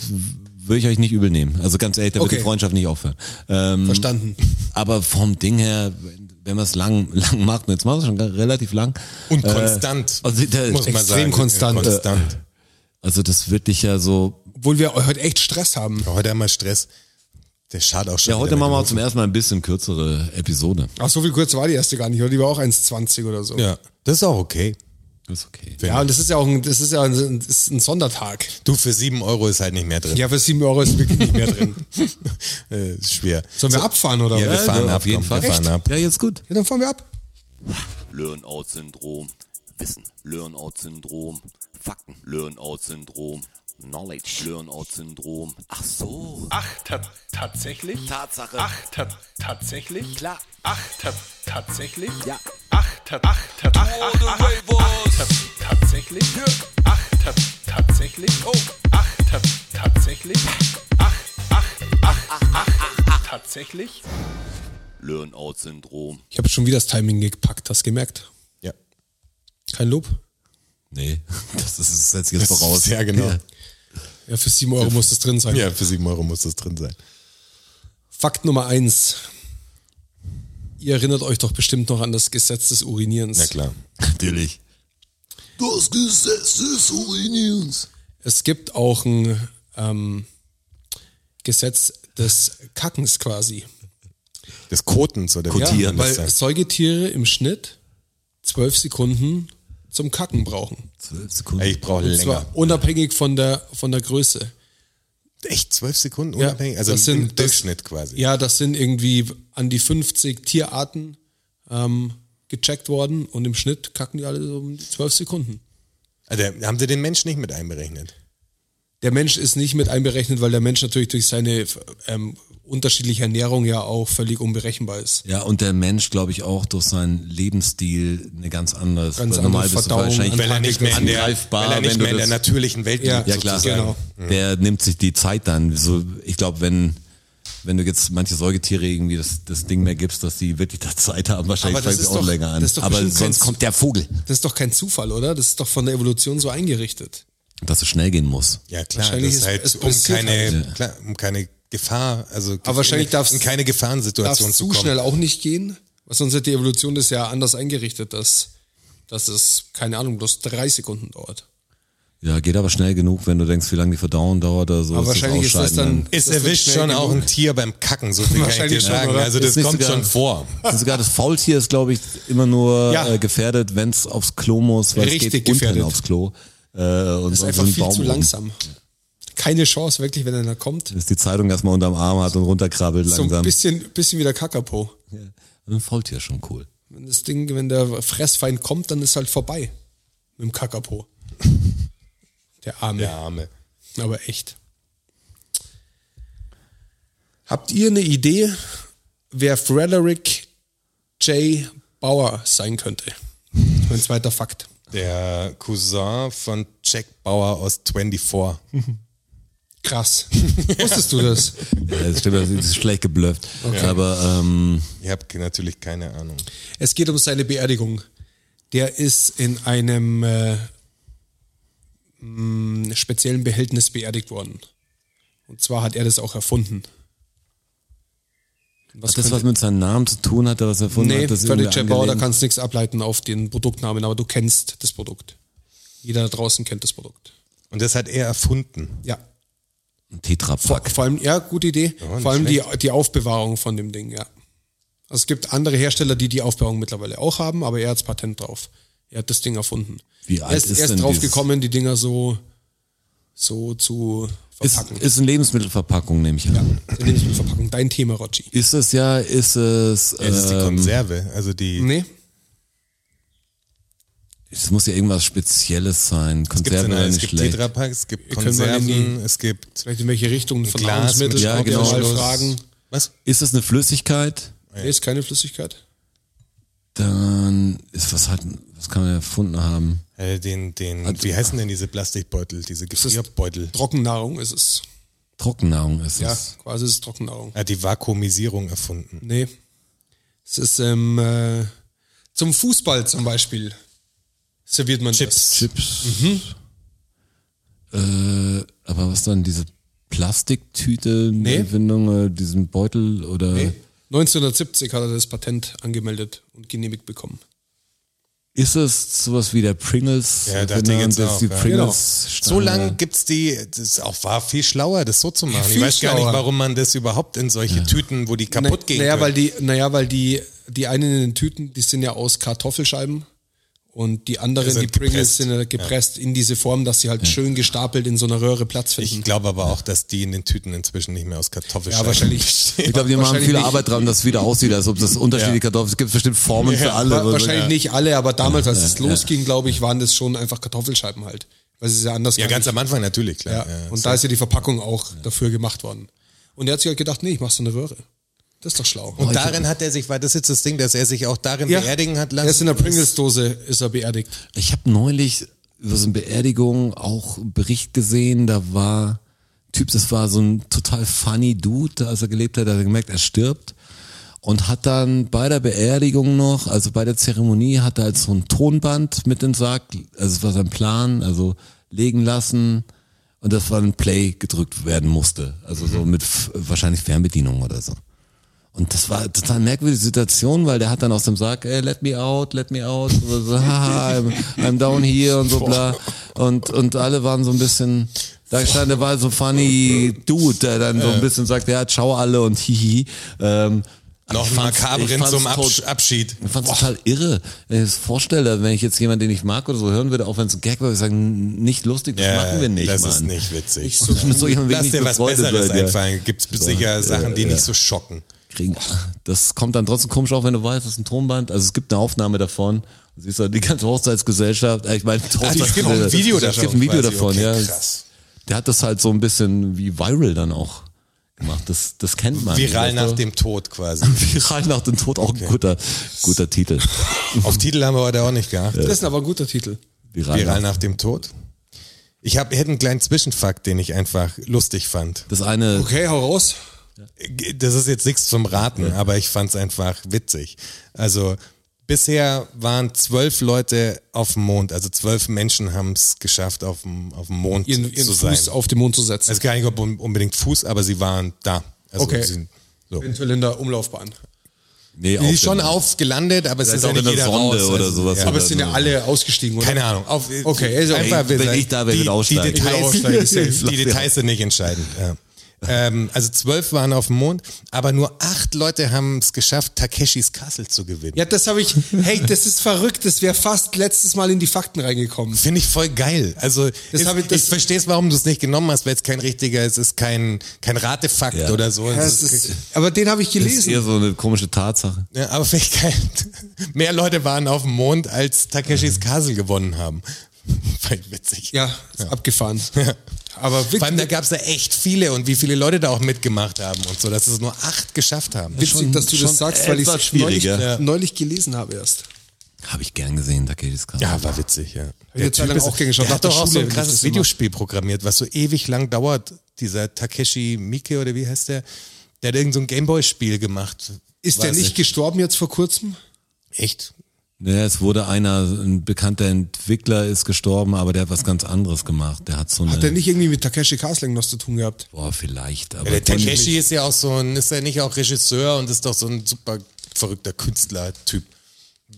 Speaker 4: ich euch nicht übel nehmen. Also ganz ehrlich, da wird
Speaker 2: Okay.
Speaker 4: die Freundschaft nicht aufhören.
Speaker 3: Mhm.
Speaker 4: Ähm,
Speaker 2: Verstanden.
Speaker 4: Aber vom Ding her, wenn- wenn man es lang, lang macht, und jetzt machen wir es schon relativ lang.
Speaker 3: Und
Speaker 4: äh,
Speaker 3: konstant,
Speaker 4: also, da,
Speaker 3: muss man
Speaker 2: extrem
Speaker 3: sagen.
Speaker 2: konstant.
Speaker 3: konstant.
Speaker 4: also das wird dich ja so
Speaker 2: Obwohl wir heute echt Stress haben.
Speaker 3: Ja, heute haben wir Stress. Der schadet auch schon.
Speaker 4: Ja, heute
Speaker 3: wieder mit
Speaker 4: machen
Speaker 2: genau.
Speaker 4: wir
Speaker 3: dem
Speaker 4: auch zum ersten Mal ein bisschen kürzere Episode.
Speaker 2: Ach, so viel kurz war die erste gar nicht, oder? Die war auch 1,20 oder so.
Speaker 3: Hund. Ja, das ist auch okay.
Speaker 4: Ist okay.
Speaker 2: Ja, und das ist ja auch ein, das ist ja ein, das ist ein Sondertag.
Speaker 3: Du, für sieben Euro ist halt nicht mehr drin.
Speaker 2: Ja, für 7 Euro ist wirklich nicht mehr drin.
Speaker 3: Äh, ist schwer.
Speaker 2: Sollen wir abfahren oder
Speaker 3: Ja, wir
Speaker 2: was?
Speaker 3: fahren
Speaker 4: ja,
Speaker 3: ab.
Speaker 4: auf jeden
Speaker 3: komm,
Speaker 4: Fall.
Speaker 3: Wir fahren ab.
Speaker 4: Ja, jetzt gut.
Speaker 2: Ja, dann fahren wir ab.
Speaker 1: Learn-out-Syndrom, Wissen, Learn-out-Syndrom, Fakten, Learn-out-Syndrom, Knowledge, Learn-out-Syndrom. Ach so.
Speaker 5: Ach, ta tatsächlich?
Speaker 1: Tatsache.
Speaker 5: Ach, ta tatsächlich?
Speaker 1: Klar.
Speaker 5: Ach, ta tatsächlich?
Speaker 1: Ja.
Speaker 5: Ach, ta ach, ta ach, ach, ach, ach, ta tatsächlich? Ach, ta tatsächlich? Oh. Ach, ta tatsächlich? Ach, ach, ach, ach, ach, ach, tatsächlich?
Speaker 1: Learn-out-Syndrom.
Speaker 2: Ich habe schon wieder das Timing gepackt, hast gemerkt.
Speaker 3: Ja.
Speaker 2: Kein Lob.
Speaker 4: Nee, das ist das setzt jetzt
Speaker 3: Das
Speaker 4: voraus.
Speaker 3: ist- Ja, genau.
Speaker 4: Ja.
Speaker 2: Ja, für 7 Euro muss das drin sein.
Speaker 3: Ja, für sieben Euro muss das drin sein.
Speaker 2: Fakt Nummer 1. Ihr erinnert euch doch bestimmt noch an das Gesetz des Urinierens.
Speaker 3: Na klar.
Speaker 4: Natürlich.
Speaker 3: Das Gesetz des Uriniens.
Speaker 2: Es gibt auch ein ähm, Gesetz des Kackens quasi.
Speaker 3: Des Kotens oder wie kann
Speaker 4: Kotieren.
Speaker 3: das
Speaker 2: weil
Speaker 3: sein?
Speaker 2: Säugetiere im Schnitt zwölf Sekunden zum Kacken brauchen.
Speaker 4: Zwölf Sekunden.
Speaker 3: Ey, ich brauche
Speaker 2: Und
Speaker 3: länger.
Speaker 2: zwar unabhängig von der, von der Größe.
Speaker 3: Echt zwölf Sekunden
Speaker 2: Ja,
Speaker 3: unabhängig? Also
Speaker 2: das
Speaker 3: im
Speaker 2: sind- das-
Speaker 3: Durchschnitt quasi.
Speaker 2: Ja, das sind irgendwie an die 50 Tierarten ähm, gecheckt worden und im Schnitt kacken die alle so um die zwölf Sekunden.
Speaker 3: Also, haben sie den Menschen nicht mit einberechnet?
Speaker 2: Der Mensch ist nicht mit einberechnet, weil der Mensch natürlich durch seine ähm, unterschiedliche Ernährung ja auch völlig unberechenbar ist.
Speaker 4: Ja, und der Mensch, glaube ich, auch durch seinen Lebensstil eine ganz andere,
Speaker 2: Ganz
Speaker 4: weil
Speaker 2: andere
Speaker 4: bist du
Speaker 2: Verdauung,
Speaker 4: wahrscheinlich
Speaker 3: Weil er nicht mehr in der,
Speaker 4: angreifbar,
Speaker 3: weil er nicht
Speaker 4: wenn du
Speaker 3: mehr in der
Speaker 4: das-
Speaker 3: natürlichen Welt
Speaker 2: Ja,
Speaker 3: lebt,
Speaker 4: Ja, klar.
Speaker 3: sozusagen.
Speaker 2: Genau.
Speaker 4: Der nimmt sich die Zeit dann. So, ich glaube, wenn, wenn du jetzt manche Säugetiere irgendwie das, das Ding mehr gibst, dass die wirklich da Zeit haben, wahrscheinlich
Speaker 2: Aber das
Speaker 4: fangen sie
Speaker 2: ist
Speaker 4: auch
Speaker 2: doch-
Speaker 4: länger an.
Speaker 2: das ist doch
Speaker 4: Aber
Speaker 2: bestimmt kein
Speaker 4: sonst
Speaker 2: Z-
Speaker 4: kommt der Vogel,
Speaker 2: Das ist doch kein Zufall, oder? Das ist doch von der Evolution so eingerichtet.
Speaker 4: dass es schnell gehen muss.
Speaker 3: Ja, klar. Das
Speaker 2: Wahrscheinlich
Speaker 3: ist
Speaker 2: ist-
Speaker 3: halt,
Speaker 2: es
Speaker 3: um
Speaker 2: passiert
Speaker 3: keine,
Speaker 4: halt.
Speaker 3: klar, um keine Gefahr, also
Speaker 2: Aber wahrscheinlich darf's-
Speaker 3: in keine
Speaker 2: Darf
Speaker 3: Gefahrensituation
Speaker 2: es
Speaker 3: zu
Speaker 2: zu
Speaker 3: kommen.
Speaker 2: schnell auch nicht gehen? Weil sonst hat die Evolution das ja anders eingerichtet, dass, dass es, keine Ahnung, bloß drei Sekunden dauert.
Speaker 4: Ja, geht aber schnell genug, wenn du denkst, wie lange die Verdauung dauert oder so.
Speaker 2: Aber
Speaker 4: ist
Speaker 2: wahrscheinlich ist das
Speaker 4: Ausscheiden
Speaker 2: dann-
Speaker 3: Es
Speaker 2: Das wird
Speaker 3: erwischt
Speaker 2: schnell
Speaker 3: schon
Speaker 2: genug.
Speaker 3: auch ein Tier beim Kacken, so viel kann ich dir
Speaker 2: Wahrscheinlich schon,
Speaker 3: sagen.
Speaker 2: oder?
Speaker 3: Also
Speaker 4: Ist
Speaker 3: das
Speaker 4: nicht
Speaker 3: kommt
Speaker 4: sogar-
Speaker 3: schon vor.
Speaker 4: Das ist sogar das Faultier ist, glaube ich, immer nur
Speaker 2: Ja.
Speaker 4: äh, gefährdet, wenn es aufs Klo muss, weil es
Speaker 2: Richtig
Speaker 4: geht
Speaker 2: gefährdet.
Speaker 4: unten aufs Klo. Äh, und
Speaker 2: Das ist einfach viel zu langsam. Keine Chance, wirklich, wenn einer kommt.
Speaker 4: Dass die Zeitung erstmal unterm Arm hat und runterkrabbelt
Speaker 2: So ein
Speaker 4: langsam.
Speaker 2: bisschen, bisschen wie der Kakapo.
Speaker 4: Ja. Ein Faultier ist schon cool.
Speaker 2: Wenn das Ding, wenn der Fressfeind kommt, dann ist halt vorbei. Mit dem Kakapo. Der Arme.
Speaker 3: Der Arme.
Speaker 2: Aber echt. Habt ihr eine Idee, wer Frederick J. Bauer sein könnte? Mein zweiter Fakt.
Speaker 3: Der Cousin von Jack Bauer aus 24.
Speaker 2: Krass. Wusstest du das?
Speaker 4: Ja, das stimmt, das ist schlecht geblufft. Aber ähm,
Speaker 3: Ich habe natürlich keine Ahnung.
Speaker 2: Es geht um seine Beerdigung. Der ist in einem äh, mh, speziellen Behältnis beerdigt worden. Und zwar hat er das auch erfunden. Was
Speaker 4: hat das
Speaker 2: könnte-
Speaker 4: was mit seinem Namen zu tun hat, was er erfunden
Speaker 2: Nee,
Speaker 4: hat? das
Speaker 2: Freddy
Speaker 4: irgendwie
Speaker 2: J. Bauer, da
Speaker 4: angelehnt?
Speaker 2: kannst du nichts ableiten auf den Produktnamen, aber du kennst das Produkt. Jeder da draußen kennt das Produkt.
Speaker 3: Und das hat er erfunden.
Speaker 2: Ja.
Speaker 4: Ein Tetrapack.
Speaker 2: Vor allem, ja, gute Idee.
Speaker 3: nicht
Speaker 2: Vor allem die, die Aufbewahrung von dem Ding, ja. Also es gibt andere Hersteller, die die Aufbewahrung mittlerweile auch haben, aber er hat das Patent drauf. Er hat das Ding erfunden.
Speaker 4: Wie
Speaker 2: er
Speaker 4: alt
Speaker 2: ist
Speaker 4: ist
Speaker 2: erst
Speaker 4: denn
Speaker 2: drauf
Speaker 4: dieses-
Speaker 2: gekommen, die Dinger so, so zu
Speaker 4: Ist,
Speaker 2: verpacken.
Speaker 4: ist eine Lebensmittelverpackung, nehme ich an.
Speaker 2: In Lebensmittelverpackung. Dein Thema, Rotschi.
Speaker 4: Ist es ja, ist es.
Speaker 3: Das ist die
Speaker 4: ähm,
Speaker 3: Konserve, also die
Speaker 2: Nee?
Speaker 4: Es muss ja irgendwas Spezielles sein.
Speaker 3: gibt's
Speaker 4: Konserve
Speaker 3: in,
Speaker 4: wäre
Speaker 3: es
Speaker 4: nicht
Speaker 3: gibt
Speaker 4: schlecht.
Speaker 3: Tetrapack, es gibt
Speaker 2: können mal in
Speaker 3: Konserven, es gibt
Speaker 2: Vielleicht in welche Richtung von
Speaker 3: Glas mit
Speaker 2: Nahrungsmitteln?
Speaker 4: Ja,
Speaker 2: Habt ihr
Speaker 4: genau.
Speaker 2: mal
Speaker 3: Schluss.
Speaker 2: fragen.
Speaker 3: Was?
Speaker 4: Ist das eine Flüssigkeit?
Speaker 2: Nee, ist keine Flüssigkeit.
Speaker 4: Dann das halt, was kann man erfunden haben?
Speaker 3: Äh, den, den, wie heißen denn diese Plastikbeutel, diese Gefrierbeutel?
Speaker 2: Trockennahrung ist es.
Speaker 4: Trockennahrung ist
Speaker 2: Ja,
Speaker 4: es.
Speaker 2: quasi ist es Trockennahrung.
Speaker 3: Er hat die Vakuumisierung erfunden.
Speaker 2: Nee. Es ist ähm, äh, zum Fußball zum Beispiel serviert man
Speaker 3: Chips.
Speaker 2: Das.
Speaker 4: Chips.
Speaker 3: Mhm.
Speaker 4: Äh, aber was dann diese Plastiktüte,
Speaker 2: Nee.
Speaker 4: Erfindung, äh, diesen Beutel oder
Speaker 2: 1970 hat er das Patent angemeldet und genehmigt bekommen.
Speaker 4: ist es sowas wie der Pringles?
Speaker 3: Ja, dachte
Speaker 4: Erfinder
Speaker 3: ich jetzt
Speaker 4: und das
Speaker 3: auch,
Speaker 4: die
Speaker 3: ja. Genau.
Speaker 4: Pringles
Speaker 3: So lange gibt's die, das ist auch war viel schlauer, das so zu machen. ich
Speaker 2: Viel
Speaker 3: weiß gar nicht,
Speaker 2: schlauer.
Speaker 3: warum man das überhaupt in solche Tüten, wo die kaputt gehen
Speaker 2: naja,
Speaker 3: können.
Speaker 2: weil die, naja, weil die, die einen in den Tüten, die sind ja aus Kartoffelscheiben und die anderen,
Speaker 3: Sind
Speaker 2: die Pringles,
Speaker 3: gepresst.
Speaker 2: sind ja Also gepresst in diese Form, dass sie halt schön gestapelt in so einer Röhre Platz
Speaker 3: ich
Speaker 2: finden.
Speaker 3: glaube aber auch, dass die in den Tüten inzwischen nicht mehr aus Kartoffelscheiben
Speaker 2: ja, wahrscheinlich.
Speaker 4: Ich glaube, die machen
Speaker 2: wahrscheinlich
Speaker 4: viel
Speaker 2: nicht-
Speaker 4: Arbeit dran, dass es wieder aussieht, als ob das unterschiedliche
Speaker 3: Ja.
Speaker 4: Kartoffeln, es gibt bestimmt Formen für alle.
Speaker 2: Wa-
Speaker 4: oder so.
Speaker 2: wahrscheinlich
Speaker 4: Ja.
Speaker 2: nicht alle, aber damals, als
Speaker 4: Ja,
Speaker 2: es
Speaker 4: ja.
Speaker 2: losging, glaube ich, waren das schon einfach Kartoffelscheiben halt. Weil es ist ja anders
Speaker 3: Ja,
Speaker 2: gar
Speaker 3: ganz
Speaker 2: nicht-
Speaker 3: am Anfang natürlich,
Speaker 2: ja.
Speaker 3: klar. Ja,
Speaker 2: Und da ist ja die Verpackung auch dafür gemacht worden. Und er hat sich halt gedacht, nee, ich mach so eine Röhre. Das ist doch schlau.
Speaker 4: Oh,
Speaker 3: Und darin hat er sich, weil das ist jetzt das Ding, dass er sich auch darin
Speaker 2: Ja.
Speaker 3: beerdigen hat lassen.
Speaker 2: er ist in der Pringles-Dose, ist er beerdigt.
Speaker 4: Ich habe neulich über so eine Beerdigung auch einen Bericht gesehen, da war Typ, das war so ein total funny Dude, als er gelebt hat, da hat er gemerkt, er stirbt und hat dann bei der Beerdigung noch, also bei der Zeremonie, hat er halt so ein Tonband mit in den Sarg, also es war sein Plan, also legen lassen und das war ein Play gedrückt werden musste, also so
Speaker 3: Mhm.
Speaker 4: mit f- wahrscheinlich Fernbedienung oder so. Und das war eine total merkwürdige Situation, weil der hat dann aus dem Sarg, ey, let me out, let me out, und so, haha, I'm, I'm down here und so bla. Und, und alle waren so ein bisschen, da stand, der war so funny Dude, der dann so ein bisschen sagt, ja, ciao alle und hihi. Ähm, aber
Speaker 3: noch
Speaker 4: ich fand's- ich
Speaker 3: makabrin
Speaker 4: fand's
Speaker 3: zum Absch
Speaker 4: tot-
Speaker 3: Abschied.
Speaker 4: ich fand's total irre. Wenn ich es vorstelle, wenn ich jetzt jemanden, den ich mag oder so hören würde, auch wenn es ein Gag war, würde ich sagen, nicht lustig, das
Speaker 3: Ja,
Speaker 4: machen wir nicht,
Speaker 3: Das
Speaker 4: Mann.
Speaker 3: ist nicht witzig.
Speaker 4: Ich so, mit so jemandem
Speaker 3: Lass
Speaker 4: nicht
Speaker 3: dir was
Speaker 4: befreundet
Speaker 3: Besseres
Speaker 4: sein, ja.
Speaker 3: einfallen. Gibt's sicher Sachen, die nicht so schocken.
Speaker 4: kriegen. Das kommt dann trotzdem komisch auch, wenn du weißt, das ist ein Tonband. Also es gibt eine Aufnahme davon. Und siehst du, die ganze Hochzeitsgesellschaft, äh, ich meine, die
Speaker 3: Ah, es gibt auch ein Video davon.
Speaker 4: Es gibt ein Video
Speaker 3: quasi.
Speaker 4: davon,
Speaker 3: okay,
Speaker 4: ja.
Speaker 3: Krass.
Speaker 4: Der hat das halt so ein bisschen wie viral dann auch gemacht. Das, das kennt man.
Speaker 3: Viral
Speaker 4: Weißt du?
Speaker 3: nach dem Tod quasi.
Speaker 4: Viral nach dem Tod, auch ein guter, guter Titel.
Speaker 3: Auf Titel haben wir heute auch nicht geachtet.
Speaker 2: Das ist aber ein guter Titel.
Speaker 4: Viral,
Speaker 3: Viral
Speaker 4: nach.
Speaker 3: nach dem Tod. Ich hab, hätte einen kleinen Zwischenfakt, den ich einfach lustig fand.
Speaker 4: Das eine,
Speaker 2: Okay, hau raus.
Speaker 3: Das ist jetzt nichts zum Raten, aber ich fand es einfach witzig. Also bisher waren zwölf Leute auf dem Mond, also zwölf Menschen haben es geschafft, auf dem, auf dem Mond
Speaker 2: Ihren, ihren
Speaker 3: zu
Speaker 2: Fuß
Speaker 3: sein.
Speaker 2: auf den Mond zu setzen.
Speaker 3: Also gar nicht ob un- unbedingt Fuß, aber sie waren da. Also
Speaker 2: Okay.
Speaker 3: Sie, so.
Speaker 2: Eventuell in der Umlaufbahn.
Speaker 4: nee,
Speaker 3: Sie
Speaker 4: auf
Speaker 3: ist schon
Speaker 4: dem-
Speaker 3: aufgelandet, aber es
Speaker 4: Vielleicht
Speaker 3: ist ja
Speaker 4: auch in
Speaker 3: nicht
Speaker 4: der
Speaker 3: jeder
Speaker 4: Sonde
Speaker 3: raus.
Speaker 4: oder
Speaker 3: Also,
Speaker 4: sowas.
Speaker 3: Ja.
Speaker 2: Aber es sind ja alle ausgestiegen, oder?
Speaker 3: Keine Ahnung. Auf,
Speaker 2: Okay, also
Speaker 4: ey, wenn ich da wäre,
Speaker 3: die,
Speaker 4: würde ich aussteigen. halt.
Speaker 3: Die
Speaker 2: Ich würde
Speaker 3: Details,
Speaker 2: aussteigen, safe.
Speaker 3: die Details sind nicht entscheidend. Ja. Ähm, also zwölf waren auf dem Mond, aber nur acht Leute haben es geschafft, Takeshis Castle zu gewinnen.
Speaker 2: Ja, das habe ich. Hey, das ist verrückt. Das wäre fast letztes Mal in die Fakten reingekommen.
Speaker 3: Finde ich voll geil. Also ist,
Speaker 2: hab ich-
Speaker 3: ich,
Speaker 2: das-
Speaker 3: verstehe es, warum du es nicht genommen hast, weil es kein richtiger, es ist kein, kein Ratefakt
Speaker 4: Ja.
Speaker 3: oder so.
Speaker 2: Ja,
Speaker 3: Es
Speaker 2: das ist, aber den habe ich
Speaker 4: das ist eher
Speaker 2: gelesen.
Speaker 4: so eine komische Tatsache.
Speaker 3: Ja, aber finde ich geil. Mehr Leute waren auf dem Mond, als Takeshis Castle gewonnen haben. Fand ich witzig.
Speaker 2: Mhm. Ja, ist abgefahren. Aber
Speaker 3: Vor allem, da
Speaker 2: witzig,
Speaker 3: gab es ja echt viele und wie viele Leute da auch mitgemacht haben und so, dass es nur acht geschafft haben.
Speaker 2: witzig dass du
Speaker 4: schon
Speaker 2: das sagst, weil ich
Speaker 4: etwas
Speaker 2: es neulich,
Speaker 4: schwieriger.
Speaker 2: ja. neulich gelesen habe erst.
Speaker 4: Habe ich gern gesehen, Takeshis Castle.
Speaker 3: Ja, war witzig, ja.
Speaker 2: ich jetzt leider auch gern geschaut.
Speaker 3: der
Speaker 2: Nach
Speaker 3: hat
Speaker 2: der
Speaker 3: doch auch
Speaker 2: Schule
Speaker 3: so ein
Speaker 2: lief das
Speaker 3: krasses
Speaker 2: immer.
Speaker 3: Videospiel programmiert, was so ewig lang dauert. Dieser Takeshi Miike oder wie heißt der? Der hat irgend so ein Gameboy-Spiel gemacht.
Speaker 2: Ist der
Speaker 3: Weiß
Speaker 2: nicht gestorben jetzt vor kurzem?
Speaker 3: Echt?
Speaker 4: Naja, es wurde einer, ein bekannter Entwickler ist gestorben, aber der hat was ganz anderes gemacht. Der hat so eine.
Speaker 2: Hat der nicht irgendwie mit Takeshi Kasling was zu tun gehabt?
Speaker 4: Boah, vielleicht, aber.
Speaker 3: Ja, der Takeshi ist ja auch so ein, ist er nicht auch Regisseur und ist doch so ein super verrückter Künstler-Typ.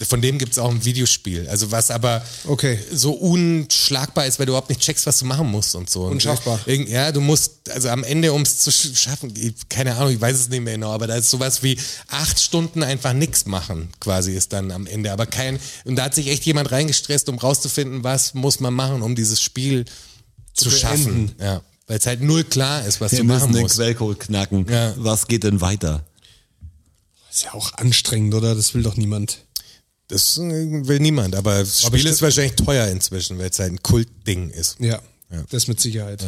Speaker 3: Von dem gibt's auch ein Videospiel. Also was aber
Speaker 2: Okay.
Speaker 3: so unschlagbar ist, weil du überhaupt nicht checkst, was du machen musst und so. Und äh,
Speaker 2: Unschaffbar.
Speaker 3: Irgend, ja, du musst, also am Ende, um es zu sch- schaffen, ich- keine Ahnung, ich weiß es nicht mehr genau, aber da ist sowas wie acht Stunden einfach nichts machen, quasi ist dann am Ende. Aber kein, und da hat sich echt jemand reingestresst, um rauszufinden, was muss man machen, um dieses Spiel zu, schaffen. Ja. Weil es halt null klar ist, was
Speaker 4: Wir
Speaker 3: du
Speaker 4: müssen
Speaker 3: machen
Speaker 4: den
Speaker 3: musst.
Speaker 4: Quellcode knacken.
Speaker 3: Ja.
Speaker 4: Was geht denn weiter?
Speaker 2: Ist ja auch anstrengend, oder? Das will doch niemand.
Speaker 3: Das äh, will niemand, aber das
Speaker 2: Aber
Speaker 3: Spiel
Speaker 2: ich-
Speaker 3: ist wahrscheinlich teuer inzwischen, weil es halt ein Kultding ist.
Speaker 2: Ja, das mit Sicherheit.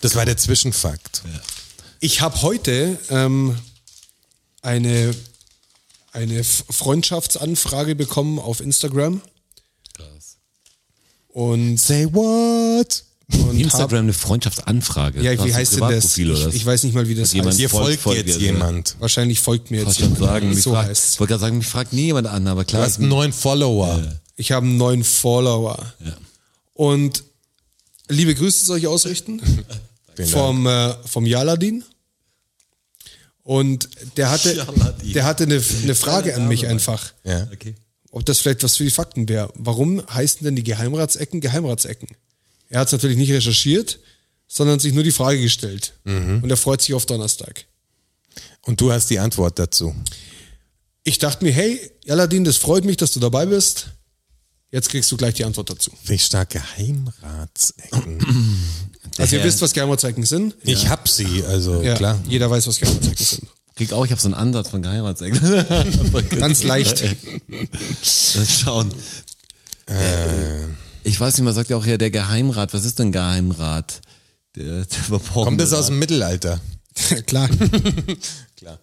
Speaker 3: Das war der Zwischenfakt.
Speaker 2: Ich habe heute ähm, eine eine F- Freundschaftsanfrage bekommen auf Instagram
Speaker 4: Krass.
Speaker 2: und,
Speaker 3: Say what?
Speaker 2: und hab,
Speaker 4: Instagram eine Freundschaftsanfrage.
Speaker 2: ja,
Speaker 4: Hast
Speaker 2: wie
Speaker 4: du
Speaker 2: heißt denn das?
Speaker 4: Privatprofil
Speaker 2: Ich,
Speaker 4: oder
Speaker 2: ich
Speaker 4: was?
Speaker 2: weiß nicht mal, wie das
Speaker 4: jemand-
Speaker 2: heißt.
Speaker 4: Ihr
Speaker 3: Ihr
Speaker 4: Folgt-
Speaker 3: folgt,
Speaker 4: folgt
Speaker 3: jetzt
Speaker 4: jetzt,
Speaker 3: jemand.
Speaker 2: Wahrscheinlich folgt mir
Speaker 4: Ich
Speaker 2: jetzt
Speaker 4: wollte schon
Speaker 2: jemand.
Speaker 4: sagen, mich
Speaker 2: so
Speaker 4: fragt,
Speaker 2: heißt
Speaker 4: wollte gerade sagen, mich fragt nie jemand an, aber
Speaker 3: Du
Speaker 4: klar.
Speaker 3: hast einen neuen Follower.
Speaker 2: Ich habe einen neuen Follower.
Speaker 4: Ja.
Speaker 2: Und liebe Grüße soll ich ausrichten vom, äh, vom Jaladin. Und der hatte,
Speaker 4: Jaladin.
Speaker 2: der hatte eine, eine Frage an mich einfach.
Speaker 3: Ja.
Speaker 4: Okay.
Speaker 2: Ob das vielleicht was für die Fakten wäre. Warum heißen denn die Geheimratsecken Geheimratsecken? Er hat es natürlich nicht recherchiert, sondern sich nur die Frage gestellt.
Speaker 4: Mhm.
Speaker 2: Und er freut sich auf Donnerstag.
Speaker 3: Und du hast die Antwort dazu.
Speaker 2: Ich dachte mir, hey, Jaladin, das freut mich, dass du dabei bist. Jetzt kriegst du gleich die Antwort dazu.
Speaker 3: Wie stark Geheimratsecken.
Speaker 2: Also ihr
Speaker 4: Daher-
Speaker 2: wisst, was Geheimratsecken sind.
Speaker 3: Ich hab sie, also
Speaker 2: Ja,
Speaker 3: klar.
Speaker 2: Jeder weiß, was Geheimratsecken sind.
Speaker 4: Krieg auch, ich habe so einen Ansatz von Geheimratsecken.
Speaker 2: Ganz leicht.
Speaker 4: Mal Schauen.
Speaker 2: Ähm.
Speaker 4: Äh, Ich weiß nicht, man sagt ja auch ja der Geheimrat. Was ist denn Geheimrat? Der, der
Speaker 3: Kommt das aus dem Mittelalter?
Speaker 2: Klar.
Speaker 3: Klar.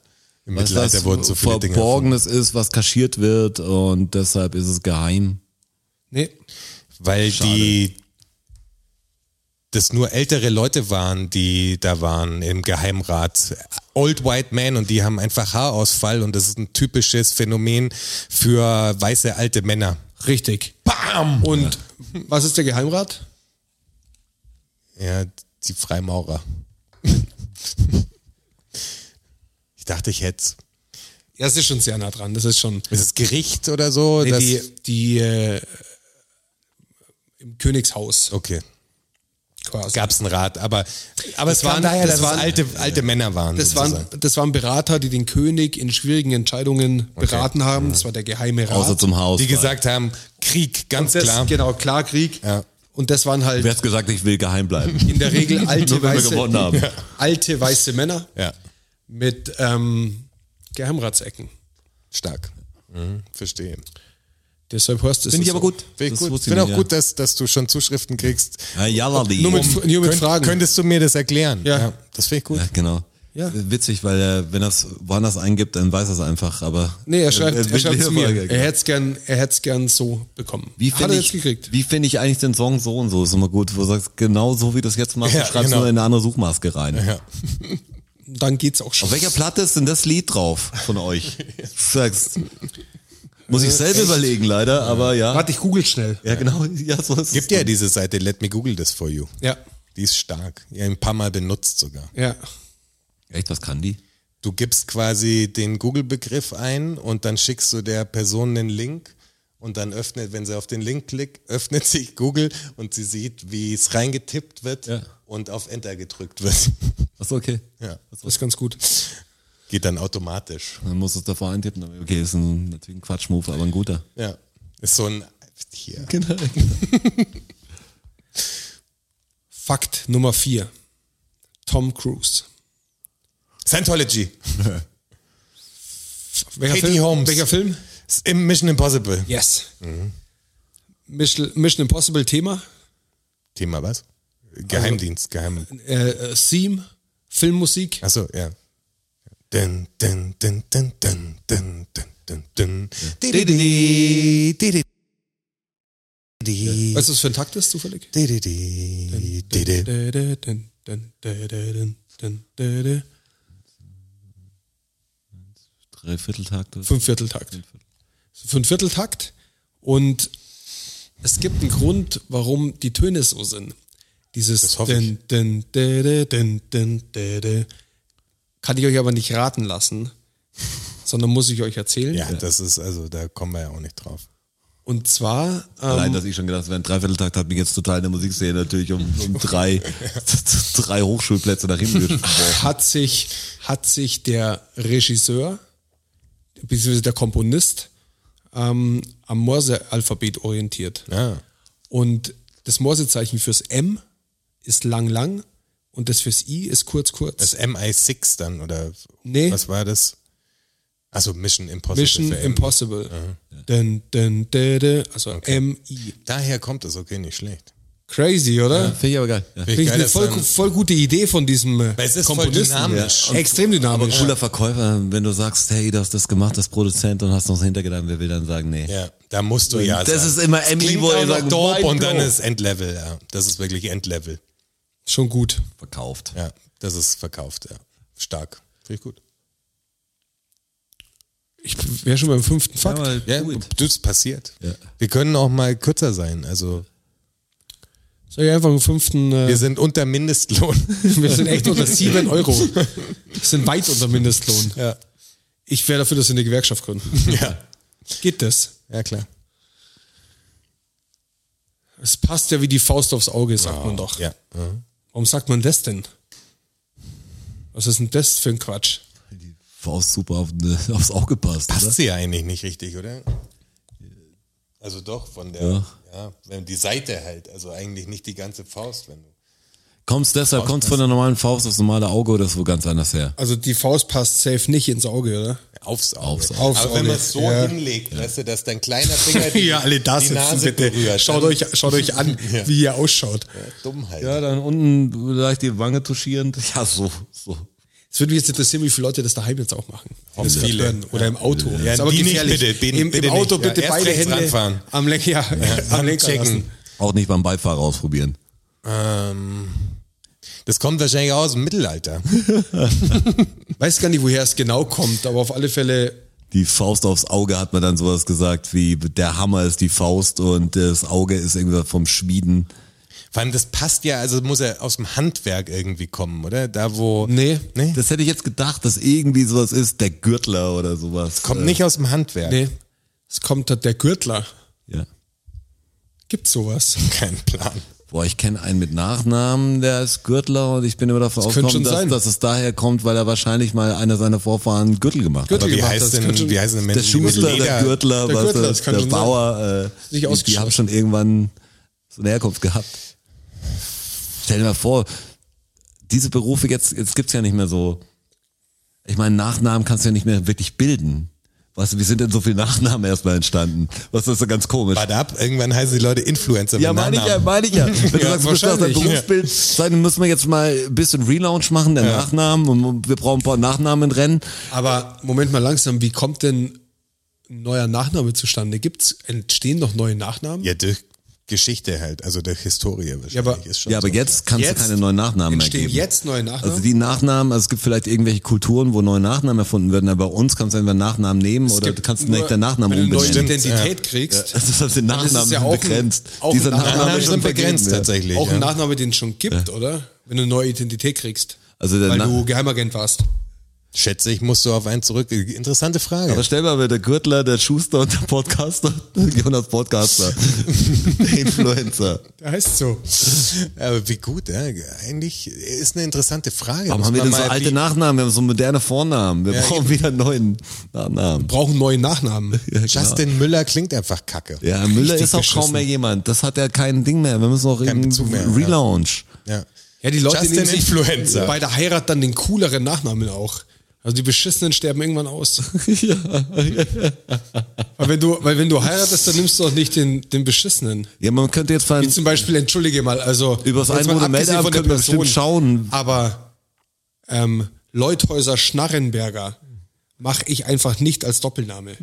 Speaker 3: Im
Speaker 4: was
Speaker 3: Mittelalter
Speaker 4: das
Speaker 3: wurden so viele Dinge. erfunden.
Speaker 4: Verborgenes ist, was kaschiert wird und deshalb ist es geheim.
Speaker 2: Nee.
Speaker 3: Weil die das nur ältere Leute waren, die da waren im Geheimrat. Old White Men und die haben einfach Haarausfall und das ist ein typisches Phänomen für weiße alte Männer.
Speaker 2: Richtig. Bam! Und was ist der Geheimrat?
Speaker 3: Ja, die Freimaurer. ich dachte, ich hätte
Speaker 2: Ja, es ist schon sehr nah dran. Das ist schon.
Speaker 3: Ist es Gericht oder so?
Speaker 2: Nee,
Speaker 3: das,
Speaker 2: die die äh, im Königshaus
Speaker 3: okay.
Speaker 2: quasi.
Speaker 3: Gab es einen Rat, aber, aber es
Speaker 2: kam
Speaker 3: waren,
Speaker 2: daher,
Speaker 3: daher, das
Speaker 2: dass
Speaker 3: waren
Speaker 2: es-
Speaker 3: alte, alte Männer waren.
Speaker 2: das, waren,
Speaker 3: sozusagen.
Speaker 2: das waren Berater, die den König in schwierigen Entscheidungen beraten haben. Das war der Geheime Rat.
Speaker 4: Außer zum Haus.
Speaker 3: die gesagt haben, Krieg, ganz
Speaker 2: das,
Speaker 3: klar.
Speaker 2: Genau, klar, Krieg.
Speaker 3: Ja.
Speaker 2: Und das waren halt
Speaker 4: Wer hat gesagt, ich will geheim bleiben?
Speaker 2: in der Regel alte,
Speaker 4: Nur wenn wir
Speaker 2: weiße,
Speaker 4: gewonnen haben.
Speaker 2: alte weiße Männer
Speaker 3: Ja,
Speaker 2: mit ähm, Geheimratsecken.
Speaker 3: stark. Mhm, verstehe.
Speaker 2: Deshalb hörst du es.
Speaker 4: Finde ich
Speaker 2: so.
Speaker 4: aber gut.
Speaker 3: Finde ich
Speaker 4: Das
Speaker 3: gut.
Speaker 4: wusste
Speaker 3: Find auch
Speaker 4: nicht,
Speaker 3: gut, dass, dass du schon Zuschriften kriegst.
Speaker 4: Ja, ja Jalali.
Speaker 2: Nur mit, nur mit
Speaker 3: Könnt-
Speaker 2: Fragen.
Speaker 3: Könntest du mir das erklären?
Speaker 2: Ja.
Speaker 3: das finde ich gut.
Speaker 4: Ja, genau.
Speaker 2: Ja.
Speaker 4: Witzig, weil er, wenn er es woanders eingibt, dann weiß er es einfach. Aber äh,
Speaker 2: Nee, er schreibt, er
Speaker 4: will
Speaker 2: schreibt
Speaker 4: die
Speaker 2: zu mir.
Speaker 4: Frage.
Speaker 2: Er hätte es gern, er hätt's gern so bekommen.
Speaker 4: genau. Wie
Speaker 2: Hat
Speaker 4: finde
Speaker 2: er
Speaker 4: ich,
Speaker 2: jetzt gekriegt.
Speaker 4: wie finde ich eigentlich den Song so und so? Ist immer gut, wo du sagst, genau so wie du es jetzt machst,
Speaker 3: Ja,
Speaker 4: du schreibst
Speaker 3: genau.
Speaker 4: nur in eine andere Suchmaske rein.
Speaker 3: Ja.
Speaker 2: Dann geht's auch schon.
Speaker 4: Auf welcher Platte ist denn das Lied drauf von euch? Du sagst, muss ich selber überlegen, leider, aber ja.
Speaker 2: Äh, Warte, ich google schnell.
Speaker 4: Ja, genau. Ja, so ist
Speaker 3: Gibt ja diese Seite, Let Me Google This For You.
Speaker 2: Ja.
Speaker 3: Die ist stark. Ja, ein paar Mal benutzt sogar.
Speaker 2: Ja.
Speaker 4: es. Echt, was kann die?
Speaker 3: Du gibst quasi den Google-Begriff ein und dann schickst du der Person einen Link und dann öffnet, wenn sie auf den Link klickt, öffnet sich Google und sie sieht, wie es reingetippt wird
Speaker 4: Ja.
Speaker 3: und auf Enter gedrückt wird.
Speaker 4: Achso, okay.
Speaker 3: Ja.
Speaker 2: Das ist ganz gut.
Speaker 3: Geht dann automatisch.
Speaker 4: Dann musst du es davor eintippen. aber Okay, ist ein, natürlich ein Quatschmove, aber ein guter.
Speaker 3: Ja. Ist so ein hier.
Speaker 4: Genau.
Speaker 2: Fakt Nummer vier. Tom Cruise.
Speaker 3: Scientology.
Speaker 2: Welcher
Speaker 3: Katie
Speaker 2: Film?
Speaker 3: Holmes.
Speaker 2: Welcher Film?
Speaker 3: Ist Im Mission Impossible.
Speaker 2: Yes. Mission, Mission Impossible Thema.
Speaker 3: Thema was?
Speaker 4: Also
Speaker 3: Geheimdienst, Geheim.
Speaker 2: Äh, äh, Theme. Filmmusik.
Speaker 3: Achso, ja. Dun, dun, dun, dun, dun, dun, dun, dun, dun. Di, di, di, di, di. Di,
Speaker 2: Weißt du, was für ein Takt ist zufällig?
Speaker 3: di, di, di, di, di.
Speaker 4: Dreivierteltag. das-
Speaker 2: Fünfvierteltakt. Fünfvierteltakt. Und es gibt einen Grund, warum die Töne so sind. Dieses
Speaker 3: Das hoffe ich.
Speaker 2: dün, dün, dä, dä, dün, dün, dä, dä. kann ich euch aber nicht raten lassen, sondern muss ich euch erzählen.
Speaker 3: Ja, das ist, also da kommen wir ja auch nicht drauf.
Speaker 2: Und zwar
Speaker 4: Allein,
Speaker 2: ähm,
Speaker 4: dass ich schon gedacht habe, ein Dreivierteltakt hat mich jetzt total in der Musikszene natürlich um, um drei, drei Hochschulplätze nach hinten gesprochen.
Speaker 2: hat sich, hat sich der Regisseur, beziehungsweise der Komponist, ähm, am Morse-Alphabet orientiert.
Speaker 3: Ja.
Speaker 2: Und das Morsezeichen fürs M ist lang, lang und das fürs I ist kurz, kurz.
Speaker 3: Das MI6 dann, oder
Speaker 2: Nee.
Speaker 3: was war das? Also Mission Impossible.
Speaker 2: Mission
Speaker 3: für M.
Speaker 2: Impossible. Dun, dun, dun, dun, also M, I.
Speaker 3: Daher kommt es, okay, nicht schlecht.
Speaker 2: Crazy, oder?
Speaker 4: Finde ich aber geil. Ja.
Speaker 2: Finde ich
Speaker 3: Geil,
Speaker 2: eine
Speaker 3: dass
Speaker 2: voll,
Speaker 3: dann-
Speaker 2: voll gute Idee von diesem äh,
Speaker 3: Es ist voll
Speaker 2: Komponisten.
Speaker 3: dynamisch.
Speaker 2: Ja. Extrem
Speaker 4: Aber
Speaker 2: dynamisch.
Speaker 4: cooler Verkäufer, wenn du sagst, hey, du hast das gemacht, das Produzent und hast noch hintergedacht, wer will dann sagen, nee.
Speaker 3: Ja, da musst du ja.
Speaker 4: Das
Speaker 3: sein.
Speaker 4: ist immer MI,
Speaker 3: Klingt
Speaker 4: wo er
Speaker 3: auch noch
Speaker 4: sagt,
Speaker 3: dope
Speaker 4: mein
Speaker 3: und dann
Speaker 4: Bro.
Speaker 3: ist Endlevel. Ja. Das ist wirklich Endlevel.
Speaker 2: Schon gut.
Speaker 4: Verkauft.
Speaker 3: Ja, das ist verkauft. Ja. Stark. Finde ich gut.
Speaker 2: Ich wäre schon beim fünften Fakt.
Speaker 4: aber-
Speaker 3: Ja,
Speaker 4: Gut.
Speaker 3: das ist passiert.
Speaker 4: Ja.
Speaker 3: Wir können auch mal kürzer sein. Also
Speaker 2: Soll ich einfach einen fünften. Äh,
Speaker 3: wir sind unter Mindestlohn.
Speaker 2: Wir sind echt unter 7 Euro. Wir sind weit unter Mindestlohn.
Speaker 3: ja.
Speaker 2: Ich wäre dafür, dass wir eine Gewerkschaft gründen.
Speaker 3: ja,
Speaker 2: Geht das?
Speaker 3: ja klar.
Speaker 2: Es passt ja wie die Faust aufs Auge, sagt man doch.
Speaker 3: Ja. Mhm.
Speaker 2: Warum sagt man das denn? Was ist denn das für ein Quatsch?
Speaker 4: Die Faust super auf, ne, aufs Auge passt,
Speaker 3: Passt
Speaker 4: oder?
Speaker 3: sie ja eigentlich nicht richtig, oder? Also doch, von der, ja.
Speaker 4: Ja.
Speaker 3: wenn die Seite halt, also eigentlich nicht die ganze Faust, wenn du.
Speaker 4: Kommst deshalb, kommst von der normalen Faust aufs normale Auge oder ist wo ganz anders her?
Speaker 2: Also die Faust passt safe nicht ins Auge, oder?
Speaker 3: Aufs Auge.
Speaker 4: Aufs Auge.
Speaker 2: Aufs
Speaker 3: Aber wenn
Speaker 2: Auge,
Speaker 3: man es so
Speaker 2: ja.
Speaker 3: hinlegt, weißt du, dass dein kleiner Finger die, die Nase berührt. Also dann-
Speaker 2: schaut euch an,
Speaker 3: Ja.
Speaker 2: wie ihr ausschaut.
Speaker 3: Dummheit.
Speaker 4: dann unten leicht die Wange tuschierend. Ja, so, so.
Speaker 2: Es würde mich jetzt interessieren, wie viele Leute das daheim jetzt auch machen. Wenn das
Speaker 3: viele.
Speaker 2: hören. Oder im Auto.
Speaker 3: Ja,
Speaker 2: ist aber
Speaker 3: die nicht
Speaker 2: gefährlich.
Speaker 3: bitte, bitte-
Speaker 2: Im,
Speaker 3: bitte
Speaker 2: im Auto
Speaker 3: nicht. Ja,
Speaker 2: bitte
Speaker 3: erst
Speaker 2: beide
Speaker 3: rechts
Speaker 2: Hände
Speaker 3: ranfahren.
Speaker 2: am Lenker, ja, am Lenker
Speaker 3: checken.
Speaker 2: lassen.
Speaker 4: Auch nicht beim Beifahrer ausprobieren.
Speaker 3: Ähm, das kommt wahrscheinlich auch aus dem Mittelalter.
Speaker 2: weiß gar nicht, woher es genau kommt, aber auf alle Fälle,
Speaker 4: Die Faust aufs Auge hat man dann sowas gesagt wie der Hammer ist die Faust und das Auge ist irgendwas vom Schmieden.
Speaker 3: Vor allem, das passt ja, also muss ja aus dem Handwerk irgendwie kommen, oder? Da wo.
Speaker 2: Nee.
Speaker 3: nee? Das
Speaker 4: Das hätte ich jetzt gedacht, dass irgendwie sowas ist, der Gürtler oder sowas.
Speaker 3: kommt nicht aus dem Handwerk.
Speaker 2: nee, es kommt halt der Gürtler.
Speaker 4: Ja.
Speaker 2: Gibt sowas?
Speaker 3: Kein Plan.
Speaker 4: Boah, ich kenne einen mit Nachnamen, der ist Gürtler und ich bin immer davon
Speaker 2: Das könnte
Speaker 4: ausgekommen,
Speaker 2: schon
Speaker 4: dass,
Speaker 2: sein.
Speaker 4: dass es daher kommt, weil er wahrscheinlich mal einer seiner Vorfahren einen Gürtel gemacht
Speaker 2: Gürtel
Speaker 4: hat.
Speaker 3: Aber wie
Speaker 2: gemacht,
Speaker 3: heißt
Speaker 2: das
Speaker 3: denn,
Speaker 2: könnte schon-
Speaker 3: wie heißen denn
Speaker 4: Der
Speaker 3: Menschen,
Speaker 2: Also
Speaker 3: die mit
Speaker 4: Schuster,
Speaker 3: Leder-
Speaker 4: der Gürtler,
Speaker 2: der
Speaker 4: was
Speaker 2: Gürtler, das
Speaker 4: das,
Speaker 2: kann
Speaker 4: der
Speaker 2: schon sein.
Speaker 4: Bauer, äh,
Speaker 2: nicht
Speaker 4: die, die
Speaker 2: ausgeschlossen.
Speaker 4: haben schon irgendwann so eine Herkunft gehabt. Stell dir mal vor, diese Berufe jetzt, jetzt gibt's ja nicht mehr so. Ich meine, Nachnamen kannst du ja nicht mehr wirklich bilden. Weißt du, wie sind denn so viele Nachnamen erstmal entstanden? Was ist so ganz komisch?
Speaker 3: Bad ab, irgendwann heißen die Leute Influencer.
Speaker 4: Ja,
Speaker 3: mit
Speaker 4: meine ich ja,
Speaker 3: Nachnamen.
Speaker 4: meine ich ja. Wenn du
Speaker 2: Ja,
Speaker 4: sagst, du bist aus deinem
Speaker 2: wahrscheinlich, ja.
Speaker 4: Berufsbild, dann müssen wir jetzt mal ein bisschen Relaunch machen, der Nachnamen, und wir brauchen ein paar Nachnamen rennen.
Speaker 2: Aber Moment mal langsam, wie kommt denn ein neuer Nachname zustande? Gibt's, entstehen noch neue Nachnamen?
Speaker 3: Ja, durch Geschichte halt, also durch Historie wahrscheinlich.
Speaker 2: Ja, aber-
Speaker 3: ist schon
Speaker 4: Ja, aber
Speaker 3: so.
Speaker 4: jetzt kannst
Speaker 2: Jetzt
Speaker 4: du keine neuen Nachnamen mehr
Speaker 2: Entstehen
Speaker 4: geben.
Speaker 2: jetzt neue Nachnamen?
Speaker 4: Also die Nachnamen, also es gibt vielleicht irgendwelche Kulturen, wo neue Nachnamen erfunden werden, aber bei uns kannst du entweder einen Nachnamen nehmen oder du
Speaker 2: gibt
Speaker 4: kannst
Speaker 2: nur-
Speaker 4: nicht den Nachnamen
Speaker 2: Wenn du eine neue
Speaker 4: umbenennen.
Speaker 2: Identität kriegst,
Speaker 4: Also das heißt, die
Speaker 2: ist
Speaker 4: Nachnamen
Speaker 2: ja
Speaker 4: sind
Speaker 2: auch ein-
Speaker 4: begrenzt.
Speaker 2: auch ein
Speaker 4: Dieser
Speaker 2: Nachname
Speaker 4: Nachname
Speaker 3: Nachnamen
Speaker 4: ist
Speaker 3: sind
Speaker 4: schon
Speaker 3: begrenzt
Speaker 4: begrenzt. Ja.
Speaker 3: tatsächlich.
Speaker 2: auch
Speaker 3: ja.
Speaker 2: ein Nachname, den es schon gibt, oder? Wenn du eine neue Identität kriegst,
Speaker 4: Also der
Speaker 2: weil
Speaker 4: Na-
Speaker 2: du Geheimagent warst.
Speaker 3: Schätze ich, musst du auf einen zurück. Interessante Frage.
Speaker 4: Aber stell mal, wer der Gürtler, der Schuster und der Podcaster, Jonas Podcaster, der Influencer.
Speaker 2: Der heißt so.
Speaker 3: Aber wie gut, ja. Eigentlich ist eine interessante Frage.
Speaker 4: Warum
Speaker 3: Muss
Speaker 4: haben wir
Speaker 3: man
Speaker 4: denn so
Speaker 3: mal
Speaker 4: alte
Speaker 3: die-
Speaker 4: Nachnamen? Wir haben so moderne Vornamen. Wir
Speaker 3: Ja,
Speaker 4: brauchen wieder einen neuen Nachnamen.
Speaker 2: Brauchen neuen Nachnamen.
Speaker 3: Justin Müller klingt einfach kacke.
Speaker 4: Ja, Müller
Speaker 3: Richtig
Speaker 4: ist auch
Speaker 3: beschissen.
Speaker 4: kaum mehr jemand. Das hat ja kein Ding mehr. Wir müssen auch
Speaker 3: Bezug
Speaker 4: irgendwie
Speaker 3: mehr, ja.
Speaker 4: Relaunch.
Speaker 3: Ja.
Speaker 2: Ja, die Leute
Speaker 3: Justin
Speaker 2: nehmen sich
Speaker 3: Influencer.
Speaker 2: bei der Heirat dann den cooleren Nachnamen auch. Also die Beschissenen sterben irgendwann aus. Weil wenn du, weil wenn du heiratest, dann nimmst du doch nicht den, den Beschissenen.
Speaker 4: Ja, man könnte jetzt
Speaker 2: Wie
Speaker 4: von
Speaker 2: zum Beispiel, entschuldige mal, also
Speaker 4: Übers
Speaker 2: jetzt mal
Speaker 4: Einwohner-
Speaker 2: abgesehen
Speaker 4: Meldeamt
Speaker 2: von der
Speaker 4: können wir bestimmt
Speaker 2: Person,
Speaker 4: schauen.
Speaker 2: Aber ähm, Leuthäuser Schnarrenberger mache ich einfach nicht als Doppelname.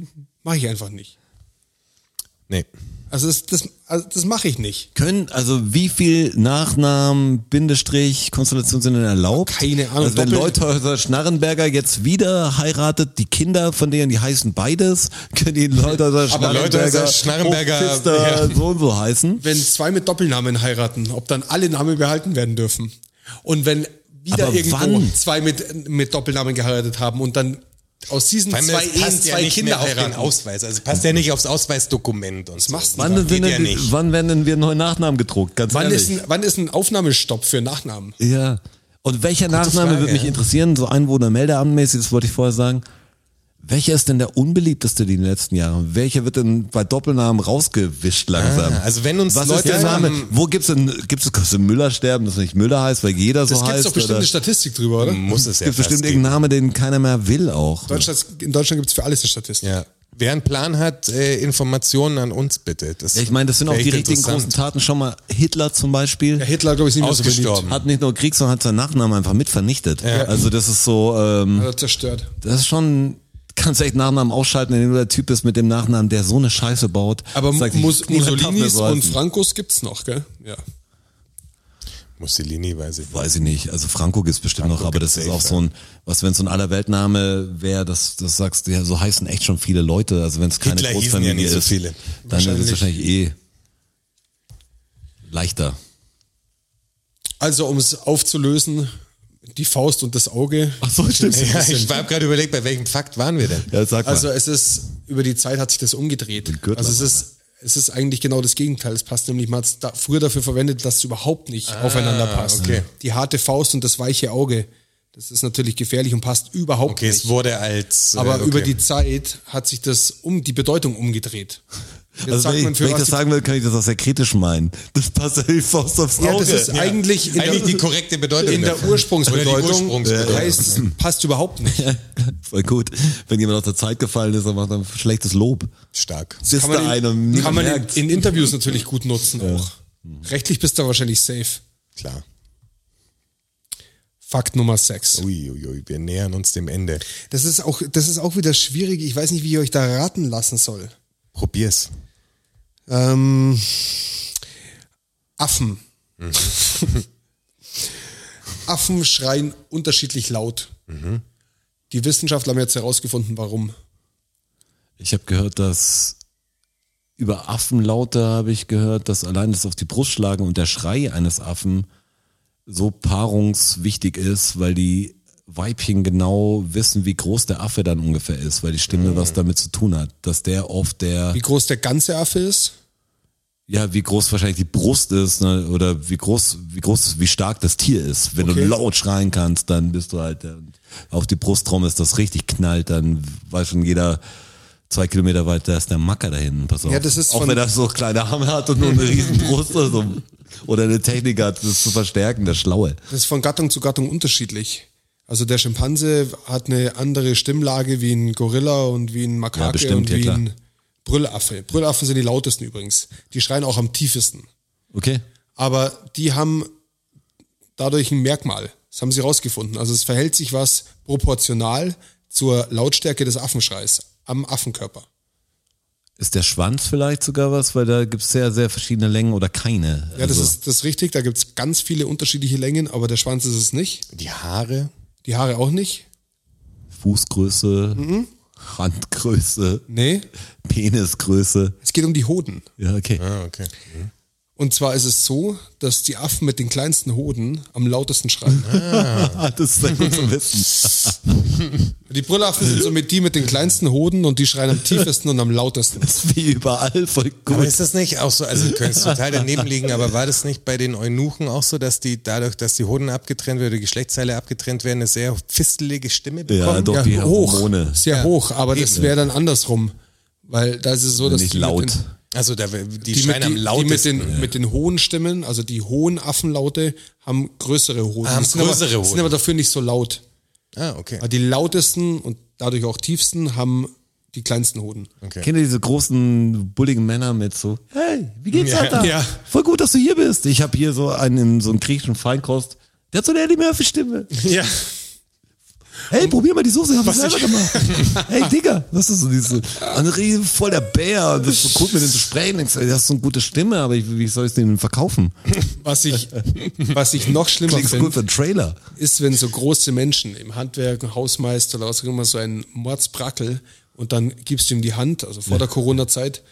Speaker 2: Mache ich einfach nicht.
Speaker 3: Nee.
Speaker 2: Also das, das, also das mache ich nicht.
Speaker 4: können, also wie viel Nachnamen, Bindestrich, Konstellationen sind denn erlaubt?
Speaker 2: Keine Ahnung.
Speaker 4: Also wenn
Speaker 2: Doppel-
Speaker 4: Leuthäuser Schnarrenberger jetzt wieder heiratet, die Kinder von denen, die heißen beides, können die Leuthäuser Schnarrenberger,
Speaker 3: Leuthäuser Schnarrenberger,
Speaker 4: Hochpfister,
Speaker 3: ja.
Speaker 4: so und so heißen.
Speaker 2: wenn zwei mit Doppelnamen heiraten, ob dann alle Namen behalten werden dürfen. Und wenn wieder
Speaker 4: Aber
Speaker 2: irgendwo
Speaker 4: wann?
Speaker 2: zwei mit, mit Doppelnamen geheiratet haben und dann aus diesen
Speaker 3: Vor allem,
Speaker 2: zwei
Speaker 3: es passt
Speaker 2: Ehen zwei
Speaker 3: nicht
Speaker 2: Kinder
Speaker 3: mehr auf den
Speaker 2: heiraten.
Speaker 3: Ausweis. Also passt ja nicht aufs Ausweisdokument und so.
Speaker 2: machst du
Speaker 4: Wann,
Speaker 3: Geht
Speaker 4: sind
Speaker 3: ja
Speaker 4: denn, die-
Speaker 3: nicht.
Speaker 4: wann werden denn wir neue Nachnamen gedruckt? Ganz
Speaker 2: Wann
Speaker 4: ehrlich.
Speaker 2: ist, ein, wann ist ein Aufnahmestopp für Nachnamen?
Speaker 4: Ja. Und welcher Nachname
Speaker 3: Frage,
Speaker 4: würde mich
Speaker 3: ja.
Speaker 4: interessieren? So Einwohnermeldeamtmäßig, das wollte ich vorher sagen. Welcher ist denn der unbeliebteste die in den letzten Jahren? Welcher wird denn bei Doppelnamen rausgewischt langsam?
Speaker 3: Ah, also wenn uns
Speaker 4: Was
Speaker 3: Leute
Speaker 4: ist der Name?
Speaker 3: haben-
Speaker 4: Wo gibt's denn gibt's es Müller sterben, dass nicht Müller heißt, weil jeder
Speaker 2: Das
Speaker 4: so
Speaker 2: gibt's
Speaker 4: heißt? Mhm.
Speaker 2: doch bestimmt
Speaker 4: oder?
Speaker 2: eine Statistik drüber, oder?
Speaker 3: Muss es ja
Speaker 4: Gibt
Speaker 3: fast
Speaker 4: bestimmt
Speaker 3: geben.
Speaker 4: irgendeinen Namen, den keiner mehr will auch.
Speaker 2: Deutschland, in Deutschland gibt's für alles eine Statistik.
Speaker 3: Ja. Wer einen Plan hat, äh, Informationen an uns bitte. Das
Speaker 4: Ja, ich meine, das sind auch
Speaker 3: wär
Speaker 4: die
Speaker 3: echt
Speaker 4: richtigen
Speaker 3: interessant.
Speaker 4: großen Taten. Schon mal Hitler zum Beispiel.
Speaker 2: Ja, Hitler, glaube ich, ist nicht mehr so
Speaker 3: Ausgestorben.
Speaker 4: hat nicht nur Krieg, sondern hat seinen Nachnamen einfach mit vernichtet. Also das ist so, ähm,
Speaker 2: beliebt. Hat er zerstört.
Speaker 4: das ist schon, kannst echt Nachnamen ausschalten, indem du der Typ bist mit dem Nachnamen, der so eine Scheiße baut.
Speaker 2: Aber
Speaker 4: Das sagt sich
Speaker 2: Mus
Speaker 4: niemand darf mehr
Speaker 2: Mussolinis
Speaker 4: so
Speaker 2: und
Speaker 4: heißen.
Speaker 2: Frankos gibt's noch, gell? Ja.
Speaker 3: Mussolini, weiß ich.
Speaker 4: Weiß ich nicht, also Franco gibt's bestimmt noch, aber das
Speaker 3: gibt's
Speaker 4: ist auch
Speaker 3: safe,
Speaker 4: so ein, was wenn so ein Allerweltname wäre, das, das sagst du, ja, so heißen echt schon viele Leute, also wenn es keine
Speaker 3: Hitler hießen
Speaker 4: Großfamilie
Speaker 3: ja nicht so
Speaker 4: ist,
Speaker 3: viele.
Speaker 4: dann ist es wahrscheinlich eh leichter.
Speaker 2: Also, um es aufzulösen, die Faust und das Auge.
Speaker 4: Ach so, stimmt.
Speaker 3: Ja, ich habe gerade überlegt, bei welchem Fakt waren wir denn?
Speaker 4: Ja, sag mal.
Speaker 2: Also es ist, über die Zeit hat sich das umgedreht.
Speaker 4: Den Gürtel
Speaker 2: Also es ist, es ist eigentlich genau das Gegenteil. Es passt nämlich, man hat es da früher dafür verwendet, dass es überhaupt nicht aufeinander passt.
Speaker 3: okay.
Speaker 2: Die harte Faust und das weiche Auge, das ist natürlich gefährlich und passt überhaupt
Speaker 3: Okay,
Speaker 2: nicht.
Speaker 3: es wurde als. äh,
Speaker 2: Aber
Speaker 3: okay.
Speaker 2: über die Zeit hat sich das um die Bedeutung umgedreht. Jetzt
Speaker 4: Also wenn, ich, wenn ich
Speaker 2: was
Speaker 4: das
Speaker 2: die-
Speaker 4: sagen will, kann ich das auch sehr kritisch meinen. Das passt ja wie Faust aufs Auge.
Speaker 2: ja, das ist eigentlich in
Speaker 3: Eigentlich
Speaker 2: der,
Speaker 3: die korrekte Bedeutung.
Speaker 2: in der
Speaker 3: davon. Oder die
Speaker 2: Ursprungsbedeutung
Speaker 3: Ursprungsbedeutung.
Speaker 2: heißt, es passt überhaupt nicht.
Speaker 4: Voll gut. Wenn jemand aus der Zeit gefallen ist, dann macht er ein schlechtes Lob.
Speaker 3: stark.
Speaker 4: Sitzt da ein und
Speaker 2: kann
Speaker 4: niemand
Speaker 2: man in,
Speaker 4: merkt.
Speaker 2: in Interviews natürlich gut nutzen auch. Rechtlich bist du wahrscheinlich safe.
Speaker 3: Klar.
Speaker 2: Fakt Nummer 6.
Speaker 3: Ui, ui, ui, wir nähern uns dem Ende.
Speaker 2: Das ist auch, das ist auch wieder schwierig. Ich weiß nicht, wie ich euch da raten lassen soll.
Speaker 3: Probier's.
Speaker 2: Ähm, Affen.
Speaker 4: Mhm.
Speaker 2: Affen schreien unterschiedlich laut.
Speaker 4: Mhm.
Speaker 2: Die Wissenschaftler haben jetzt herausgefunden, warum.
Speaker 4: Ich habe gehört, dass über Affenlaute habe ich gehört, dass allein das auf die Brust schlagen und der Schrei eines Affen so paarungswichtig ist, weil die Weibchen genau wissen, wie groß der Affe dann ungefähr ist, weil die Stimme was damit zu tun hat, dass der oft der
Speaker 2: Wie groß der ganze Affe ist?
Speaker 4: ja, wie groß wahrscheinlich die Brust ist, ne? oder wie groß, wie groß, wie stark das Tier ist. Wenn
Speaker 2: Okay.
Speaker 4: du laut schreien kannst, dann bist du halt äh, auf die Brustraum ist das richtig knallt, dann weiß schon jeder zwei Kilometer weit, da ist der Macker da hinten. Pass auf.
Speaker 2: Ja, das ist
Speaker 4: auch
Speaker 2: von-
Speaker 4: wenn er so kleine Arme hat und nur eine riesen Brust oder, so, oder eine Technik hat, das zu verstärken, der Schlaue.
Speaker 2: Das ist von Gattung zu Gattung unterschiedlich. Also der Schimpanse hat eine andere Stimmlage wie ein Gorilla und wie ein Makake
Speaker 4: Ja, bestimmt,
Speaker 2: und
Speaker 4: ja,
Speaker 2: wie
Speaker 4: klar.
Speaker 2: ein Brüllaffe. Brüllaffen sind die lautesten übrigens. Die schreien auch am tiefesten.
Speaker 4: Okay?
Speaker 2: aber die haben dadurch ein Merkmal. Das haben sie rausgefunden. Also es verhält sich was proportional zur Lautstärke des Affenschreis am Affenkörper.
Speaker 4: Ist der Schwanz vielleicht sogar was, weil da gibt's sehr, sehr verschiedene Längen oder keine. Also
Speaker 2: Ja, das ist das ist richtig. Da gibt's ganz viele unterschiedliche Längen, aber der Schwanz ist es nicht.
Speaker 3: Die Haare?
Speaker 2: Die Haare auch nicht.
Speaker 4: Fußgröße,
Speaker 2: Mhm.
Speaker 4: Handgröße,
Speaker 2: Nee.
Speaker 4: Penisgröße.
Speaker 2: Es geht um die Hoden.
Speaker 4: Ja, okay.
Speaker 3: Ah, okay.
Speaker 2: Und zwar ist es so, dass die Affen mit den kleinsten Hoden am lautesten schreien.
Speaker 4: Ah, das ist sehr gut zu wissen.
Speaker 2: Die Brüllaffen sind somit die mit den kleinsten Hoden und die schreien am tiefesten und am lautesten.
Speaker 4: Das ist wie überall voll
Speaker 3: Aber
Speaker 4: gut.
Speaker 3: ist das nicht auch so, also könnte es total daneben liegen, aber war das nicht bei den Eunuchen auch so, dass die dadurch, dass die Hoden abgetrennt werden, die Geschlechtsteile abgetrennt werden, eine sehr fistelige Stimme
Speaker 4: Ja,
Speaker 3: bekommen?
Speaker 4: doch, die
Speaker 2: hoch,
Speaker 4: Hormone.
Speaker 2: sehr hoch, aber das wäre dann andersrum, weil da ist es so, dass
Speaker 4: Nicht
Speaker 2: die mit
Speaker 4: laut.
Speaker 2: den-
Speaker 3: Also da, die, die
Speaker 2: die,
Speaker 3: schreien
Speaker 2: mit, die,
Speaker 3: am
Speaker 2: die mit,
Speaker 3: lautesten.
Speaker 2: den, mit den hohen Stimmen, also die hohen Affenlaute, haben größere Hoden.
Speaker 3: Haben
Speaker 2: Die sind
Speaker 3: größere
Speaker 2: aber,
Speaker 3: Hoden.
Speaker 2: Sind aber dafür nicht so laut.
Speaker 3: ah, okay.
Speaker 2: Aber die lautesten und dadurch auch tiefsten haben die kleinsten Hoden.
Speaker 4: Kennt ihr diese großen, bulligen Männer mit so, hey, wie geht's
Speaker 3: Ja.
Speaker 4: Alter?
Speaker 2: Ja.
Speaker 4: Voll gut, dass du hier bist. Ich habe hier so einen, in so einen griechischen Feinkost, der hat so eine Eddie Murphy-Stimme.
Speaker 2: Ja.
Speaker 4: Hey, probier mal die Soße, hab ich
Speaker 2: Was
Speaker 4: selber
Speaker 2: ich-
Speaker 4: gemacht. hey, Digga, was ist so diese, André, voll der Bär, das ist so cool mit dem zu sprechen, denkst, ey, das ist so eine gute Stimme, aber ich, wie soll ich denen verkaufen?
Speaker 2: Was ich, was ich noch schlimmer
Speaker 4: Klingt so gut
Speaker 2: finde,
Speaker 4: für einen Trailer.
Speaker 2: ist, wenn so große Menschen im Handwerk, Hausmeister oder was auch immer, so einen Mordsbrackel und dann gibst du ihm die Hand, also vor der Corona-Zeit,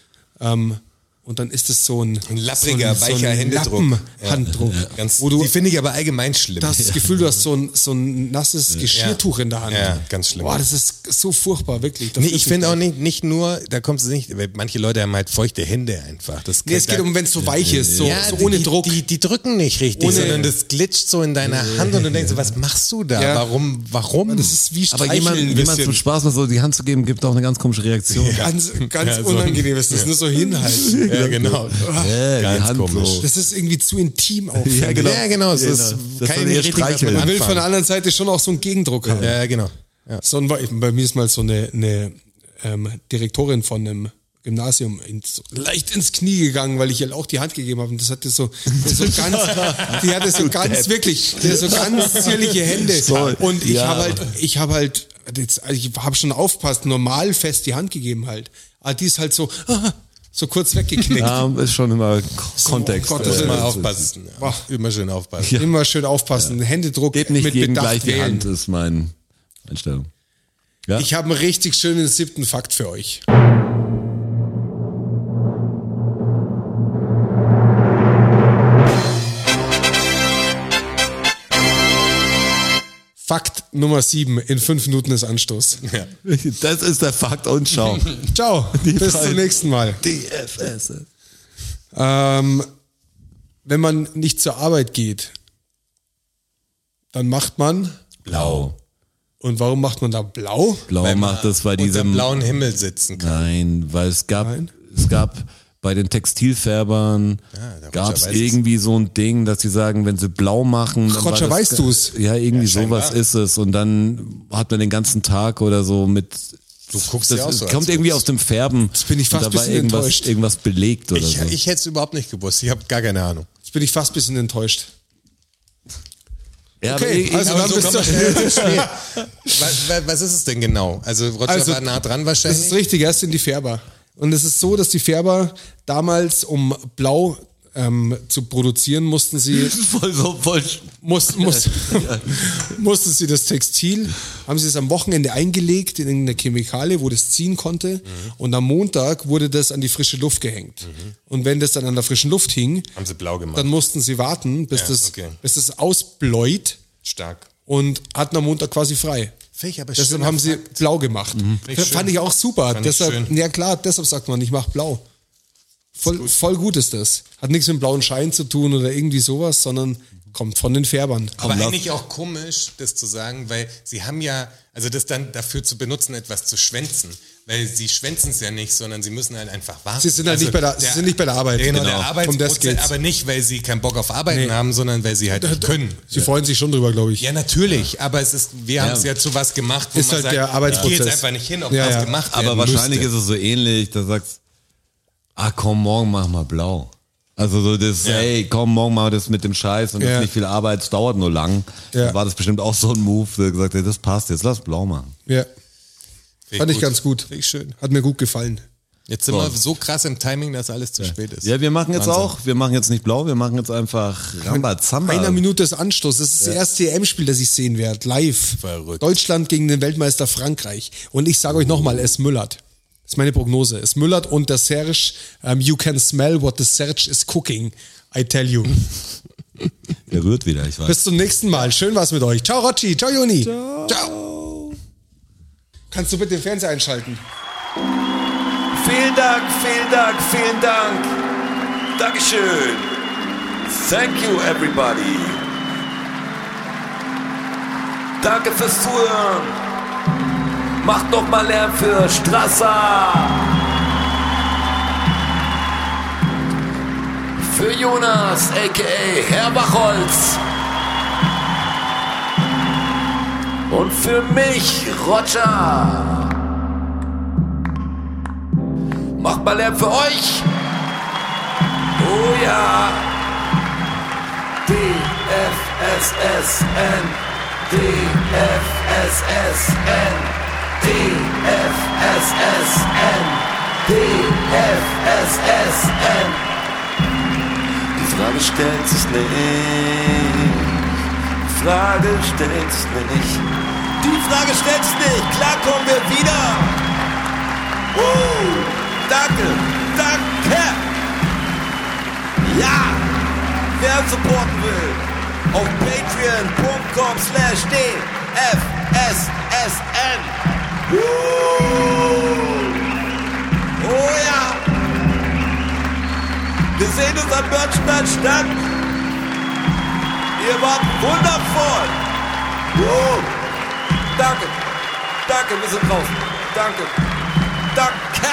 Speaker 2: ähm, und dann ist es so ein,
Speaker 3: Ein lappriger,
Speaker 2: so ein, so
Speaker 3: weicher
Speaker 2: ein
Speaker 3: Händedruck.
Speaker 2: Lappenhanddruck,
Speaker 3: Ganz,
Speaker 2: wo du
Speaker 3: die finde ich aber allgemein schlimm.
Speaker 2: Du hast das Gefühl, du hast so ein, so ein nasses Geschirrtuch in der Hand.
Speaker 3: Ja, ganz schlimm.
Speaker 2: Boah, das ist so furchtbar, wirklich. Das
Speaker 3: Nee,
Speaker 2: ist
Speaker 3: ich finde auch nicht, nicht nur, da kommt es nicht, weil manche Leute haben halt feuchte Hände einfach. Das
Speaker 2: Nee, es geht um, wenn es so weich ist, so, so ohne
Speaker 3: die,
Speaker 2: Druck.
Speaker 3: Die, die drücken nicht richtig,
Speaker 2: Ohne-
Speaker 3: sondern das glitscht so in deiner Hand und du denkst, so, was machst du da?
Speaker 2: Ja.
Speaker 3: Warum? Warum?
Speaker 2: das ist wie
Speaker 4: Aber
Speaker 2: Streicheln
Speaker 4: jemand,
Speaker 2: ein
Speaker 4: jemand zum
Speaker 2: bisschen.
Speaker 4: Spaß mal so die Hand zu geben, gibt auch eine ganz komische Reaktion.
Speaker 2: Ganz, ganz
Speaker 3: Ja, so-
Speaker 2: unangenehm ist das, nur so hinhalten.
Speaker 3: ja, genau.
Speaker 4: Ja, die
Speaker 3: Ganz
Speaker 4: Hand
Speaker 3: komisch.
Speaker 4: so.
Speaker 2: Das ist irgendwie zu intim auch. finde
Speaker 3: Ja,
Speaker 2: ich.
Speaker 3: genau. Ja, genau. Es ist
Speaker 4: Genau. Das
Speaker 3: kein
Speaker 4: soll eher
Speaker 3: richtig was
Speaker 4: streicheln.
Speaker 3: mit
Speaker 2: Man will von der
Speaker 3: anfangen.
Speaker 2: anderen Seite schon auch so einen Gegendruck haben.
Speaker 3: Ja, genau. Ja.
Speaker 2: So ein, bei mir ist mal so eine, eine ähm, Direktorin von einem Gymnasium ins, leicht ins Knie gegangen, weil ich ihr auch die Hand gegeben habe. Und das hatte so, so ganz, die hatte so ganz wirklich, die hatte so ganz zierliche Hände. und ich
Speaker 4: ja.
Speaker 2: habe halt, ich habe halt, jetzt, ich habe schon aufpasst, normal fest die Hand gegeben halt. Aber die ist halt so, so kurz weggeknickt. Oh
Speaker 6: Ja, ist schon immer K- Kontext.
Speaker 2: Gott, das
Speaker 6: äh,
Speaker 2: ist
Speaker 3: Immer
Speaker 2: Ja.
Speaker 3: aufpassen.
Speaker 2: Boah.
Speaker 3: Immer schön aufpassen.
Speaker 2: Immer schön aufpassen. Händedruck
Speaker 6: Gebt nicht
Speaker 2: mit
Speaker 6: jedem
Speaker 2: Bedacht
Speaker 6: gleich die
Speaker 2: wählen.
Speaker 6: Hand, ist meine Einstellung.
Speaker 2: Ich habe einen richtig schönen siebten Fakt für euch. Fakt Nummer sieben. In fünf Minuten ist Anstoß.
Speaker 6: Das ist der Fakt und schau.
Speaker 2: Ciao. bis
Speaker 6: Frage-
Speaker 2: zum nächsten Mal.
Speaker 6: DFS.
Speaker 2: Ähm, wenn man nicht zur Arbeit geht, dann macht man.
Speaker 4: Blau.
Speaker 2: Und warum macht man da blau?
Speaker 4: Blau macht das bei
Speaker 3: Unter
Speaker 4: diesem
Speaker 3: blauen Himmel sitzen kann.
Speaker 4: Nein, weil es gab, es gab bei den Textilfärbern
Speaker 3: der Roger
Speaker 4: gab es
Speaker 3: weiß
Speaker 4: irgendwie so ein Ding, dass sie sagen, wenn sie blau machen, dann
Speaker 2: Roger,
Speaker 4: war das-
Speaker 2: weißt du's?
Speaker 4: Ja, irgendwie
Speaker 3: scheinbar.
Speaker 4: sowas ist es und dann hat man den ganzen Tag oder so mit
Speaker 3: Du guckst
Speaker 4: das
Speaker 3: ja auch so, als
Speaker 4: kommt irgendwie aus dem Färben. Jetzt
Speaker 2: bin ich fast
Speaker 4: und da war
Speaker 2: bisschen
Speaker 4: irgendwas,
Speaker 2: enttäuscht.
Speaker 4: irgendwas belegt oder
Speaker 3: Ich,
Speaker 4: so.
Speaker 3: ich hätte es überhaupt nicht gewusst. Ich habe gar keine Ahnung.
Speaker 2: Jetzt bin ich fast ein bisschen enttäuscht.
Speaker 4: ja, aber
Speaker 2: Okay,
Speaker 4: ich-
Speaker 2: also
Speaker 3: aber
Speaker 2: dann
Speaker 3: so
Speaker 2: bist
Speaker 3: kann man-
Speaker 2: du.
Speaker 3: Was, wa- was ist es denn genau? Also Roger
Speaker 2: Also,
Speaker 3: war nah dran
Speaker 2: Das ist
Speaker 3: wahrscheinlich.
Speaker 2: richtig, erst sind die Färber. Und es ist so, dass die Färber damals, um Blau ähm, zu produzieren, mussten sie,
Speaker 4: voll so voll
Speaker 2: muss, muss, mussten sie das Textil, haben sie es am Wochenende eingelegt in irgendeine Chemikalie, wo das ziehen konnte. Und am Montag wurde das an die frische Luft gehängt. Und wenn das dann an der frischen Luft hing,
Speaker 3: Haben sie blau gemacht.
Speaker 2: dann mussten sie warten, bis,
Speaker 3: Ja,
Speaker 2: das,
Speaker 3: okay.
Speaker 2: bis das ausbläut
Speaker 3: Stark.
Speaker 2: und hatten am Montag quasi frei.
Speaker 3: Fähig, aber
Speaker 2: Deshalb
Speaker 3: schöner
Speaker 2: haben sie
Speaker 3: Fakt.
Speaker 2: blau gemacht. Das
Speaker 3: Mhm. schön.
Speaker 2: fand ich auch super.
Speaker 3: Fand ich
Speaker 2: deshalb,
Speaker 3: schön.
Speaker 2: ja klar, deshalb sagt man, ich mach blau. Voll gut. voll gut ist das. Hat nichts mit dem blauen Schein zu tun oder irgendwie sowas, sondern kommt von den Färbern.
Speaker 3: Aber eigentlich auch komisch, das zu sagen, weil sie haben ja, also das dann dafür zu benutzen, etwas zu schwänzen. Weil sie schwänzen es ja nicht, sondern sie müssen halt einfach warten. Also
Speaker 2: Sie sind halt nicht bei der- sie sind nicht bei der Arbeit.
Speaker 3: Genau,
Speaker 2: Genau.
Speaker 3: der
Speaker 2: Um das
Speaker 3: Arbeitsprozess,
Speaker 2: geht's.
Speaker 3: aber nicht, weil sie keinen Bock auf Arbeiten
Speaker 2: Nee.
Speaker 3: haben, sondern weil sie halt nicht können.
Speaker 2: Sie freuen sich schon drüber, glaube ich.
Speaker 3: Ja, natürlich, aber es ist, wir haben es ja zu was gemacht, wo
Speaker 2: Ist
Speaker 3: man
Speaker 2: halt
Speaker 3: sagt,
Speaker 2: der
Speaker 3: ich gehe
Speaker 2: Arbeitsprozess.
Speaker 3: jetzt einfach nicht hin, ob
Speaker 2: Ja,
Speaker 3: was
Speaker 2: ja.
Speaker 3: gemacht werden
Speaker 4: aber wahrscheinlich
Speaker 3: müsste.
Speaker 4: ist es so ähnlich, da sagst ah komm, morgen mach mal blau. Also so das,
Speaker 3: Ja.
Speaker 4: hey, komm, morgen mal das mit dem Scheiß und das
Speaker 2: Ja.
Speaker 4: ist nicht viel Arbeit, es dauert nur lang.
Speaker 2: Ja.
Speaker 4: Dann war das bestimmt auch so ein Move, der gesagt hat, das passt, jetzt lass blau machen.
Speaker 2: Ja.
Speaker 3: Finde
Speaker 2: Fand ich ganz gut.
Speaker 3: Finde ich schön.
Speaker 2: Hat mir gut gefallen.
Speaker 3: Jetzt sind wir so krass im Timing, dass alles zu spät ist.
Speaker 4: Ja, wir machen jetzt
Speaker 3: Wahnsinn.
Speaker 4: auch, wir machen jetzt nicht blau, wir machen jetzt einfach Rambazamba.
Speaker 2: Einer Minute ist Anstoß. Das ist das erste EM-Spiel, das ich sehen werde. Live.
Speaker 3: Verrückt.
Speaker 2: Deutschland gegen den Weltmeister Frankreich. Und ich sage euch nochmal, es müllert. Das ist meine Prognose. Es müllert und der Serge, ähm, you can smell what the Serge is cooking. I tell you.
Speaker 4: Er rührt wieder, ich weiß.
Speaker 2: Bis zum nächsten Mal. Schön war's mit euch. Ciao, Rocci. Ciao, Juni. Ciao. Kannst du bitte den Fernseher einschalten?
Speaker 1: Vielen Dank, vielen Dank, vielen Dank. Dankeschön. Thank you, everybody. Danke fürs Zuhören. Macht noch mal Lärm für Strasser. Für Jonas, a.k.a. Herr Bachholz. Und für mich, Roger. Macht mal Lärm für euch. Oh ja. DFSSN. DFSSN. DFSSN. DFSSN. Die Frage stellt sich nicht. Die Frage stellt sich nicht. Die Frage stellt sich nicht. Klar kommen wir wieder. Uh, danke, danke. Ja, wer uns supporten will, auf patreon.com slash dfssn. Uh, oh ja. Wir sehen uns am Börnstein statt. Ihr wart wundervoll. Uh, danke, danke, wir sind draußen. Danke. Danke!